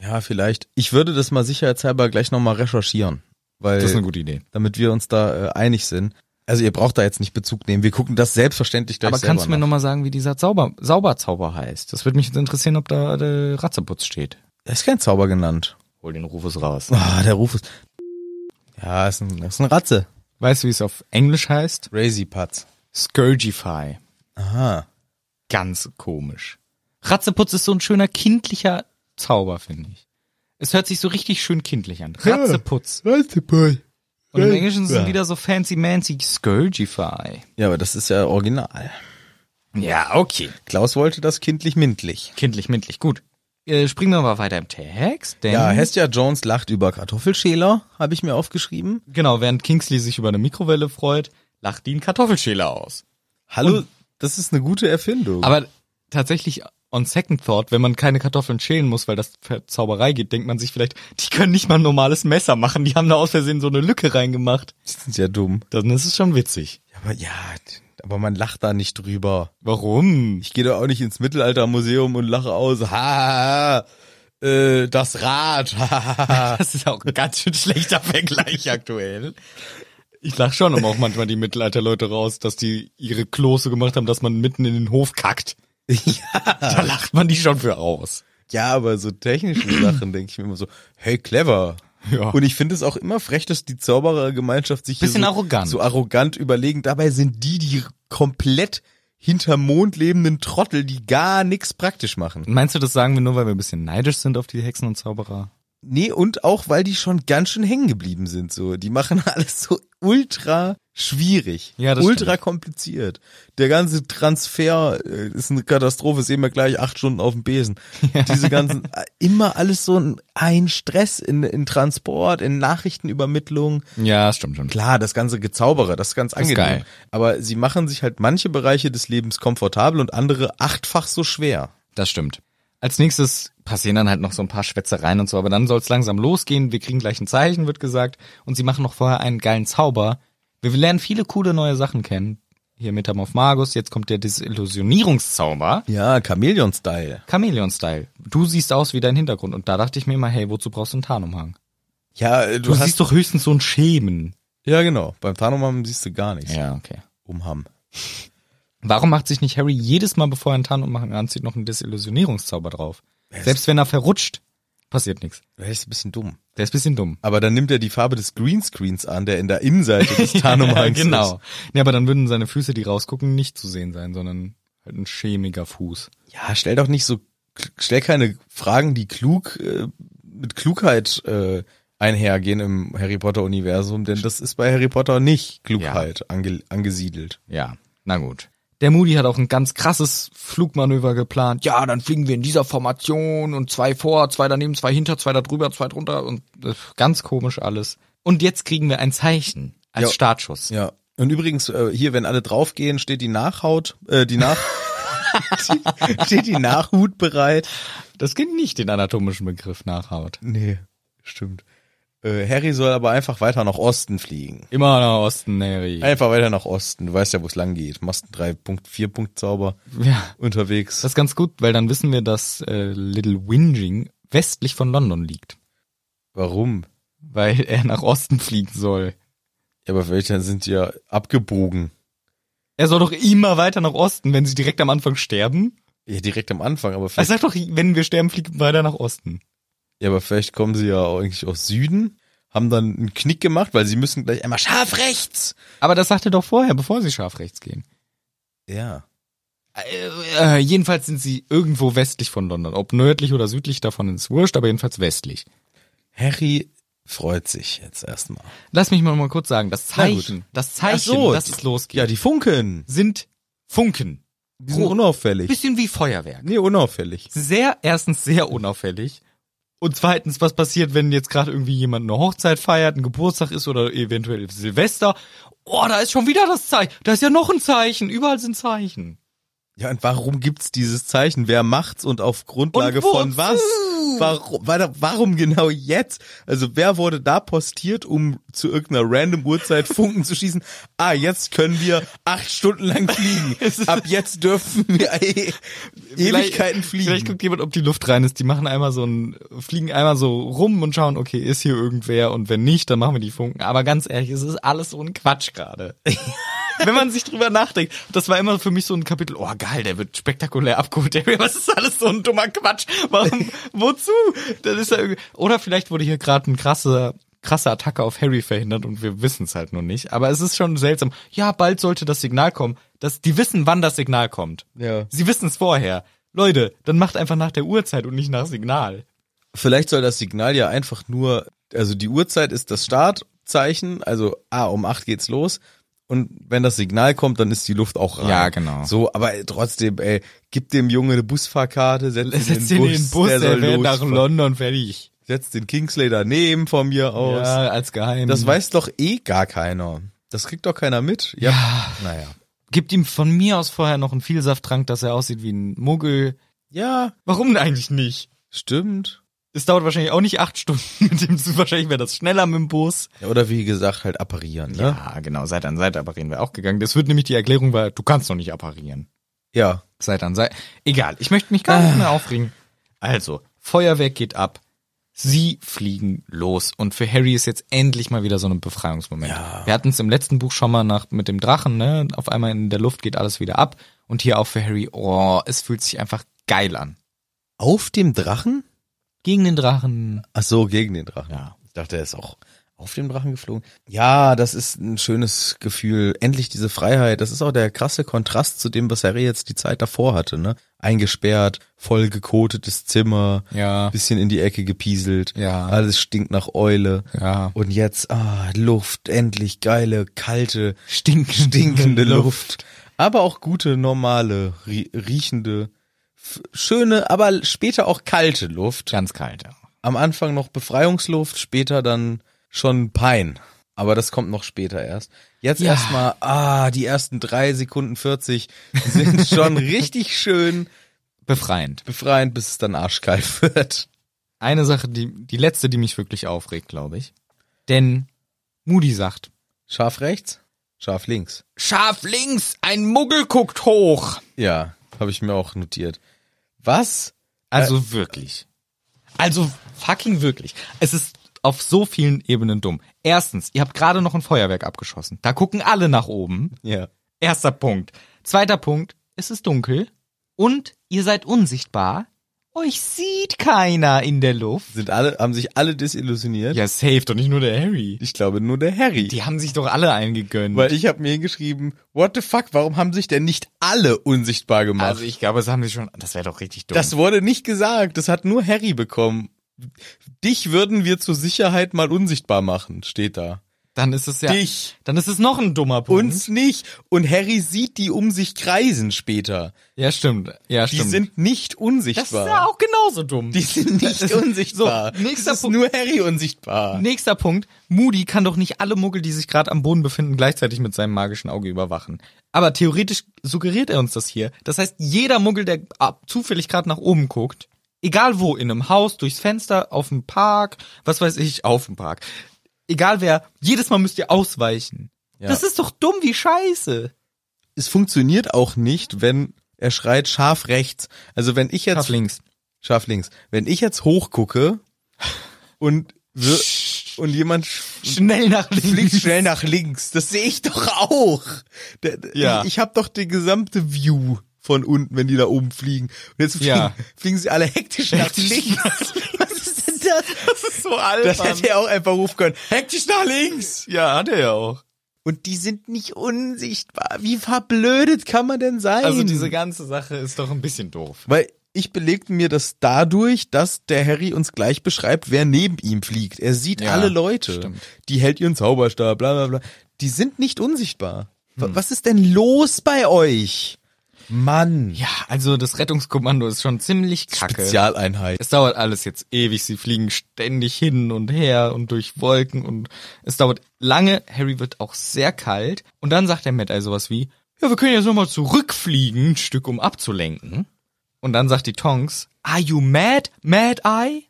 Speaker 1: ja vielleicht. Ich würde das mal sicherheitshalber gleich nochmal recherchieren, weil
Speaker 2: Das ist eine gute Idee.
Speaker 1: damit wir uns da äh, einig sind. Also ihr braucht da jetzt nicht Bezug nehmen. Wir gucken das selbstverständlich gleich
Speaker 2: Aber kannst du mir
Speaker 1: selber nach.
Speaker 2: nochmal sagen, wie dieser Zauber, Sauberzauber heißt? Das würde mich jetzt interessieren, ob da der Ratzeputz steht.
Speaker 1: Er ist kein Zauber genannt.
Speaker 2: Hol den Rufus raus.
Speaker 1: Ah, der Ruf ist. Ja, ist ein, ist ein Ratze.
Speaker 2: Weißt du, wie es auf Englisch heißt?
Speaker 1: Crazy Putz.
Speaker 2: Scourgify.
Speaker 1: Aha.
Speaker 2: ganz komisch. Ratzeputz ist so ein schöner kindlicher Zauber, finde ich. Es hört sich so richtig schön kindlich an. Ratzeputz. Und im Englischen sind wieder so fancy mancy Scourgify.
Speaker 1: Ja, aber das ist ja original.
Speaker 2: Ja, okay.
Speaker 1: Klaus wollte das kindlich-mindlich.
Speaker 2: Kindlich, mindlich, gut. Äh, springen wir mal weiter im Text. Denn
Speaker 1: Ja, Hestia Jones lacht über Kartoffelschäler, habe ich mir aufgeschrieben.
Speaker 2: genau, während Kingsley sich über eine Mikrowelle freut, lacht ihn Kartoffelschäler aus.
Speaker 1: Hallo, das ist eine gute Erfindung.
Speaker 2: Aber tatsächlich on second thought, wenn man keine Kartoffeln schälen muss, weil das für Zauberei geht, denkt man sich vielleicht, die können nicht mal ein normales Messer machen, die haben da aus Versehen so eine Lücke reingemacht.
Speaker 1: die sind ja dumm.
Speaker 2: Dann ist es schon witzig.
Speaker 1: Aber ja, aber man lacht da nicht drüber.
Speaker 2: Warum?
Speaker 1: Ich gehe da auch nicht ins Mittelaltermuseum und lache aus. Ha, ha, ha, äh, das Rad. Ha, ha, ha, ha.
Speaker 2: Das ist auch ein ganz schön schlechter Vergleich aktuell. Ich lach schon immer auch manchmal die Mittelalterleute raus, dass die ihre Klose gemacht haben, dass man mitten in den Hof kackt. Ja. Da lacht man die schon für aus.
Speaker 1: Ja, aber so technische Sachen denke ich mir immer so, hey, clever.
Speaker 2: Ja.
Speaker 1: Und ich finde es auch immer frech, dass die Zauberergemeinschaft sich hier
Speaker 2: Bisschen
Speaker 1: so,
Speaker 2: arrogant.
Speaker 1: so arrogant überlegen. Dabei sind die die komplett hinterm Mond lebenden Trottel, die gar nichts praktisch machen.
Speaker 2: Meinst du, das sagen wir nur, weil wir ein bisschen neidisch sind auf die Hexen und Zauberer?
Speaker 1: Nee, und auch, weil die schon ganz schön hängen geblieben sind. So, Die machen alles so ultra schwierig,
Speaker 2: Ja, das
Speaker 1: ultra
Speaker 2: stimmt.
Speaker 1: kompliziert. Der ganze Transfer äh, ist eine Katastrophe, sehen wir gleich acht Stunden auf dem Besen. Diese ganzen, äh, immer alles so ein, ein Stress in, in Transport, in Nachrichtenübermittlung.
Speaker 2: Ja, stimmt schon.
Speaker 1: Klar, das ganze Gezaubere, das ist ganz
Speaker 2: ist
Speaker 1: angenehm.
Speaker 2: geil.
Speaker 1: Aber sie machen sich halt manche Bereiche des Lebens komfortabel und andere achtfach so schwer.
Speaker 2: Das stimmt. Als nächstes passieren dann halt noch so ein paar Schwätzereien und so, aber dann soll es langsam losgehen. Wir kriegen gleich ein Zeichen, wird gesagt. Und sie machen noch vorher einen geilen Zauber. Wir lernen viele coole neue Sachen kennen. Hier Metamorph Magus, jetzt kommt der Desillusionierungszauber.
Speaker 1: Ja, Chameleon-Style.
Speaker 2: Chameleon-Style. Du siehst aus wie dein Hintergrund. Und da dachte ich mir mal, hey, wozu brauchst du einen Tarnumhang?
Speaker 1: Ja, äh, du,
Speaker 2: Du
Speaker 1: hast
Speaker 2: siehst doch höchstens so ein Schemen.
Speaker 1: Ja, genau. Beim Tarnumhang siehst du gar nichts.
Speaker 2: Ja, okay.
Speaker 1: Umham.
Speaker 2: Warum macht sich nicht Harry jedes Mal, bevor er einen Tarnumhang anzieht, noch einen Desillusionierungszauber drauf? Selbst wenn er verrutscht, passiert nichts.
Speaker 1: Das ist ein bisschen dumm.
Speaker 2: Der ist bisschen dumm.
Speaker 1: Aber dann nimmt er die Farbe des Greenscreens an, der in der Innenseite des Tarnumhangs
Speaker 2: Ja,
Speaker 1: ist.
Speaker 2: genau. Ja, aber dann würden seine Füße, die rausgucken, nicht zu sehen sein, sondern halt ein schämiger Fuß.
Speaker 1: Ja, stell doch nicht so, stell keine Fragen, die klug, äh, mit Klugheit äh, einhergehen im Harry Potter-Universum, denn das ist bei Harry Potter nicht Klugheit ange, angesiedelt.
Speaker 2: Ja, na gut. Der Moody hat auch ein ganz krasses Flugmanöver geplant. Ja, dann fliegen wir in dieser Formation und zwei vor, zwei daneben, zwei hinter, zwei da drüber, zwei drunter und äh, ganz komisch alles. Und jetzt kriegen wir ein Zeichen als
Speaker 1: Ja.
Speaker 2: Startschuss.
Speaker 1: Ja. Und übrigens, äh, hier, wenn alle draufgehen, steht die Nachhaut, äh, die Nach... steht die Nachhut bereit.
Speaker 2: Das geht nicht den anatomischen Begriff Nachhaut.
Speaker 1: Nee, stimmt. Äh, Harry soll aber einfach weiter nach Osten fliegen.
Speaker 2: Immer nach Osten, Harry.
Speaker 1: Einfach weiter nach Osten. Du weißt ja, wo es lang geht. Machst einen 3-Punkt-4-Punkt-Zauber
Speaker 2: Ja.
Speaker 1: unterwegs.
Speaker 2: Das ist ganz gut, weil dann wissen wir, dass äh, Little Whinging westlich von London liegt,
Speaker 1: Warum?
Speaker 2: weil er nach Osten fliegen soll.
Speaker 1: Ja, aber welche sind ja abgebogen.
Speaker 2: Er soll doch immer weiter nach Osten, wenn sie direkt am Anfang sterben.
Speaker 1: Ja, direkt am Anfang, aber
Speaker 2: Er
Speaker 1: vielleicht,
Speaker 2: sagt doch, wenn wir sterben, fliegt weiter nach Osten.
Speaker 1: ja, aber vielleicht kommen sie ja eigentlich aus Süden, haben dann einen Knick gemacht, weil sie müssen gleich einmal scharf rechts.
Speaker 2: Aber das sagt er doch vorher, bevor sie scharf rechts gehen.
Speaker 1: Ja.
Speaker 2: Äh, äh, jedenfalls sind sie irgendwo westlich von London. Ob nördlich oder südlich davon ist wurscht, aber jedenfalls westlich.
Speaker 1: Harry freut sich jetzt erstmal.
Speaker 2: Lass mich mal, mal kurz sagen, das
Speaker 1: Na gut.
Speaker 2: Zeichen, das Zeichen, dass es losgeht,
Speaker 1: Ja, die funkeln.
Speaker 2: sind Funken.
Speaker 1: Die sind unauffällig.
Speaker 2: Bisschen wie Feuerwerk.
Speaker 1: Nee, unauffällig.
Speaker 2: sehr, erstens sehr unauffällig. Und zweitens, was passiert, wenn jetzt gerade irgendwie jemand eine Hochzeit feiert, ein Geburtstag ist oder eventuell Silvester? Oh, da ist schon wieder das Zeichen. Da ist ja noch ein Zeichen. Überall sind Zeichen.
Speaker 1: Ja, und warum gibt's dieses Zeichen? Wer macht's und auf Grundlage
Speaker 2: Und wozu?
Speaker 1: von was? Warum, wa- warum genau jetzt? Also wer wurde da postiert, um zu irgendeiner random Uhrzeit Funken zu schießen? Ah, jetzt können wir acht Stunden lang fliegen. Ab jetzt dürfen wir e Ewigkeiten
Speaker 2: Vielleicht- Vielleicht
Speaker 1: fliegen.
Speaker 2: guckt jemand, ob die Luft rein ist. Die machen einmal so ein, fliegen einmal so rum und schauen, okay, ist hier irgendwer? Und wenn nicht, dann machen wir die Funken. Aber ganz ehrlich, es ist alles so ein Quatsch gerade. wenn man sich drüber nachdenkt, das war immer für mich so ein Kapitel, oh geil, der wird spektakulär abgeholt. Der, was ist alles so ein dummer Quatsch? Warum, wozu? Das ist ja irgendwie, oder vielleicht wurde hier gerade ein krasser, krasse Attacke auf Harry verhindert und wir wissen es halt nur nicht. Aber es ist schon seltsam. Ja, bald sollte das Signal kommen. Das, die wissen, wann das Signal kommt.
Speaker 1: Ja.
Speaker 2: Sie wissen es vorher. Leute, dann macht einfach nach der Uhrzeit und nicht nach Signal.
Speaker 1: Vielleicht soll das Signal ja einfach nur, also die Uhrzeit ist das Startzeichen, also ah, um acht geht's los. Und wenn das Signal kommt, dann ist die Luft auch rein.
Speaker 2: Ja, genau.
Speaker 1: So, aber trotzdem, ey, gib dem Junge eine Busfahrkarte, setz, ihn
Speaker 2: Setz
Speaker 1: in
Speaker 2: den
Speaker 1: den
Speaker 2: in den Bus,
Speaker 1: der
Speaker 2: der
Speaker 1: soll
Speaker 2: wird nach
Speaker 1: losfahren.
Speaker 2: London fertig.
Speaker 1: Setz den Kingsley daneben von mir aus.
Speaker 2: Ja, als Geheim.
Speaker 1: Das weiß doch eh gar keiner. Das kriegt doch keiner mit. Ja. Naja.
Speaker 2: Gibt ihm von mir aus vorher noch einen Vielsafttrank, dass er aussieht wie ein Muggel.
Speaker 1: Ja,
Speaker 2: Warum denn eigentlich nicht?
Speaker 1: stimmt.
Speaker 2: Es dauert wahrscheinlich auch nicht acht Stunden mit dem Zug. Wahrscheinlich wäre das schneller mit dem Bus.
Speaker 1: Ja, oder wie gesagt, halt apparieren, ne?
Speaker 2: Ja, genau. Seite an Seite apparieren wäre auch gegangen. Das wird nämlich die Erklärung, weil du kannst doch nicht apparieren.
Speaker 1: Ja.
Speaker 2: Seite an Seite. Egal, ich möchte mich gar nicht mehr aufregen. Also, Feuerwerk geht ab. Sie fliegen los. Und für Harry ist jetzt endlich mal wieder so ein Befreiungsmoment. Wir hatten es im letzten Buch schon mal nach, mit dem Drachen, ne? Auf einmal in der Luft geht alles wieder ab. Und hier auch für Harry, oh, es fühlt sich einfach geil an.
Speaker 1: Auf dem Drachen?
Speaker 2: Gegen den Drachen.
Speaker 1: Ach so, gegen den Drachen.
Speaker 2: Ja.
Speaker 1: Ich dachte, er ist auch auf dem Drachen geflogen. Ja, das ist ein schönes Gefühl. Endlich diese Freiheit. Das ist auch der krasse Kontrast zu dem, was Harry jetzt die Zeit davor hatte, ne? Eingesperrt, voll gekotetes Zimmer,
Speaker 2: Ja.
Speaker 1: bisschen in die Ecke gepieselt.
Speaker 2: Ja.
Speaker 1: Alles stinkt nach Eule.
Speaker 2: Ja.
Speaker 1: Und jetzt, ah, Luft, endlich geile, kalte,
Speaker 2: Stinkende,
Speaker 1: stinkende Luft. Aber auch gute, normale, rie- riechende, f- schöne, aber später auch kalte Luft
Speaker 2: Ganz kalt, ja.
Speaker 1: am Anfang noch Befreiungsluft, später dann schon Pein. Aber das kommt noch später erst. Jetzt erstmal, ah, die ersten drei Sekunden 40 sind schon richtig schön
Speaker 2: Befreiend.
Speaker 1: Befreiend, bis es dann arschkalt wird.
Speaker 2: Eine Sache, die, die letzte, die mich wirklich aufregt, glaube ich. Denn Moody sagt,
Speaker 1: Scharf rechts, scharf links.
Speaker 2: scharf links, ein Muggel guckt hoch.
Speaker 1: Ja, habe ich mir auch notiert. Was?
Speaker 2: Also wirklich. Also fucking wirklich. Es ist auf so vielen Ebenen dumm. Erstens, ihr habt gerade noch ein Feuerwerk abgeschossen. Da gucken alle nach oben.
Speaker 1: Ja.
Speaker 2: Erster Punkt. Zweiter Punkt, es ist dunkel und ihr seid unsichtbar. Euch sieht keiner in der Luft.
Speaker 1: Sind alle, haben sich alle desillusioniert?
Speaker 2: Ja, safe, doch nicht nur der Harry.
Speaker 1: Ich glaube nur der Harry.
Speaker 2: Die haben sich doch alle eingegönnt.
Speaker 1: Weil ich habe mir hingeschrieben, what the fuck, warum haben sich denn nicht alle unsichtbar gemacht?
Speaker 2: also ich glaube, das haben sie schon, das wäre doch richtig dumm.
Speaker 1: das wurde nicht gesagt, das hat nur Harry bekommen. Dich würden wir zur Sicherheit mal unsichtbar machen, steht da.
Speaker 2: dann ist es ja, Mhm.
Speaker 1: Dich.
Speaker 2: dann ist es noch ein dummer Punkt.
Speaker 1: Uns nicht. Und Harry sieht die um sich kreisen später.
Speaker 2: Ja, stimmt. Ja,
Speaker 1: Die
Speaker 2: stimmt.
Speaker 1: sind nicht unsichtbar.
Speaker 2: das ist ja auch genauso dumm.
Speaker 1: die sind nicht unsichtbar.
Speaker 2: So, nächster
Speaker 1: das ist
Speaker 2: Punkt.
Speaker 1: nur Harry unsichtbar.
Speaker 2: Nächster Punkt. Moody kann doch nicht alle Muggel, die sich gerade am Boden befinden, gleichzeitig mit seinem magischen Auge überwachen. Aber theoretisch suggeriert er uns das hier. Das heißt, jeder Muggel, der ah, zufällig gerade nach oben guckt, egal wo, in einem Haus, durchs Fenster, auf dem Park, was weiß ich, auf dem Park. Egal wer, jedes Mal müsst ihr ausweichen. Das ist doch dumm wie Scheiße.
Speaker 1: Es funktioniert auch nicht, wenn er schreit scharf rechts. Also wenn ich jetzt
Speaker 2: Scharf links.
Speaker 1: scharf links. Wenn ich jetzt hochgucke und wir, und jemand
Speaker 2: Schnell nach links.
Speaker 1: fliegt schnell nach links, das sehe ich doch auch. Der- der-
Speaker 2: Ja.
Speaker 1: Ich, ich habe doch die gesamte View von unten, wenn die da oben fliegen. Und jetzt fliegen,
Speaker 2: Ja.
Speaker 1: fliegen sie alle hektisch nach links.
Speaker 2: Was ist denn das? Das ist so albern.
Speaker 1: Das hätte er auch einfach rufen können. Hektisch nach links!
Speaker 2: ja, hat er ja auch.
Speaker 1: Und die sind nicht unsichtbar. Wie verblödet kann man denn sein?
Speaker 2: Also diese ganze Sache ist doch ein bisschen doof.
Speaker 1: Weil ich belegte mir das dadurch, dass der Harry uns gleich beschreibt, wer neben ihm fliegt. Er sieht
Speaker 2: Ja,
Speaker 1: alle Leute.
Speaker 2: stimmt.
Speaker 1: Die hält ihren Zauberstab, bla bla bla. Die sind nicht unsichtbar. Wa-
Speaker 2: Hm.
Speaker 1: Was ist denn los bei euch? Mann.
Speaker 2: Ja, also das Rettungskommando ist schon ziemlich kacke.
Speaker 1: Spezialeinheit.
Speaker 2: Es dauert alles jetzt ewig, sie fliegen ständig hin und her und durch Wolken und es dauert lange. Harry wird auch sehr kalt und dann sagt der Matt also sowas wie, ja, wir können jetzt nochmal zurückfliegen, ein Stück, um abzulenken. Und dann sagt die Tonks, are you mad, Mad Eye?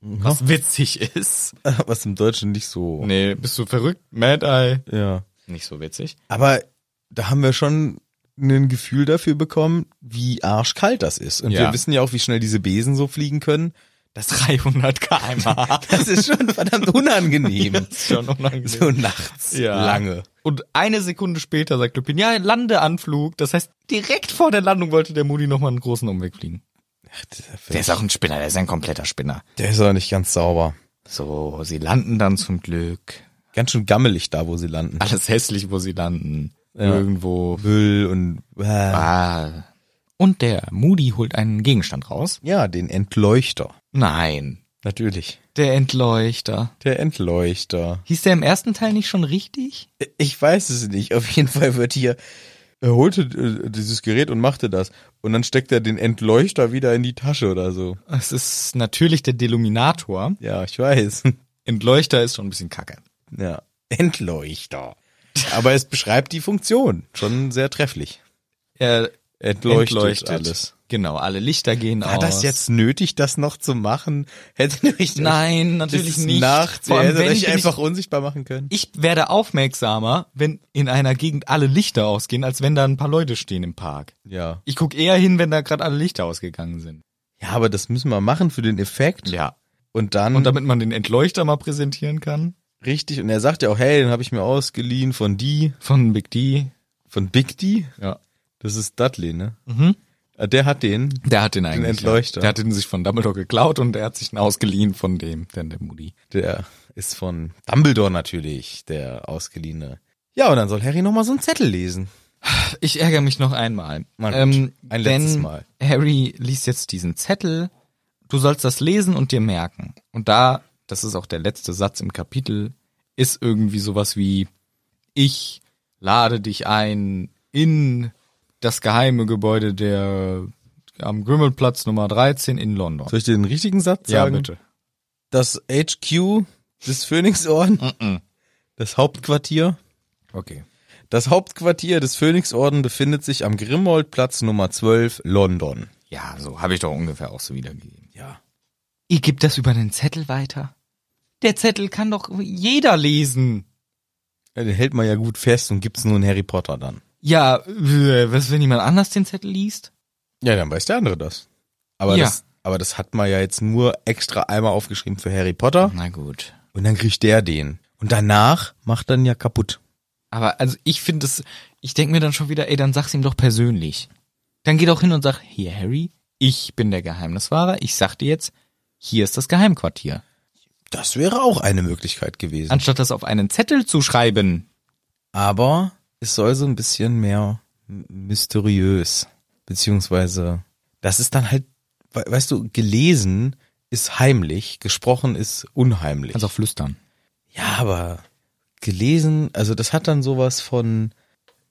Speaker 2: Was witzig ist.
Speaker 1: Was im Deutschen nicht so.
Speaker 2: Nee, bist du verrückt, Mad Eye?
Speaker 1: Ja.
Speaker 2: Nicht so witzig.
Speaker 1: Aber da haben wir schon ein Gefühl dafür bekommen, wie arschkalt das ist. Und
Speaker 2: Ja.
Speaker 1: wir wissen ja auch, wie schnell diese Besen so fliegen können.
Speaker 2: Das 300 km/h.
Speaker 1: Das ist schon verdammt unangenehm.
Speaker 2: ist schon unangenehm.
Speaker 1: So nachts
Speaker 2: Ja.
Speaker 1: lange.
Speaker 2: Und eine Sekunde später sagt Lupin, ja, Landeanflug. Das heißt, direkt vor der Landung wollte der Moody nochmal einen großen Umweg fliegen. Der ist auch ein Spinner, der ist ein kompletter Spinner.
Speaker 1: Der ist aber nicht ganz sauber.
Speaker 2: So, sie landen dann zum Glück.
Speaker 1: Ganz schön gammelig da, wo sie landen.
Speaker 2: Alles hässlich, wo sie landen.
Speaker 1: Ja.
Speaker 2: Irgendwo.
Speaker 1: Müll und äh,
Speaker 2: Ah. Und der Moody holt einen Gegenstand raus.
Speaker 1: ja, den Entleuchter.
Speaker 2: Nein.
Speaker 1: Natürlich.
Speaker 2: Der Entleuchter.
Speaker 1: Der Entleuchter.
Speaker 2: Hieß der im ersten Teil nicht schon richtig?
Speaker 1: Ich weiß es nicht. Auf jeden Fall wird hier er holte äh, dieses Gerät und machte das und dann steckt er den Entleuchter wieder in die Tasche oder so.
Speaker 2: Es ist natürlich der Deluminator.
Speaker 1: Ja, ich weiß.
Speaker 2: Entleuchter ist schon ein bisschen kacke.
Speaker 1: Ja, Entleuchter. Aber es beschreibt die Funktion schon sehr trefflich.
Speaker 2: Er
Speaker 1: Entleuchtet,
Speaker 2: entleuchtet.
Speaker 1: alles.
Speaker 2: Genau, alle Lichter gehen
Speaker 1: War
Speaker 2: aus.
Speaker 1: das jetzt nötig, das noch zu machen? Hätte nämlich
Speaker 2: Nein, natürlich
Speaker 1: es ist
Speaker 2: nicht.
Speaker 1: Nachts,
Speaker 2: Vor
Speaker 1: ihr
Speaker 2: allem,
Speaker 1: hättet
Speaker 2: wenn
Speaker 1: euch
Speaker 2: also ich
Speaker 1: einfach unsichtbar machen können.
Speaker 2: Ich werde aufmerksamer, wenn in einer Gegend alle Lichter ausgehen, als wenn da ein paar Leute stehen im Park.
Speaker 1: Ja.
Speaker 2: Ich guck eher hin, wenn da gerade alle Lichter ausgegangen sind.
Speaker 1: Ja, aber das müssen wir machen für den Effekt.
Speaker 2: Ja.
Speaker 1: Und dann
Speaker 2: Und damit man den Entleuchter mal präsentieren kann.
Speaker 1: richtig. Und er sagt ja auch, hey, den habe ich mir ausgeliehen von die,
Speaker 2: Von Big D.
Speaker 1: von Big D.
Speaker 2: Ja.
Speaker 1: Das ist Dudley, ne?
Speaker 2: Mhm.
Speaker 1: Ah, Der hat den.
Speaker 2: Der hat den eigentlich.
Speaker 1: Entleuchter.
Speaker 2: Ja. Der hat den sich von Dumbledore geklaut und er hat sich den ausgeliehen von dem, denn der Moody.
Speaker 1: Der ist von Dumbledore natürlich, der ausgeliehene. Ja, und dann soll Harry nochmal so einen Zettel lesen.
Speaker 2: Ich ärgere mich noch einmal.
Speaker 1: Na gut, ein letztes
Speaker 2: denn
Speaker 1: Mal.
Speaker 2: Harry liest jetzt diesen Zettel. Du sollst das lesen und dir merken. Und da, das ist auch der letzte Satz im Kapitel, ist irgendwie sowas wie, ich lade dich ein in das geheime Gebäude der am Grimmelplatz Nummer 13 in London.
Speaker 1: Soll ich dir den richtigen Satz sagen? Das HQ des Phönixorden, das Hauptquartier
Speaker 2: Okay.
Speaker 1: Das Hauptquartier des Phönixorden befindet sich am Grimoldplatz Nummer 12, London.
Speaker 2: Ja, so habe ich doch ungefähr auch so wiedergegeben.
Speaker 1: Ja.
Speaker 2: Ihr gebt das über den Zettel weiter? Der Zettel kann doch jeder lesen.
Speaker 1: Ja, Den hält man ja gut fest und gibt's nur in Harry Potter dann.
Speaker 2: Ja, äh, was, wenn jemand anders den Zettel liest?
Speaker 1: Ja, dann weiß der andere das. Aber,
Speaker 2: Ja.
Speaker 1: das, aber das hat man ja jetzt nur extra einmal aufgeschrieben für Harry Potter.
Speaker 2: Na gut.
Speaker 1: Und dann kriegt der den. Und danach macht dann ja kaputt.
Speaker 2: Aber also ich finde es, ich denke mir dann schon wieder, ey, dann sag's ihm doch persönlich. Dann geh doch hin und sag, hier Harry, ich bin der Geheimniswahrer, ich sag dir jetzt, hier ist das Geheimquartier.
Speaker 1: Das wäre auch eine Möglichkeit gewesen.
Speaker 2: Anstatt das auf einen Zettel zu schreiben.
Speaker 1: aber es soll so ein bisschen mehr m- mysteriös. Beziehungsweise, das ist dann halt, we- weißt du, gelesen ist heimlich, gesprochen ist unheimlich.
Speaker 2: Also flüstern.
Speaker 1: Ja, aber gelesen, also das hat dann sowas von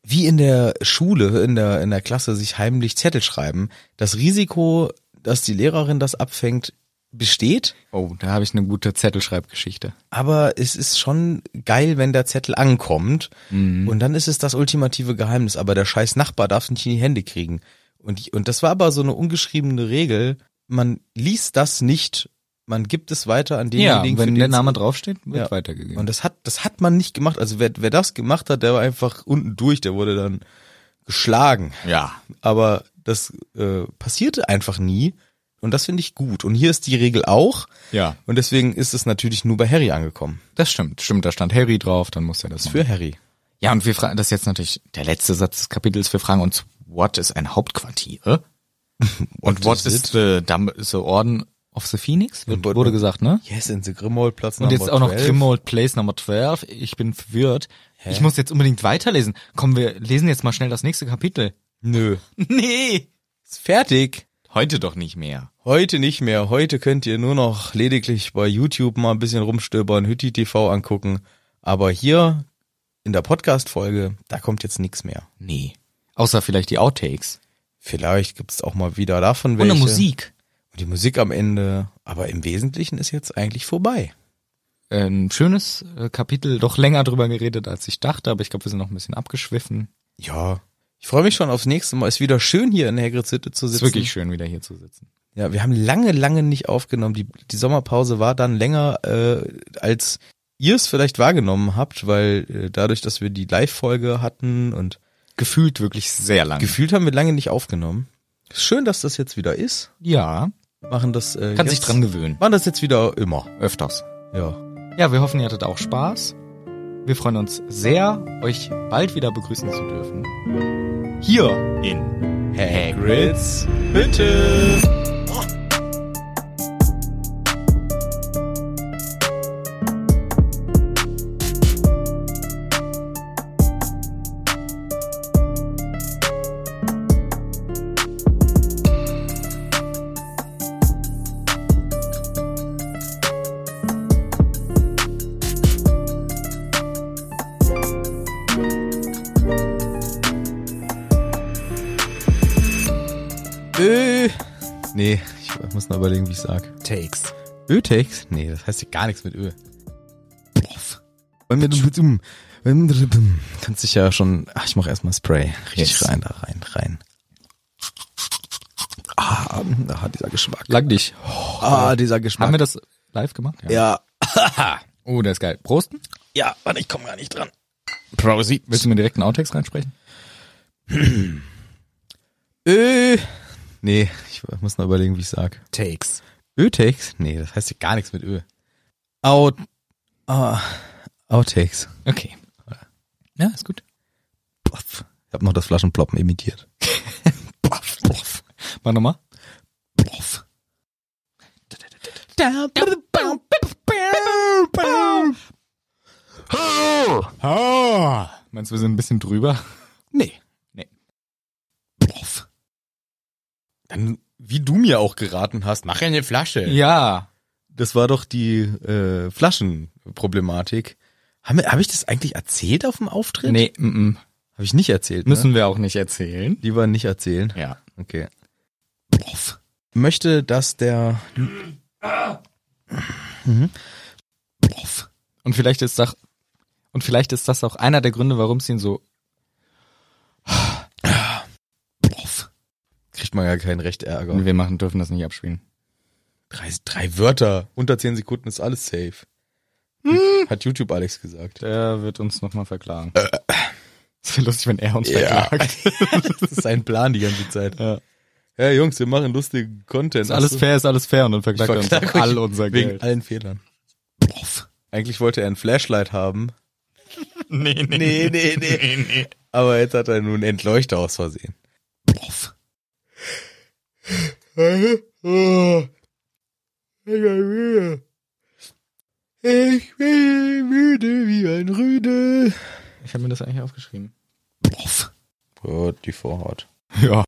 Speaker 1: wie in der Schule, in der in der Klasse sich heimlich Zettel schreiben. Das Risiko, dass die Lehrerin das abfängt, besteht,
Speaker 2: Oh, da habe ich eine gute Zettelschreibgeschichte.
Speaker 1: aber es ist schon geil, wenn der Zettel ankommt
Speaker 2: Mhm.
Speaker 1: und dann ist es das ultimative Geheimnis, aber der scheiß Nachbar darf es nicht in die Hände kriegen. Und ich- und das war aber so eine ungeschriebene Regel, man liest das nicht, man gibt es weiter an
Speaker 2: Ja,
Speaker 1: denjenigen, für
Speaker 2: wenn der
Speaker 1: den es
Speaker 2: Name draufsteht, wird
Speaker 1: Ja.
Speaker 2: weitergegeben.
Speaker 1: Und das hat, das hat man nicht gemacht. Also wer, wer das gemacht hat, der war einfach unten durch, der wurde dann geschlagen.
Speaker 2: ja.
Speaker 1: Aber das äh, passierte einfach nie. Und das finde ich gut. Und hier ist die Regel auch.
Speaker 2: Ja.
Speaker 1: Und deswegen ist es natürlich nur bei Harry angekommen.
Speaker 2: Das stimmt, stimmt, da stand Harry drauf, dann muss er das machen.
Speaker 1: Für Harry.
Speaker 2: Ja, und wir fragen, das ist jetzt natürlich der letzte Satz des Kapitels, wir fragen uns, what is ein Hauptquartier? und what
Speaker 1: is
Speaker 2: is
Speaker 1: it?
Speaker 2: the, Dam- the Orden of the Phoenix? Wird,
Speaker 1: Und-
Speaker 2: wurde gesagt, ne?
Speaker 1: Yes, in the Grimmauld Platz
Speaker 2: Und jetzt
Speaker 1: Number
Speaker 2: auch noch
Speaker 1: 12.
Speaker 2: Grimmauld Place Number 12. Ich bin verwirrt. Ich muss jetzt unbedingt weiterlesen. Komm, wir lesen jetzt mal schnell das nächste Kapitel.
Speaker 1: Nö.
Speaker 2: Nee.
Speaker 1: Ist fertig.
Speaker 2: Heute doch nicht mehr.
Speaker 1: Heute nicht mehr. Heute könnt ihr nur noch lediglich bei YouTube mal ein bisschen rumstöbern, Hütti TV angucken. Aber hier in der Podcast-Folge, da kommt jetzt nichts mehr.
Speaker 2: Nee. Außer vielleicht die Outtakes.
Speaker 1: Vielleicht gibt's auch mal wieder davon
Speaker 2: Und
Speaker 1: welche.
Speaker 2: eine Musik.
Speaker 1: Und die Musik am Ende. Aber im Wesentlichen ist jetzt eigentlich vorbei.
Speaker 2: Ein schönes äh, Kapitel, doch länger drüber geredet, als ich dachte, aber ich glaube, wir sind noch ein bisschen abgeschwiffen.
Speaker 1: Ja. Ich freue mich schon aufs nächste Mal. Ist wieder schön hier in Hagrid's Hütte zu sitzen.
Speaker 2: Ist wirklich schön, wieder hier zu sitzen.
Speaker 1: Ja, wir haben lange, lange nicht aufgenommen. Die, die Sommerpause war dann länger, äh, als ihr es vielleicht wahrgenommen habt, weil äh, dadurch, dass wir die Live-Folge hatten und
Speaker 2: Gefühlt wirklich sehr lang.
Speaker 1: gefühlt haben wir lange nicht aufgenommen. Ist Schön, dass das jetzt wieder ist.
Speaker 2: ja,
Speaker 1: Machen das. Äh,
Speaker 2: kann
Speaker 1: jetzt,
Speaker 2: sich dran gewöhnen.
Speaker 1: Machen das jetzt wieder immer.
Speaker 2: Öfters.
Speaker 1: Ja.
Speaker 2: Ja, wir hoffen, ihr hattet auch Spaß. Wir freuen uns sehr, euch bald wieder begrüßen zu dürfen. Hier in Hagrid's Hütte.
Speaker 1: Ö. Nee, ich muss noch überlegen, wie ich sag. Takes. Ö-Takes? Nee, das heißt ja gar nichts mit Ö. Wenn wir mit um. wenn wir- Kannst dich ja schon. Ach, ich mach erstmal Spray. Richtig
Speaker 2: Yes.
Speaker 1: rein, da rein, rein. Ah, ah, dieser Geschmack.
Speaker 2: Lang dich.
Speaker 1: Ah, dieser Geschmack.
Speaker 2: Haben wir das live gemacht?
Speaker 1: ja.
Speaker 2: Oh, der ist geil. Prosten.
Speaker 1: Ja, warte, ich komme gar nicht dran.
Speaker 2: Prosit. Willst du mir direkt einen Outtext reinsprechen?
Speaker 1: Ö. Nee, ich muss noch überlegen, wie ich sag.
Speaker 2: Takes.
Speaker 1: Ö-Takes? Nee, das heißt ja gar nichts mit Ö. Out. Ah, Outtakes.
Speaker 2: Okay. Ja, ist gut.
Speaker 1: Ploff. Ich habe noch das Flaschenploppen imitiert.
Speaker 2: Ploff, ploff. Mal nochmal.
Speaker 1: Ploff.
Speaker 2: Meinst du, wir sind ein bisschen drüber?
Speaker 1: Nee.
Speaker 2: Nee.
Speaker 1: Ploff. Dann, wie du mir auch geraten hast, mach eine Flasche.
Speaker 2: Ja.
Speaker 1: Das war doch die äh, Flaschenproblematik. Habe hab ich das eigentlich erzählt auf dem Auftritt?
Speaker 2: Nee, mm, mm.
Speaker 1: Habe ich nicht erzählt. Ne?
Speaker 2: müssen wir auch nicht erzählen.
Speaker 1: Lieber nicht erzählen.
Speaker 2: Ja.
Speaker 1: Okay. Ploff. Möchte, dass der... Mhm. Ploff.
Speaker 2: Und vielleicht ist das, und vielleicht ist das auch einer der Gründe, warum es ihn so
Speaker 1: Kriegt man ja kein Recht Ärger.
Speaker 2: Wir machen, dürfen das nicht abspielen.
Speaker 1: Drei, drei Wörter unter zehn Sekunden ist alles safe.
Speaker 2: Hm.
Speaker 1: Hat YouTube Alex gesagt.
Speaker 2: Der wird uns nochmal verklagen. Es wäre lustig, wenn er uns verklagt.
Speaker 1: Äh. Das ist sein Plan die ganze Zeit.
Speaker 2: Ja.
Speaker 1: Ja, Jungs, wir machen lustigen Content.
Speaker 2: Ist alles fair, ist alles fair und dann verklagt er uns
Speaker 1: Verklag
Speaker 2: auf
Speaker 1: euch
Speaker 2: all unser
Speaker 1: wegen
Speaker 2: Geld.
Speaker 1: allen Fehlern. Eigentlich wollte er ein Flashlight haben.
Speaker 2: Nee, nee,
Speaker 1: Nee, nee, nee. Aber jetzt hat er nun einen Entleuchter aus Versehen. Oh. Ich bin müde wie ein Rüde.
Speaker 2: Ich habe mir das eigentlich aufgeschrieben.
Speaker 1: Gott, die Vorhaut.
Speaker 2: Ja.